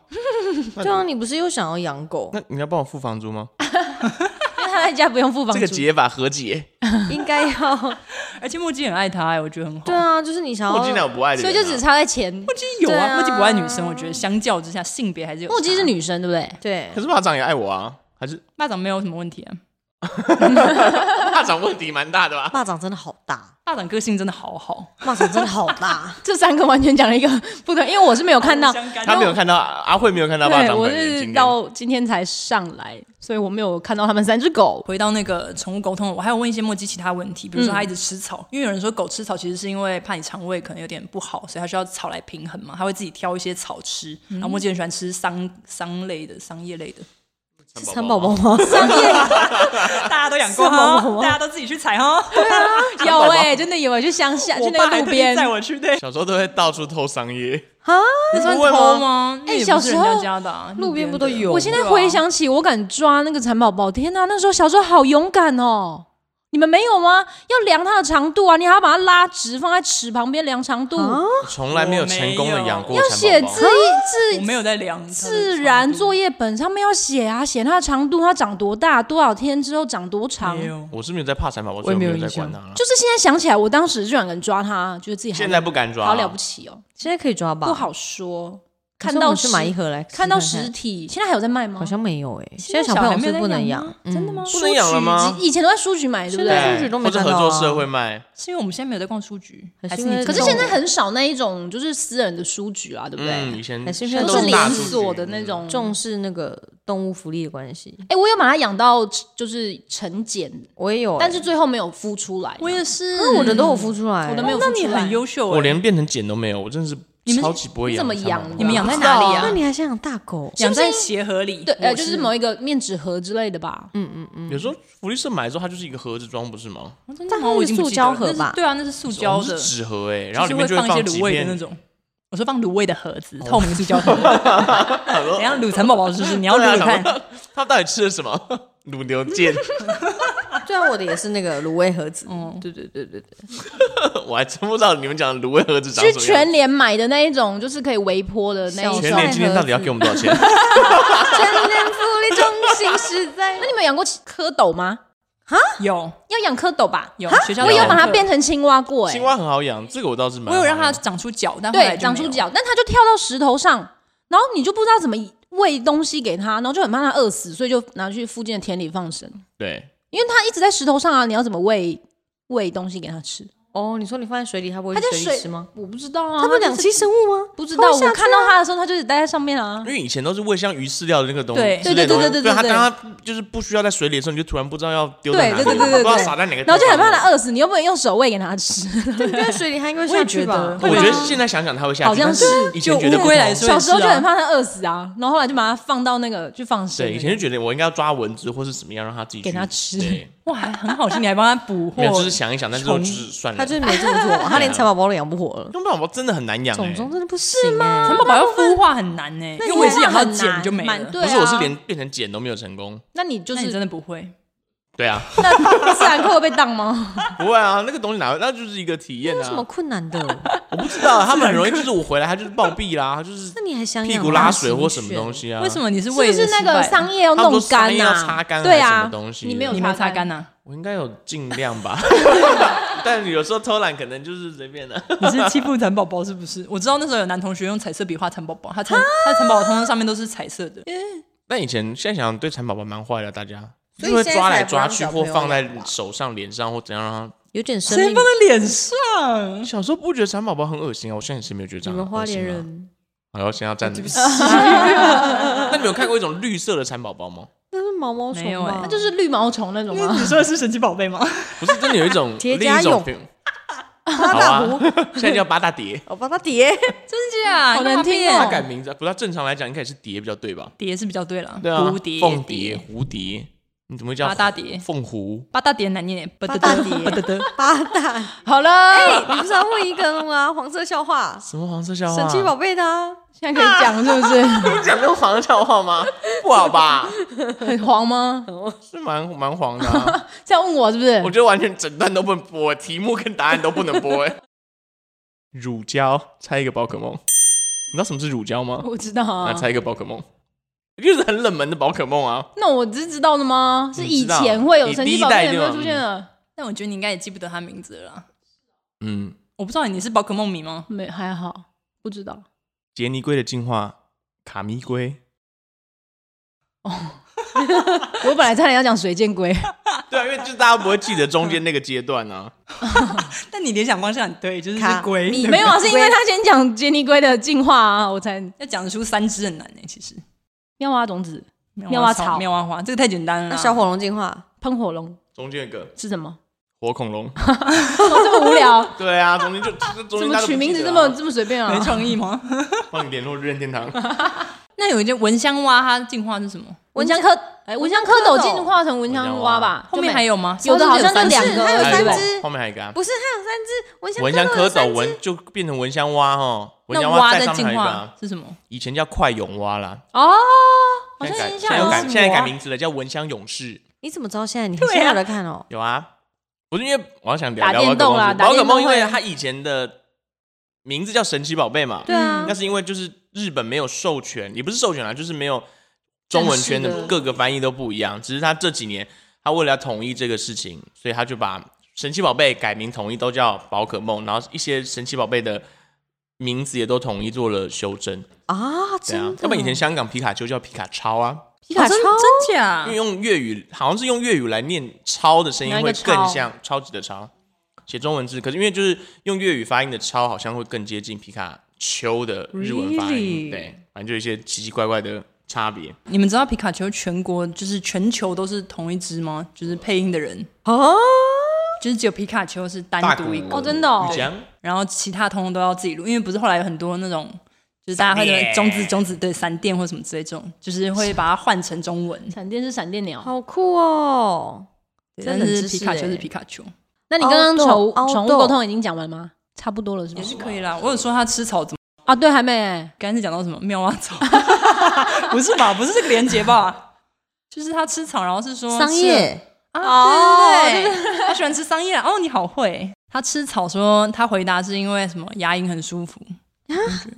Speaker 3: 对啊，你不是又想要养 狗？
Speaker 2: 那你要帮我付房租吗？
Speaker 4: 因为他在家不用付房
Speaker 2: 这个啊
Speaker 4: 租，
Speaker 2: 解法何解？
Speaker 3: 应该要
Speaker 1: 而且墨迹很爱他、欸，我觉得很好。
Speaker 3: 对，啊，就是你想
Speaker 2: 我竟然
Speaker 3: 要
Speaker 2: 有不爱的
Speaker 4: 所
Speaker 2: 人啊，
Speaker 4: 以就只差在钱。
Speaker 1: 墨迹有
Speaker 3: 对
Speaker 1: 啊，
Speaker 3: 啊
Speaker 1: 墨迹不爱女生，我觉得相较之下性别还是有。
Speaker 4: 莫基是，女生对不对？。
Speaker 3: 对
Speaker 2: 可，是霸掌也爱我啊，还是
Speaker 1: 巴掌没有什么问题啊，
Speaker 2: 霸掌问题蛮大 的吧？
Speaker 3: 蚂蚱真的好大，
Speaker 1: 巴掌个性真的好好。
Speaker 3: 蚂蚱真的好大
Speaker 4: 这三个完全讲了一个不对，因为我是没有 看到，
Speaker 2: 他没有看到阿慧没有看到霸
Speaker 4: 对
Speaker 2: 掌
Speaker 4: 我
Speaker 2: 本人，今
Speaker 4: 是
Speaker 2: 天
Speaker 4: 到今天才上来，所以我没有看到他们三只 狗。
Speaker 1: 回到那个宠物沟通，我还有问一些墨迹其他问题，比如说它一直吃草，
Speaker 4: 嗯
Speaker 1: 因为有人说狗吃草其实是因为怕你肠胃可能有点不好，所以它需要草来平衡嘛，它会自己挑一些草吃。
Speaker 4: 嗯
Speaker 1: 然后墨迹很喜欢吃桑桑类的、桑叶类 的，
Speaker 3: 是蚕宝宝吗？
Speaker 1: 大家都养
Speaker 3: 过哈 大
Speaker 1: 家都自己去采 哦哈。
Speaker 4: 有哎、真的有哎、去乡下，去啊那个路边。
Speaker 1: 我去对，
Speaker 2: 小时候都会到处偷桑叶，
Speaker 1: 你算偷吗？那也不
Speaker 4: 哎小
Speaker 1: 是
Speaker 4: 时
Speaker 1: 人家
Speaker 4: 候
Speaker 1: 家的啊
Speaker 3: 路边不都
Speaker 1: 的
Speaker 3: 有
Speaker 4: 我现在回想起，我敢抓那个蚕宝宝，天哪！那时候小时候好勇敢哦。你们没有吗？要量它的长度啊，你还要把它拉直，放在尺旁边量长度，
Speaker 2: 我从来没有成功的养过
Speaker 1: 我
Speaker 4: 要
Speaker 2: 蚕
Speaker 4: 写
Speaker 2: 宝宝
Speaker 4: 字字
Speaker 1: 我没有在量它的
Speaker 4: 自然
Speaker 1: 长度
Speaker 4: 作业本上面要写啊，写它的长度，它长多大，多少天之后长多长。
Speaker 1: 没有
Speaker 2: 我是没有在怕蚕宝宝，
Speaker 5: 我
Speaker 2: 所
Speaker 5: 也
Speaker 2: 以我
Speaker 5: 没
Speaker 2: 没
Speaker 5: 有
Speaker 2: 有在
Speaker 5: 印象
Speaker 2: 管它了。
Speaker 4: 就是现在想起来，我当时居然敢抓它，觉得自己好
Speaker 2: 现在不敢抓，
Speaker 4: 好了不起哦，
Speaker 3: 现在可以抓吧？
Speaker 4: 不好说。
Speaker 3: 可
Speaker 4: 看
Speaker 3: 是我
Speaker 4: 到
Speaker 3: 们去
Speaker 4: 实
Speaker 3: 买一盒来试
Speaker 4: 看到
Speaker 3: 试
Speaker 4: 实体，现在还有在卖吗？
Speaker 3: 好像没有哎、欸，现
Speaker 1: 现在
Speaker 3: 在小朋
Speaker 1: 小孩
Speaker 3: 友
Speaker 1: 没有
Speaker 3: 是
Speaker 1: 在
Speaker 3: 不能
Speaker 1: 养
Speaker 3: 养
Speaker 1: 吗，
Speaker 3: 嗯
Speaker 4: 真的吗？
Speaker 2: 不能养了吗
Speaker 4: 书局以前都在书局买，对不
Speaker 3: 现
Speaker 4: 对？
Speaker 3: 在数据都没
Speaker 2: 或者
Speaker 3: 看
Speaker 2: 合
Speaker 3: 到啊
Speaker 2: 作社会卖，
Speaker 1: 是因为我们现在没有在逛书局，
Speaker 3: 很
Speaker 1: 还
Speaker 3: 幸
Speaker 1: 是
Speaker 3: 运的
Speaker 1: 你
Speaker 4: 可是
Speaker 1: 知道
Speaker 4: 现在
Speaker 1: 我
Speaker 4: 很少那一种就是私人的书局啊，对不
Speaker 2: 嗯，
Speaker 4: 对？
Speaker 2: 以前
Speaker 3: 还是因为
Speaker 2: 现在
Speaker 4: 都
Speaker 2: 都
Speaker 4: 是
Speaker 2: 大
Speaker 4: 连
Speaker 2: 数据
Speaker 4: 锁的那。种。
Speaker 3: 嗯重视那个动物福利的关系。
Speaker 4: 哎，我有把它养到就是成茧，
Speaker 3: 我也有欸、嗯
Speaker 4: 但是最后没有孵出来。
Speaker 1: 我也是，
Speaker 3: 我的都有孵出来、
Speaker 4: 我的没有
Speaker 1: 哦那你
Speaker 4: 孵出来
Speaker 1: 很优秀欸，
Speaker 2: 我连变成茧都没有，我真的是
Speaker 4: 们
Speaker 2: 超级不会
Speaker 4: 你
Speaker 2: 养
Speaker 4: 怎
Speaker 2: 蚕宝宝。
Speaker 4: 么养的？
Speaker 1: 你们养在哪里啊
Speaker 3: 那你还想养大狗？
Speaker 1: 养在鞋盒里，
Speaker 4: 对，呃，
Speaker 1: 我
Speaker 4: 就是某一个面纸盒之类的吧。嗯，
Speaker 2: 有时候福利社买的时候，它就是一个盒子装，不是吗？
Speaker 1: 哦真的
Speaker 3: 但
Speaker 1: 吗
Speaker 3: 它是
Speaker 1: 我已经不
Speaker 3: 塑
Speaker 1: 记得
Speaker 3: 胶
Speaker 1: 了
Speaker 3: 盒
Speaker 1: 那是
Speaker 3: 吧
Speaker 1: 对啊，那是塑胶
Speaker 2: 哦是
Speaker 1: 的，
Speaker 2: 纸盒哎，然后里面
Speaker 1: 就
Speaker 2: 会
Speaker 1: 是会放一些
Speaker 2: 几
Speaker 1: 卤味的那
Speaker 2: 片，哦
Speaker 1: 种。我说放卤味的盒子，透明塑胶 盒。等 一下卤蚕宝宝是不是？你要
Speaker 2: 对啊
Speaker 1: 卤卤看，
Speaker 2: 它到底吃了什么？乳牛腱，
Speaker 3: 虽啊然我的也是那个卤味盒子，
Speaker 1: 嗯，
Speaker 4: 对对对对对，
Speaker 2: 我还真不知道你们讲的卤味盒子长
Speaker 4: 去
Speaker 2: 什么样
Speaker 4: 全。联买的那一种，就是可以微波的那一
Speaker 3: 小
Speaker 4: 种。
Speaker 2: 全联今天到底要给我们多少钱？
Speaker 3: 全年福利中 心实在
Speaker 4: 那你们有养过蝌蚪吗？
Speaker 1: 有
Speaker 4: 要养蝌蚪吧？
Speaker 1: 有
Speaker 4: 哈
Speaker 1: 学校
Speaker 4: 我
Speaker 1: 有
Speaker 4: 有把它
Speaker 1: 课
Speaker 4: 变成青蛙过、欸，
Speaker 2: 青蛙很好养，这个我倒是蛮好
Speaker 1: 我
Speaker 2: 养。
Speaker 1: 有让它长出脚，但后来
Speaker 4: 对，
Speaker 1: 就
Speaker 4: 长
Speaker 1: 没
Speaker 4: 出
Speaker 1: 有。
Speaker 4: 脚，但它就跳到石头上，然后你就不知道怎么喂东西给它，然后就很怕它饿死，所以就拿去附近的田里放生，
Speaker 2: 对，
Speaker 4: 因为它一直在石头上啊，你要怎么喂喂东西给它吃？
Speaker 3: 哦，你说你放在水里，它不会
Speaker 4: 它在
Speaker 3: 去水里吃吗？哦
Speaker 4: 我不知道啊，
Speaker 3: 它不是两
Speaker 4: 就是
Speaker 3: 栖生物吗？
Speaker 4: 不知
Speaker 3: 它
Speaker 4: 道，
Speaker 3: 会下
Speaker 4: 我
Speaker 3: 去
Speaker 4: 看到它的时候，它就是待在上面啊
Speaker 2: 因。为以前都是喂像鱼饲料的那个东西
Speaker 1: 对
Speaker 2: 之类的东西，
Speaker 4: 对对对对对
Speaker 2: 它
Speaker 4: 对
Speaker 2: 当它就是不需要在水里的时候，你就突然不知道要丢在哪里，
Speaker 4: 对对对对对
Speaker 2: 不知道撒在哪个，
Speaker 4: 然后就很怕。它饿死，你又不能用手喂给它吃。
Speaker 3: 对，在水里它应该
Speaker 1: 我
Speaker 3: 下
Speaker 1: 也
Speaker 3: 去
Speaker 1: 觉
Speaker 3: 吧
Speaker 1: 得？
Speaker 2: 我觉得现在想想它会下去，
Speaker 4: 好像
Speaker 2: 但
Speaker 4: 是
Speaker 2: 以前觉得
Speaker 1: 就乌
Speaker 2: 不
Speaker 1: 龟
Speaker 2: 同
Speaker 1: 来说
Speaker 4: 小时候就
Speaker 1: 对啊
Speaker 4: 很怕它饿死啊，然后后来就把它放到那个去放生
Speaker 2: 对，以前就觉得我应该要抓蚊子或是怎么样让它自己
Speaker 4: 给
Speaker 2: 去
Speaker 4: 它吃
Speaker 2: 对，
Speaker 1: 哇，还很好心，你还帮它捕获
Speaker 2: 没有，就是想一想，但是就就是算
Speaker 3: 它
Speaker 2: 了。
Speaker 3: 就是没这么 做嘛，它连蚕宝宝都养不活了。
Speaker 2: 东宝宝真的很难养、欸，
Speaker 3: 种种真的不行吗？
Speaker 1: 蚕宝宝要孵化很难呢，因为我也是养到
Speaker 4: 很
Speaker 1: 茧
Speaker 4: 难
Speaker 1: 就没
Speaker 4: 蛮
Speaker 1: 了。
Speaker 4: 对
Speaker 2: 不
Speaker 4: 啊，
Speaker 2: 是，我是连变成茧都没有成功。
Speaker 4: 那你就
Speaker 1: 那你
Speaker 4: 是
Speaker 1: 真的不会，
Speaker 2: 对啊，
Speaker 4: 那自然课会被当 吗？
Speaker 2: 不会啊，那个东西哪会？那就是一个体验
Speaker 3: 有什么
Speaker 2: 啊。
Speaker 3: 困难的？
Speaker 2: 我不知道啊，他们很 容易就是我回来，他就是暴毙啦，他就是
Speaker 3: 那你还想
Speaker 2: 屁
Speaker 3: 养
Speaker 2: 股
Speaker 3: 吗
Speaker 2: 拉水或什么东西啊？
Speaker 1: 为什？么你
Speaker 4: 是
Speaker 1: 是为
Speaker 4: 不
Speaker 1: 了
Speaker 4: 是那个
Speaker 1: 失败
Speaker 4: 桑叶要
Speaker 2: 他们
Speaker 4: 弄
Speaker 2: 说
Speaker 4: 干
Speaker 2: 桑叶
Speaker 4: 啊？
Speaker 2: 要擦干还是
Speaker 4: 对
Speaker 2: 什
Speaker 4: 啊
Speaker 2: 么东，西
Speaker 4: 你没有
Speaker 1: 你没擦
Speaker 4: 擦
Speaker 1: 干。啊呐？
Speaker 2: 我应该有尽 量吧，但有时候偷懒可能就是随便的。
Speaker 1: 你是欺负蚕宝宝是不是？我知道那时候有男同学用彩色笔画蚕宝宝，他蚕他的蚕宝宝通常上面都是彩色的，
Speaker 2: 但以前现在想想对蚕宝宝蛮坏的，大家
Speaker 3: 所
Speaker 2: 就
Speaker 3: 以
Speaker 2: 是会
Speaker 3: 现在
Speaker 2: 抓来
Speaker 3: 才不
Speaker 2: 抓
Speaker 3: 让
Speaker 2: 去
Speaker 3: 小
Speaker 2: 或
Speaker 3: 朋友
Speaker 2: 放在
Speaker 3: 养吧
Speaker 2: 手上、脸上或怎样让
Speaker 3: 有点生
Speaker 1: 谁
Speaker 3: 命
Speaker 1: 放。在脸上？
Speaker 2: 它。小时候不觉得蚕宝宝很恶心啊，我现在是没有觉得这
Speaker 3: 你
Speaker 2: 样。
Speaker 3: 们花
Speaker 2: 恶心
Speaker 3: 莲
Speaker 2: 吗，
Speaker 3: 人，
Speaker 2: 好了，现在要站。 那你们有看过一种绿色的蚕宝宝吗？
Speaker 3: 那是毛毛虫
Speaker 1: 没有
Speaker 3: 吧
Speaker 1: 欸？
Speaker 4: 它就是绿毛虫那种吗？
Speaker 1: 你说的是神奇宝贝吗？
Speaker 2: 不是，真的有一种
Speaker 3: 铁
Speaker 2: 另
Speaker 3: 甲
Speaker 2: 一种
Speaker 3: 蛹
Speaker 2: 品，
Speaker 3: 八
Speaker 2: 好
Speaker 3: 大
Speaker 2: 啊
Speaker 3: 湖，，
Speaker 2: 现在叫八大蝶。
Speaker 3: 我把它叠。
Speaker 1: 真假？
Speaker 4: 好难听
Speaker 1: 哦
Speaker 4: 哦。
Speaker 2: 改名字不是正常来讲应该也是蝶比较对吧？
Speaker 1: 蝶是比较对了，
Speaker 2: 对啊，
Speaker 1: 蝴蝶、
Speaker 2: 凤蝶、，啊蝴蝶，你怎么会叫
Speaker 1: 八大蝶
Speaker 2: 凤狐？
Speaker 1: 八大蝶难念，不得
Speaker 3: 八大
Speaker 1: 得
Speaker 3: 蝶
Speaker 1: 不得得，
Speaker 3: 八大，
Speaker 4: 好了，
Speaker 3: 你不是要问一个吗？ 哦黄色笑话，
Speaker 2: 什么黄色笑话？
Speaker 3: 神奇宝贝的啊，
Speaker 4: 现在可以讲是 不 是？
Speaker 2: 讲那种黄色笑话吗？ 不好吧？
Speaker 4: 很黄吗？
Speaker 2: 是蛮蛮黄的、 啊，
Speaker 4: 这样问我是不是
Speaker 2: 我？觉得完全整段都不能播，题目跟答案都不能播。哎，乳胶，猜一个宝可梦，你知道什么是乳胶吗？
Speaker 4: 我知道
Speaker 2: 那、
Speaker 4: 啊。
Speaker 2: 猜一个宝可梦，就是很冷门的宝可梦啊。
Speaker 4: 那我只知道的吗？是
Speaker 2: 你
Speaker 4: 以
Speaker 2: 知道
Speaker 4: 前会有
Speaker 2: 你
Speaker 4: 神
Speaker 2: 第
Speaker 4: 奇
Speaker 2: 一
Speaker 4: 宝
Speaker 2: 代
Speaker 4: 贝
Speaker 2: 对
Speaker 4: 有没
Speaker 2: 吧
Speaker 4: 有出现的？
Speaker 1: 但我觉得你应该也记不得他名字了啦。
Speaker 2: 嗯，
Speaker 1: 我不知道你是宝可梦迷吗？
Speaker 4: 没，还好，不知道。
Speaker 2: 杰尼龟的进化，卡咪龟。
Speaker 4: 我本来差点要讲水箭 龟，
Speaker 2: 对啊，因为就大家不会记得中间那个阶段啊。
Speaker 1: 但你联想方向很对，就是
Speaker 3: 卡
Speaker 1: 是龟，
Speaker 3: 密
Speaker 4: 没有啊，是因为他先讲杰尼龟的进化啊，我才
Speaker 1: 要讲得出三只很难呢、其实
Speaker 4: 妙蛙种子、
Speaker 1: 妙
Speaker 4: 妙
Speaker 1: 蛙
Speaker 4: 蛙
Speaker 1: 草、
Speaker 4: 草
Speaker 1: 妙蛙花，这个太简单了
Speaker 3: 那
Speaker 1: 啦。
Speaker 3: 小火龙进化，
Speaker 4: 喷火龙
Speaker 2: 中间有个
Speaker 4: 是什么？
Speaker 2: 火恐龙。
Speaker 4: 怎么这么 无聊？
Speaker 2: 对啊，中间就就中
Speaker 4: 怎
Speaker 2: 间
Speaker 4: 么
Speaker 2: 大家都不记得啊
Speaker 4: 取名字 这么这么随便啊
Speaker 1: 没？创意吗？
Speaker 2: 帮你联络日天天 堂。
Speaker 1: 那有一件蚊香蛙，它进化是什么？
Speaker 4: 蚊香蝌，哎，蚊香蝌蚪进化成蚊香蛙吧？
Speaker 1: 后面还
Speaker 4: 有
Speaker 1: 有吗？
Speaker 4: 有的好像就两
Speaker 3: 是
Speaker 4: 个，
Speaker 3: 它有
Speaker 4: 对呃不
Speaker 3: 三
Speaker 4: 对
Speaker 3: 只
Speaker 2: 后面还有一个啊
Speaker 3: 不是还有三只蚊香
Speaker 2: 蚊香蝌
Speaker 3: 蝌
Speaker 2: 蚪，
Speaker 3: 有三
Speaker 2: 蚊
Speaker 3: 只
Speaker 2: 就变成蚊香蛙哦。蚊
Speaker 1: 那
Speaker 2: 香
Speaker 1: 蛙
Speaker 2: 在
Speaker 1: 的
Speaker 2: 上面
Speaker 1: 进
Speaker 2: 还有一个
Speaker 1: 化
Speaker 2: 啊，
Speaker 1: 是什么？
Speaker 2: 以前叫快泳蛙啦，
Speaker 4: 哦，好
Speaker 2: 现
Speaker 4: 像
Speaker 2: 在改
Speaker 4: 印
Speaker 2: 现
Speaker 4: 象
Speaker 2: 在
Speaker 4: 有
Speaker 2: 改
Speaker 4: 什
Speaker 2: 现
Speaker 4: 么
Speaker 2: 在改名字了，叫蚊香勇士。
Speaker 3: 你怎么知道现在你现在有在看哦？
Speaker 2: 有啊，不是因为我要想聊
Speaker 4: 打
Speaker 2: 聊宝
Speaker 4: 电
Speaker 2: 可
Speaker 4: 动啦
Speaker 2: 梦，
Speaker 4: 打
Speaker 2: 宝可
Speaker 4: 电
Speaker 2: 梦
Speaker 4: 动
Speaker 2: 因为
Speaker 4: 会
Speaker 2: 它以前的名字叫神奇宝贝嘛，
Speaker 3: 对啊
Speaker 2: 嗯那，是因为就是日本没有授权，也不是授权啦，就是没有中文圈
Speaker 4: 正式
Speaker 2: 的
Speaker 4: 的
Speaker 2: 各个翻译都不一样。只是他这几年，他为了要统一这个事情，所以他就把神奇宝贝改名统一都叫宝可梦，然后一些神奇宝贝的名字也都统一做了修正。
Speaker 3: 啊，
Speaker 2: 对啊
Speaker 3: 真，的，
Speaker 2: 要不然以前香港皮卡丘叫皮卡超啊，
Speaker 3: 皮卡
Speaker 1: 哦
Speaker 3: 丘
Speaker 1: 真真假
Speaker 2: 因为？用粤语好像是用粤语来念“超”的声音
Speaker 4: 哪一个
Speaker 2: 会更
Speaker 4: 超
Speaker 2: 像超级的“超”，写中文字，可是因为就是用粤语发音的“超”好像会更接近皮卡丘的日文发音
Speaker 1: Really？
Speaker 2: 对，反正就有一些奇奇怪怪的差别。
Speaker 1: 你们知道皮卡丘全国就是全球都是同一只吗？就是配音的人，
Speaker 3: 哦，
Speaker 1: 就是只有皮卡丘是单
Speaker 2: 大
Speaker 1: 独一个，
Speaker 4: 哦真的哦
Speaker 2: 你讲
Speaker 1: 然后其他通通都要自己录，因为不是后来有很多那种。就是大家会
Speaker 2: 闪
Speaker 1: 说
Speaker 2: 电
Speaker 1: 中指中指对闪电或什么之类这种，就是会把它换成中文。
Speaker 4: 闪电是闪电鸟。
Speaker 3: 好酷哦！
Speaker 1: 对
Speaker 3: 真
Speaker 1: 但
Speaker 3: 的
Speaker 1: 是
Speaker 3: 知识
Speaker 1: 皮卡丘
Speaker 3: 欸
Speaker 1: 是皮卡丘，
Speaker 4: 那你刚
Speaker 3: 凹
Speaker 4: 刚宠
Speaker 3: 豆凹
Speaker 4: 宠物
Speaker 3: 豆
Speaker 4: 沟通已经讲完吗？差不多了是吗
Speaker 1: 也？是可以啦。我有说它吃草怎么？
Speaker 4: 啊，对，还没欸。
Speaker 1: 刚才是讲到什么妙蛙草？ 不是吧？不是这个连接吧？就是它吃草，然后是说
Speaker 3: 桑
Speaker 1: 吃了
Speaker 3: 叶 아,
Speaker 1: 啊，
Speaker 3: 네,
Speaker 1: 对对对， 他喜欢吃桑叶啦。哦，你好会。他吃草说，他回答是因为什么牙龈很舒服，
Speaker 4: 啊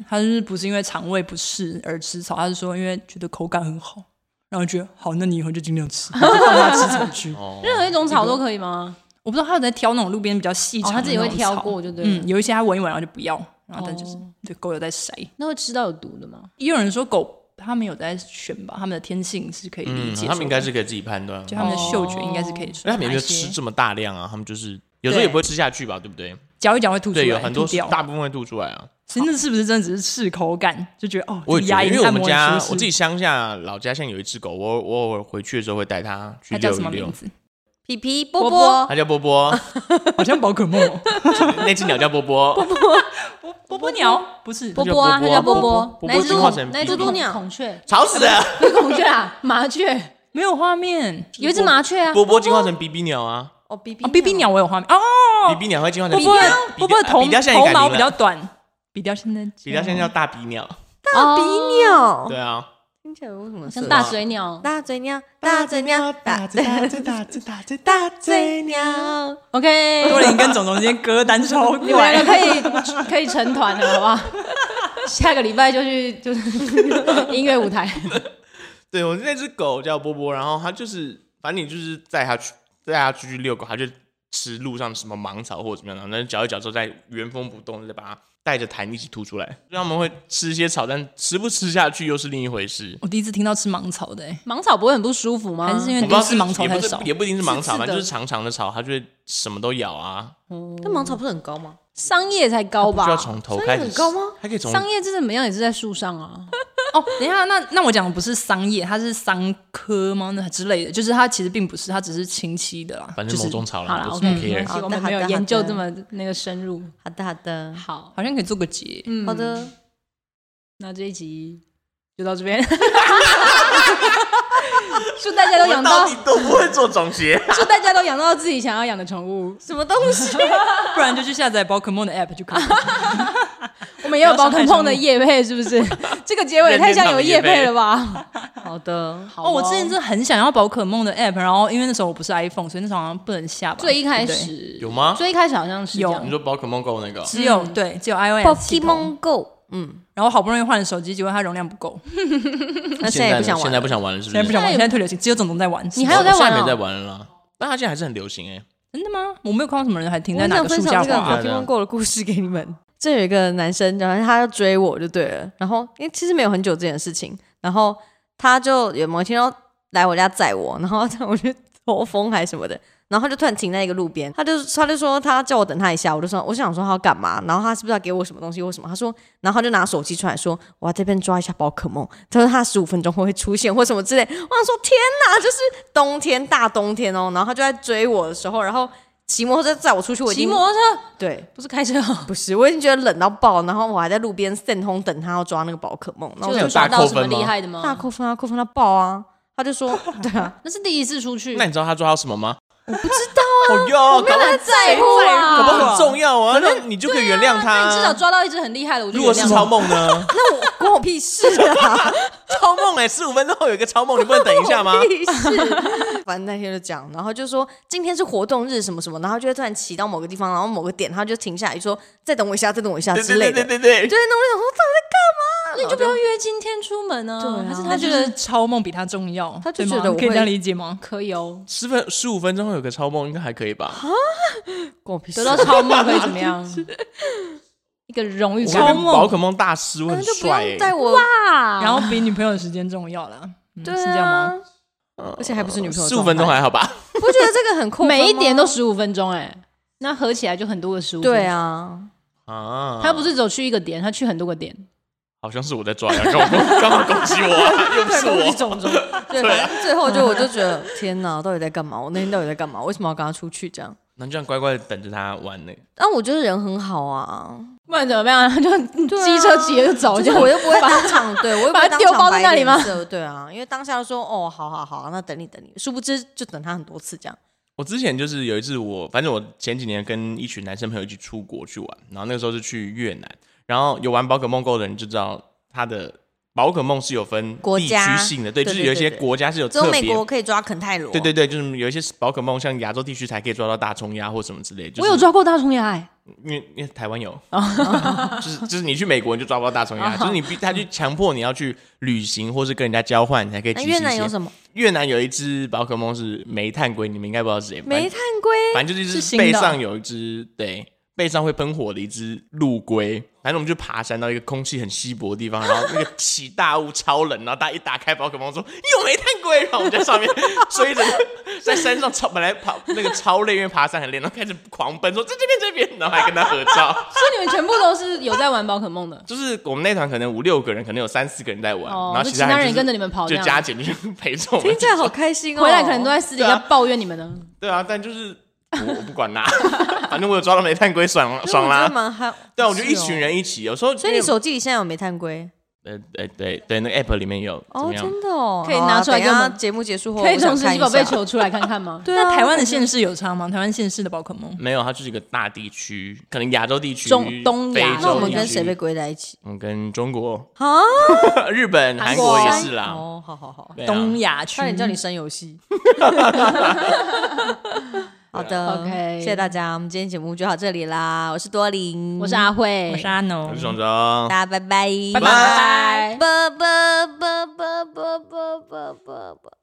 Speaker 1: 他就是不是因为肠胃不适而吃草，他是说因为觉得口感很好，然后觉得好，那你以后就尽量 吃，然后就放他吃草去。
Speaker 2: 哦，
Speaker 4: 任何一种草都可以吗？
Speaker 1: 我不知道他有在挑那种路边比较细
Speaker 4: 哦
Speaker 1: 长、，
Speaker 4: 他自己会挑过，，就对了。
Speaker 1: 嗯，有一些他闻一闻然后就不要，然后但就是、
Speaker 4: 哦
Speaker 1: 对狗有在筛。
Speaker 4: 那会吃到有毒的吗？
Speaker 1: 也有人说狗他们有在选吧，他们的天性是可以理
Speaker 2: 嗯，
Speaker 1: 解、
Speaker 2: 他们应该是可以自己判断。
Speaker 1: 就他们的嗅觉应该是可以
Speaker 2: 因为
Speaker 1: 说哪一些，
Speaker 2: 他们也没有吃这么大量啊，他们就是有时候也不会吃下去吧，对不对？
Speaker 1: 嚼一嚼会吐出来，
Speaker 2: 对，有很多
Speaker 1: 吐掉
Speaker 2: 大部分会吐出来啊。
Speaker 1: 其实那是不是真的只是试口感，就觉得哦，
Speaker 2: 我
Speaker 1: 这
Speaker 2: 也
Speaker 1: 个
Speaker 2: 觉
Speaker 1: 牙
Speaker 2: 得，因为
Speaker 1: 龈
Speaker 2: 我
Speaker 1: 按
Speaker 2: 们
Speaker 1: 摩
Speaker 2: 家
Speaker 1: 很
Speaker 2: 我
Speaker 1: 舒
Speaker 2: 自己
Speaker 1: 适。
Speaker 2: 乡下老家现在有一只狗，我我偶尔回去的时候会带它去
Speaker 1: 它叫
Speaker 2: 遛
Speaker 1: 什
Speaker 2: 一
Speaker 1: 么
Speaker 2: 遛
Speaker 1: 名。字？
Speaker 3: 皮皮波
Speaker 1: 波
Speaker 3: 波
Speaker 2: 它叫波波，
Speaker 1: 好像宝可梦、哦，
Speaker 2: 那只鸟叫波波，
Speaker 1: 波 波波鸟不是
Speaker 4: 波
Speaker 2: 叫
Speaker 4: 波啊，
Speaker 2: 波波
Speaker 4: 它叫
Speaker 2: 啊
Speaker 4: 波
Speaker 2: 波波
Speaker 4: 波，
Speaker 2: 波
Speaker 4: 那
Speaker 2: 波
Speaker 4: 只
Speaker 2: 进化成
Speaker 4: 那
Speaker 2: 比
Speaker 4: 只
Speaker 3: 目
Speaker 4: 公孔雀，
Speaker 2: 吵死了！
Speaker 4: 不是孔雀啊，麻 雀，
Speaker 1: 没有画面
Speaker 4: 有一只麻雀啊，
Speaker 2: 波波进化成 BB 鸟啊
Speaker 3: 哦，B B
Speaker 1: 啊！B B 鸟我有画面哦，
Speaker 2: ，BB 鸟会进化成
Speaker 1: 波
Speaker 2: 比
Speaker 1: 波
Speaker 2: 雕
Speaker 1: 的
Speaker 2: 比雕
Speaker 1: 波波的
Speaker 2: 啊
Speaker 1: 头
Speaker 2: 比雕现在也
Speaker 1: 头
Speaker 2: 改
Speaker 1: 毛
Speaker 2: 名
Speaker 1: 比较
Speaker 2: 了，
Speaker 1: 短，比雕现在
Speaker 2: 比雕现在叫大鼻鸟，
Speaker 4: 大
Speaker 3: 比，
Speaker 1: 哦
Speaker 3: 鸟，
Speaker 2: 对啊，
Speaker 3: 听起来有什么
Speaker 4: 像
Speaker 3: 色
Speaker 4: 大嘴鸟。
Speaker 3: 大嘴鸟，大嘴鸟，大嘴
Speaker 2: 嘴啊大嘴大嘴
Speaker 3: 大嘴鸟，
Speaker 4: OK，
Speaker 1: 多林跟种种之间歌单 超
Speaker 4: 你完了
Speaker 1: 怪，
Speaker 4: 可以可以成团了，好不 好？下个礼拜就去就是音乐舞台，
Speaker 2: 对我那只狗叫波波，然后它就是，反正你就是带它去带它出去遛狗，它就吃路上什么芒草或者怎么样，然后那嚼一嚼之后再原封不动地再把它带着痰一起吐出来。就他们会吃一些草，但吃不吃下去又是另一回事。
Speaker 1: 我第一次听到吃芒草的、欸，
Speaker 4: 芒草不会很不舒服吗？
Speaker 1: 还是因
Speaker 2: 我不
Speaker 1: 为
Speaker 2: 知道
Speaker 1: 都
Speaker 2: 是
Speaker 1: 市芒草
Speaker 2: 也
Speaker 1: 太
Speaker 2: 不是
Speaker 1: 少，
Speaker 2: 也不一定是芒草，
Speaker 4: 刺刺的
Speaker 2: 反正就是长长的草，它就会什么都咬啊。
Speaker 3: 那芒草不是很高吗？
Speaker 4: 桑叶才高吧
Speaker 2: 就？要从头
Speaker 3: 所以
Speaker 2: 开始，
Speaker 3: 很高吗？
Speaker 2: 还可以从
Speaker 4: 桑叶这怎么样也是在树上啊，
Speaker 1: 哦，等一下，那那我讲的不是桑叶，它是桑科吗？那之类的，就是它其实并不是，它只是亲戚的啦。
Speaker 2: 反
Speaker 1: 就
Speaker 2: 正
Speaker 1: 是
Speaker 2: 某种草
Speaker 4: 好啦
Speaker 2: 啦，不是
Speaker 4: ，OK，
Speaker 2: 不 care。
Speaker 3: 好
Speaker 4: 我
Speaker 3: 的
Speaker 4: 们没有
Speaker 3: 好的
Speaker 4: 研究
Speaker 3: 好的
Speaker 4: 这么那个深入。
Speaker 3: 好的，好的，
Speaker 4: 好，
Speaker 1: 好像可以做个结，
Speaker 4: 嗯
Speaker 3: 好，的，
Speaker 4: 那这一集就到这 边，祝大家都
Speaker 2: 我
Speaker 4: 养到
Speaker 2: 到，底都不会做总结，
Speaker 4: 祝大家都养到自己想要养的宠物。
Speaker 3: 什么东西？
Speaker 1: 不然就去下载宝可梦 的 app 就可以了。
Speaker 4: 我们也有宝可梦的叶配，是不是？这个结尾也太像有叶配了吧？
Speaker 3: 好的，
Speaker 4: 好
Speaker 1: 哦，我之前真的很想要宝可梦的 app，然后因为那时候我不是 iPhone，所以那时候好像不能下吧。
Speaker 4: 最一开
Speaker 1: 对不对
Speaker 4: 始
Speaker 2: 有吗？
Speaker 4: 最一开始好像是
Speaker 1: 有
Speaker 4: 这样
Speaker 2: 你说宝可梦 Go 那个啊
Speaker 1: 只有、对只有
Speaker 3: 네,
Speaker 1: iOS 系
Speaker 3: 嗯
Speaker 1: 统，
Speaker 3: Pokemon Go，嗯，
Speaker 1: 然后好不容易换了手机，结果它容量不够，
Speaker 2: 嗯
Speaker 3: 那现
Speaker 2: 现
Speaker 3: 在也不
Speaker 2: 在呢
Speaker 3: 想
Speaker 2: 现在
Speaker 3: 玩
Speaker 2: 不。想玩了，是不是？
Speaker 1: 现在不想玩，
Speaker 4: 现在
Speaker 1: 现在退流行，只有总总在玩。
Speaker 4: 你还有
Speaker 2: 我
Speaker 4: 在
Speaker 2: 我现
Speaker 4: 玩
Speaker 2: 在没在
Speaker 4: 哦？
Speaker 2: 玩了啦，但它现在还是很流行哎、
Speaker 1: 真的吗？我没有看到什么人还停
Speaker 3: 我
Speaker 1: 在
Speaker 3: 很
Speaker 1: 哪
Speaker 3: 想
Speaker 1: 个树
Speaker 3: 分
Speaker 1: 下
Speaker 3: 享这个
Speaker 1: 滑
Speaker 2: 滑。对啊
Speaker 3: Pokemon Go 的故事给你们。 这有一个男生，然后他要追我就对了，然后因为其实没有很久之前的事情，然后他就有某一天要来我家载我，然后 我就抽风还是什么的，然后他就突然停在一个路边，他就他就说他叫我等他一下，我就说我想说他要干嘛，然后他是不是要给我什么东西或什么？他说，然后他就拿手机出来说我要这边抓一下宝可梦，他说他十五分钟后会出现或什么之类，我想说天哪，就是冬天大冬天哦，然后他就在追我的时候，然后骑摩托车载我出去，我已
Speaker 4: 骑
Speaker 3: 经
Speaker 4: 摩托车
Speaker 3: 对。
Speaker 4: 不是开车哦，
Speaker 3: 不是，我已经觉得冷到爆，然后我还在路边扇通等他要抓那个宝可梦，然后
Speaker 4: 就
Speaker 3: 我
Speaker 2: 有
Speaker 4: 有
Speaker 3: 就
Speaker 2: 大
Speaker 4: 抓到
Speaker 2: 扣
Speaker 4: 什么
Speaker 2: 分吗
Speaker 4: 厉害的
Speaker 3: 大
Speaker 4: 吗？
Speaker 3: 扣分啊，扣分到爆啊！他就说，对啊，
Speaker 4: 那是第一次出去
Speaker 2: 那，你知道他抓到什么吗？我不知道啊，哦哟，搞不好
Speaker 4: 那在乎
Speaker 2: 搞不
Speaker 4: 啊？
Speaker 2: 好很重要啊，那你就可以原谅他、啊
Speaker 4: 那你至少抓到一只很厉害的，我就
Speaker 2: 如果
Speaker 4: 原
Speaker 2: 是
Speaker 4: 谅
Speaker 2: 超
Speaker 4: 你
Speaker 2: 梦呢？
Speaker 3: 那我关我屁事啊，
Speaker 2: 超梦哎、十五分钟后有一个超梦，你不能等一下吗？
Speaker 3: 屁事。反正那天就讲，然后就说今天是活动日什么什么，然后就会突然骑到某个地方，然后某个点他就停下来说再等我一下，再等我一下
Speaker 2: 对
Speaker 3: 之
Speaker 2: 对
Speaker 3: 类
Speaker 2: 对
Speaker 3: 的。
Speaker 2: 对
Speaker 3: 对，
Speaker 2: 对对，
Speaker 3: 那我就想说到底在干嘛？
Speaker 4: 那你就不要约今天出门啊。
Speaker 3: 对啊
Speaker 4: 还是
Speaker 1: 他
Speaker 4: 他觉
Speaker 1: 就是
Speaker 4: 得
Speaker 1: 超梦比他重要，
Speaker 3: 他就
Speaker 1: 对吗
Speaker 3: 觉得我
Speaker 1: 可以这
Speaker 3: 会
Speaker 1: 样理解吗？
Speaker 4: 可以哦，
Speaker 2: 十分十五分钟后有个超梦，应该还可以吧？
Speaker 3: 关我屁事
Speaker 4: 得。到超梦可以怎么 样？一个荣誉
Speaker 2: 我
Speaker 4: 感
Speaker 2: 会
Speaker 1: 超
Speaker 2: 变
Speaker 1: 梦
Speaker 2: 宝可梦大师，我
Speaker 3: 那
Speaker 2: 很
Speaker 3: 就不
Speaker 2: 帅
Speaker 3: 用
Speaker 2: 欸、
Speaker 3: 带我，
Speaker 4: 啊
Speaker 1: 然后比女朋友的时间重要啦，嗯
Speaker 3: 对
Speaker 1: 是这样吗？
Speaker 3: 啊，而且还不是女朋友。
Speaker 2: 十五分钟，还好吧？
Speaker 3: 不觉得这个很扣分吗？
Speaker 4: 每一点都十五分钟，哎，那合起来就很多个十五。
Speaker 3: 对，啊，
Speaker 2: 啊，
Speaker 4: 他不是只有去一个点，他去很多个点。
Speaker 2: 好像是我在抓呀，干嘛 干嘛攻击我、啊？又不是
Speaker 3: 对，
Speaker 2: 我
Speaker 3: 攻击。种种。
Speaker 4: 啊
Speaker 3: 对，反正最后就我就觉得，天哪，到底在干嘛？我那天到底在干嘛？为什么要跟他出去这样？
Speaker 2: 那你这样乖乖的等着他玩呢、
Speaker 3: 但我觉得人很好啊，
Speaker 4: 不然怎么办啊？ 他就
Speaker 3: 啊
Speaker 4: 机车骑了就走，
Speaker 3: 而
Speaker 4: 哦就
Speaker 3: 且我又不会当场，对我又不
Speaker 4: 把
Speaker 3: 会
Speaker 4: 它
Speaker 3: 当
Speaker 4: 丢
Speaker 3: 场
Speaker 4: 包在
Speaker 3: 摆
Speaker 4: 那里
Speaker 3: 脸
Speaker 4: 吗
Speaker 3: 色对啊，因为当下就说哦，好好好，那等你等你，殊不知就等他很多次这样。
Speaker 2: 我之前就是有一次我，反正我前几年跟一群男生朋友一起出国去玩，然后那个时候是去越南，然后有玩宝可梦 Go 的人就知道它的宝可梦是有分
Speaker 3: 国
Speaker 2: 地
Speaker 3: 家
Speaker 2: 区性的，对，
Speaker 3: 对
Speaker 2: 就是
Speaker 3: 对
Speaker 2: 有一
Speaker 3: 对
Speaker 2: 些
Speaker 3: 对
Speaker 2: 国家是有
Speaker 3: 只有
Speaker 2: 特
Speaker 3: 美
Speaker 2: 别
Speaker 3: 国。可以抓肯泰罗，
Speaker 2: 对对对，就是有一些宝可梦，像亚洲地区才可以抓到大冲鸭或什么之类。就是、
Speaker 4: 我有抓过大虫牙、欸，
Speaker 2: 因为因为台湾有，
Speaker 3: 哦
Speaker 2: 就是就是你去美国你就抓不到大虫鸭，就是你必他就强迫你要去旅行或是跟人家交换，你才可以
Speaker 3: 那
Speaker 2: 去。
Speaker 3: 越南有什么？
Speaker 2: 越南有一只宝可梦是煤炭龟，你们应该不知道是谁。
Speaker 3: 煤炭龟，
Speaker 2: 反正就是一
Speaker 1: 是
Speaker 2: 只
Speaker 1: 新的
Speaker 2: 背上有一只对背上会喷火的一只陆龟。反正我们就爬山到一个空气很稀薄的地方，然后那个起大雾超冷，然后大家一打开宝可梦说有煤炭龟，然后我们在上面 追着，在山上超本来跑那个超累，因为爬山很累，然后开始狂奔说在这边这边，然后还跟他合照。。
Speaker 4: 所以你们全部都是有在玩宝可梦的
Speaker 3: 哦
Speaker 2: 就是我们那团可能五六个人，可能有三四个人在玩，
Speaker 4: 哦
Speaker 2: 然后
Speaker 4: 就
Speaker 2: 其
Speaker 4: 其他
Speaker 2: 他
Speaker 4: 人
Speaker 2: 就是
Speaker 4: 跟着你们跑这
Speaker 2: 就
Speaker 4: 样
Speaker 2: 加减就是陪着 我们
Speaker 3: 听起来好开心哦。
Speaker 4: 回来可能都在私底
Speaker 2: 对
Speaker 4: 下
Speaker 2: 啊
Speaker 4: 抱怨你们呢。
Speaker 2: 对啊，但就是我我不管啦， 反正我有抓到煤炭龟，爽了
Speaker 3: 可是我
Speaker 2: 爽
Speaker 3: 觉
Speaker 2: 啦
Speaker 3: 得。蛮嗨。
Speaker 2: 对啊，我就一
Speaker 3: 是哦
Speaker 2: 群。人一起，有时候
Speaker 3: 所以你
Speaker 2: 因为
Speaker 3: 手机里现在有煤炭龟
Speaker 2: 呃对对对，那个 app 里面有怎
Speaker 3: 哦，
Speaker 2: 么样？
Speaker 3: 真的哦，
Speaker 4: 可以拿出来
Speaker 3: 好啊等一
Speaker 4: 给我
Speaker 3: 下
Speaker 4: 们
Speaker 3: 节目结束后
Speaker 4: 可以
Speaker 3: 我想
Speaker 4: 从神
Speaker 3: 看
Speaker 4: 奇
Speaker 3: 一
Speaker 4: 宝贝
Speaker 3: 下
Speaker 4: 球出来看看吗？
Speaker 3: 对啊，
Speaker 1: 那台湾的县市有差吗？台湾县市的宝可梦
Speaker 2: 没有，它就是一个大地区，可能亚洲地区、
Speaker 4: 中东亚
Speaker 2: 非洲
Speaker 4: 那
Speaker 3: 那我们
Speaker 2: 地
Speaker 3: 跟
Speaker 2: 区
Speaker 3: 谁被？归在一
Speaker 4: 啊
Speaker 3: 起
Speaker 2: 我们跟中国、
Speaker 3: 啊？
Speaker 2: 日本、韩
Speaker 4: 韩国
Speaker 2: 国也是啦。
Speaker 3: 哦，好好好，
Speaker 2: 对啊
Speaker 1: 东亚区
Speaker 3: 差点叫你生游戏。好的
Speaker 4: OK
Speaker 3: 谢谢大家，我们今天节目就到这里啦。我是多琳，
Speaker 4: 我是阿慧，
Speaker 1: 我是阿农
Speaker 2: 我哦是，爽爽，
Speaker 3: 大家拜拜，
Speaker 4: 拜
Speaker 1: 拜
Speaker 4: 拜。
Speaker 3: 啵啵啵啵啵啵啵啵啵。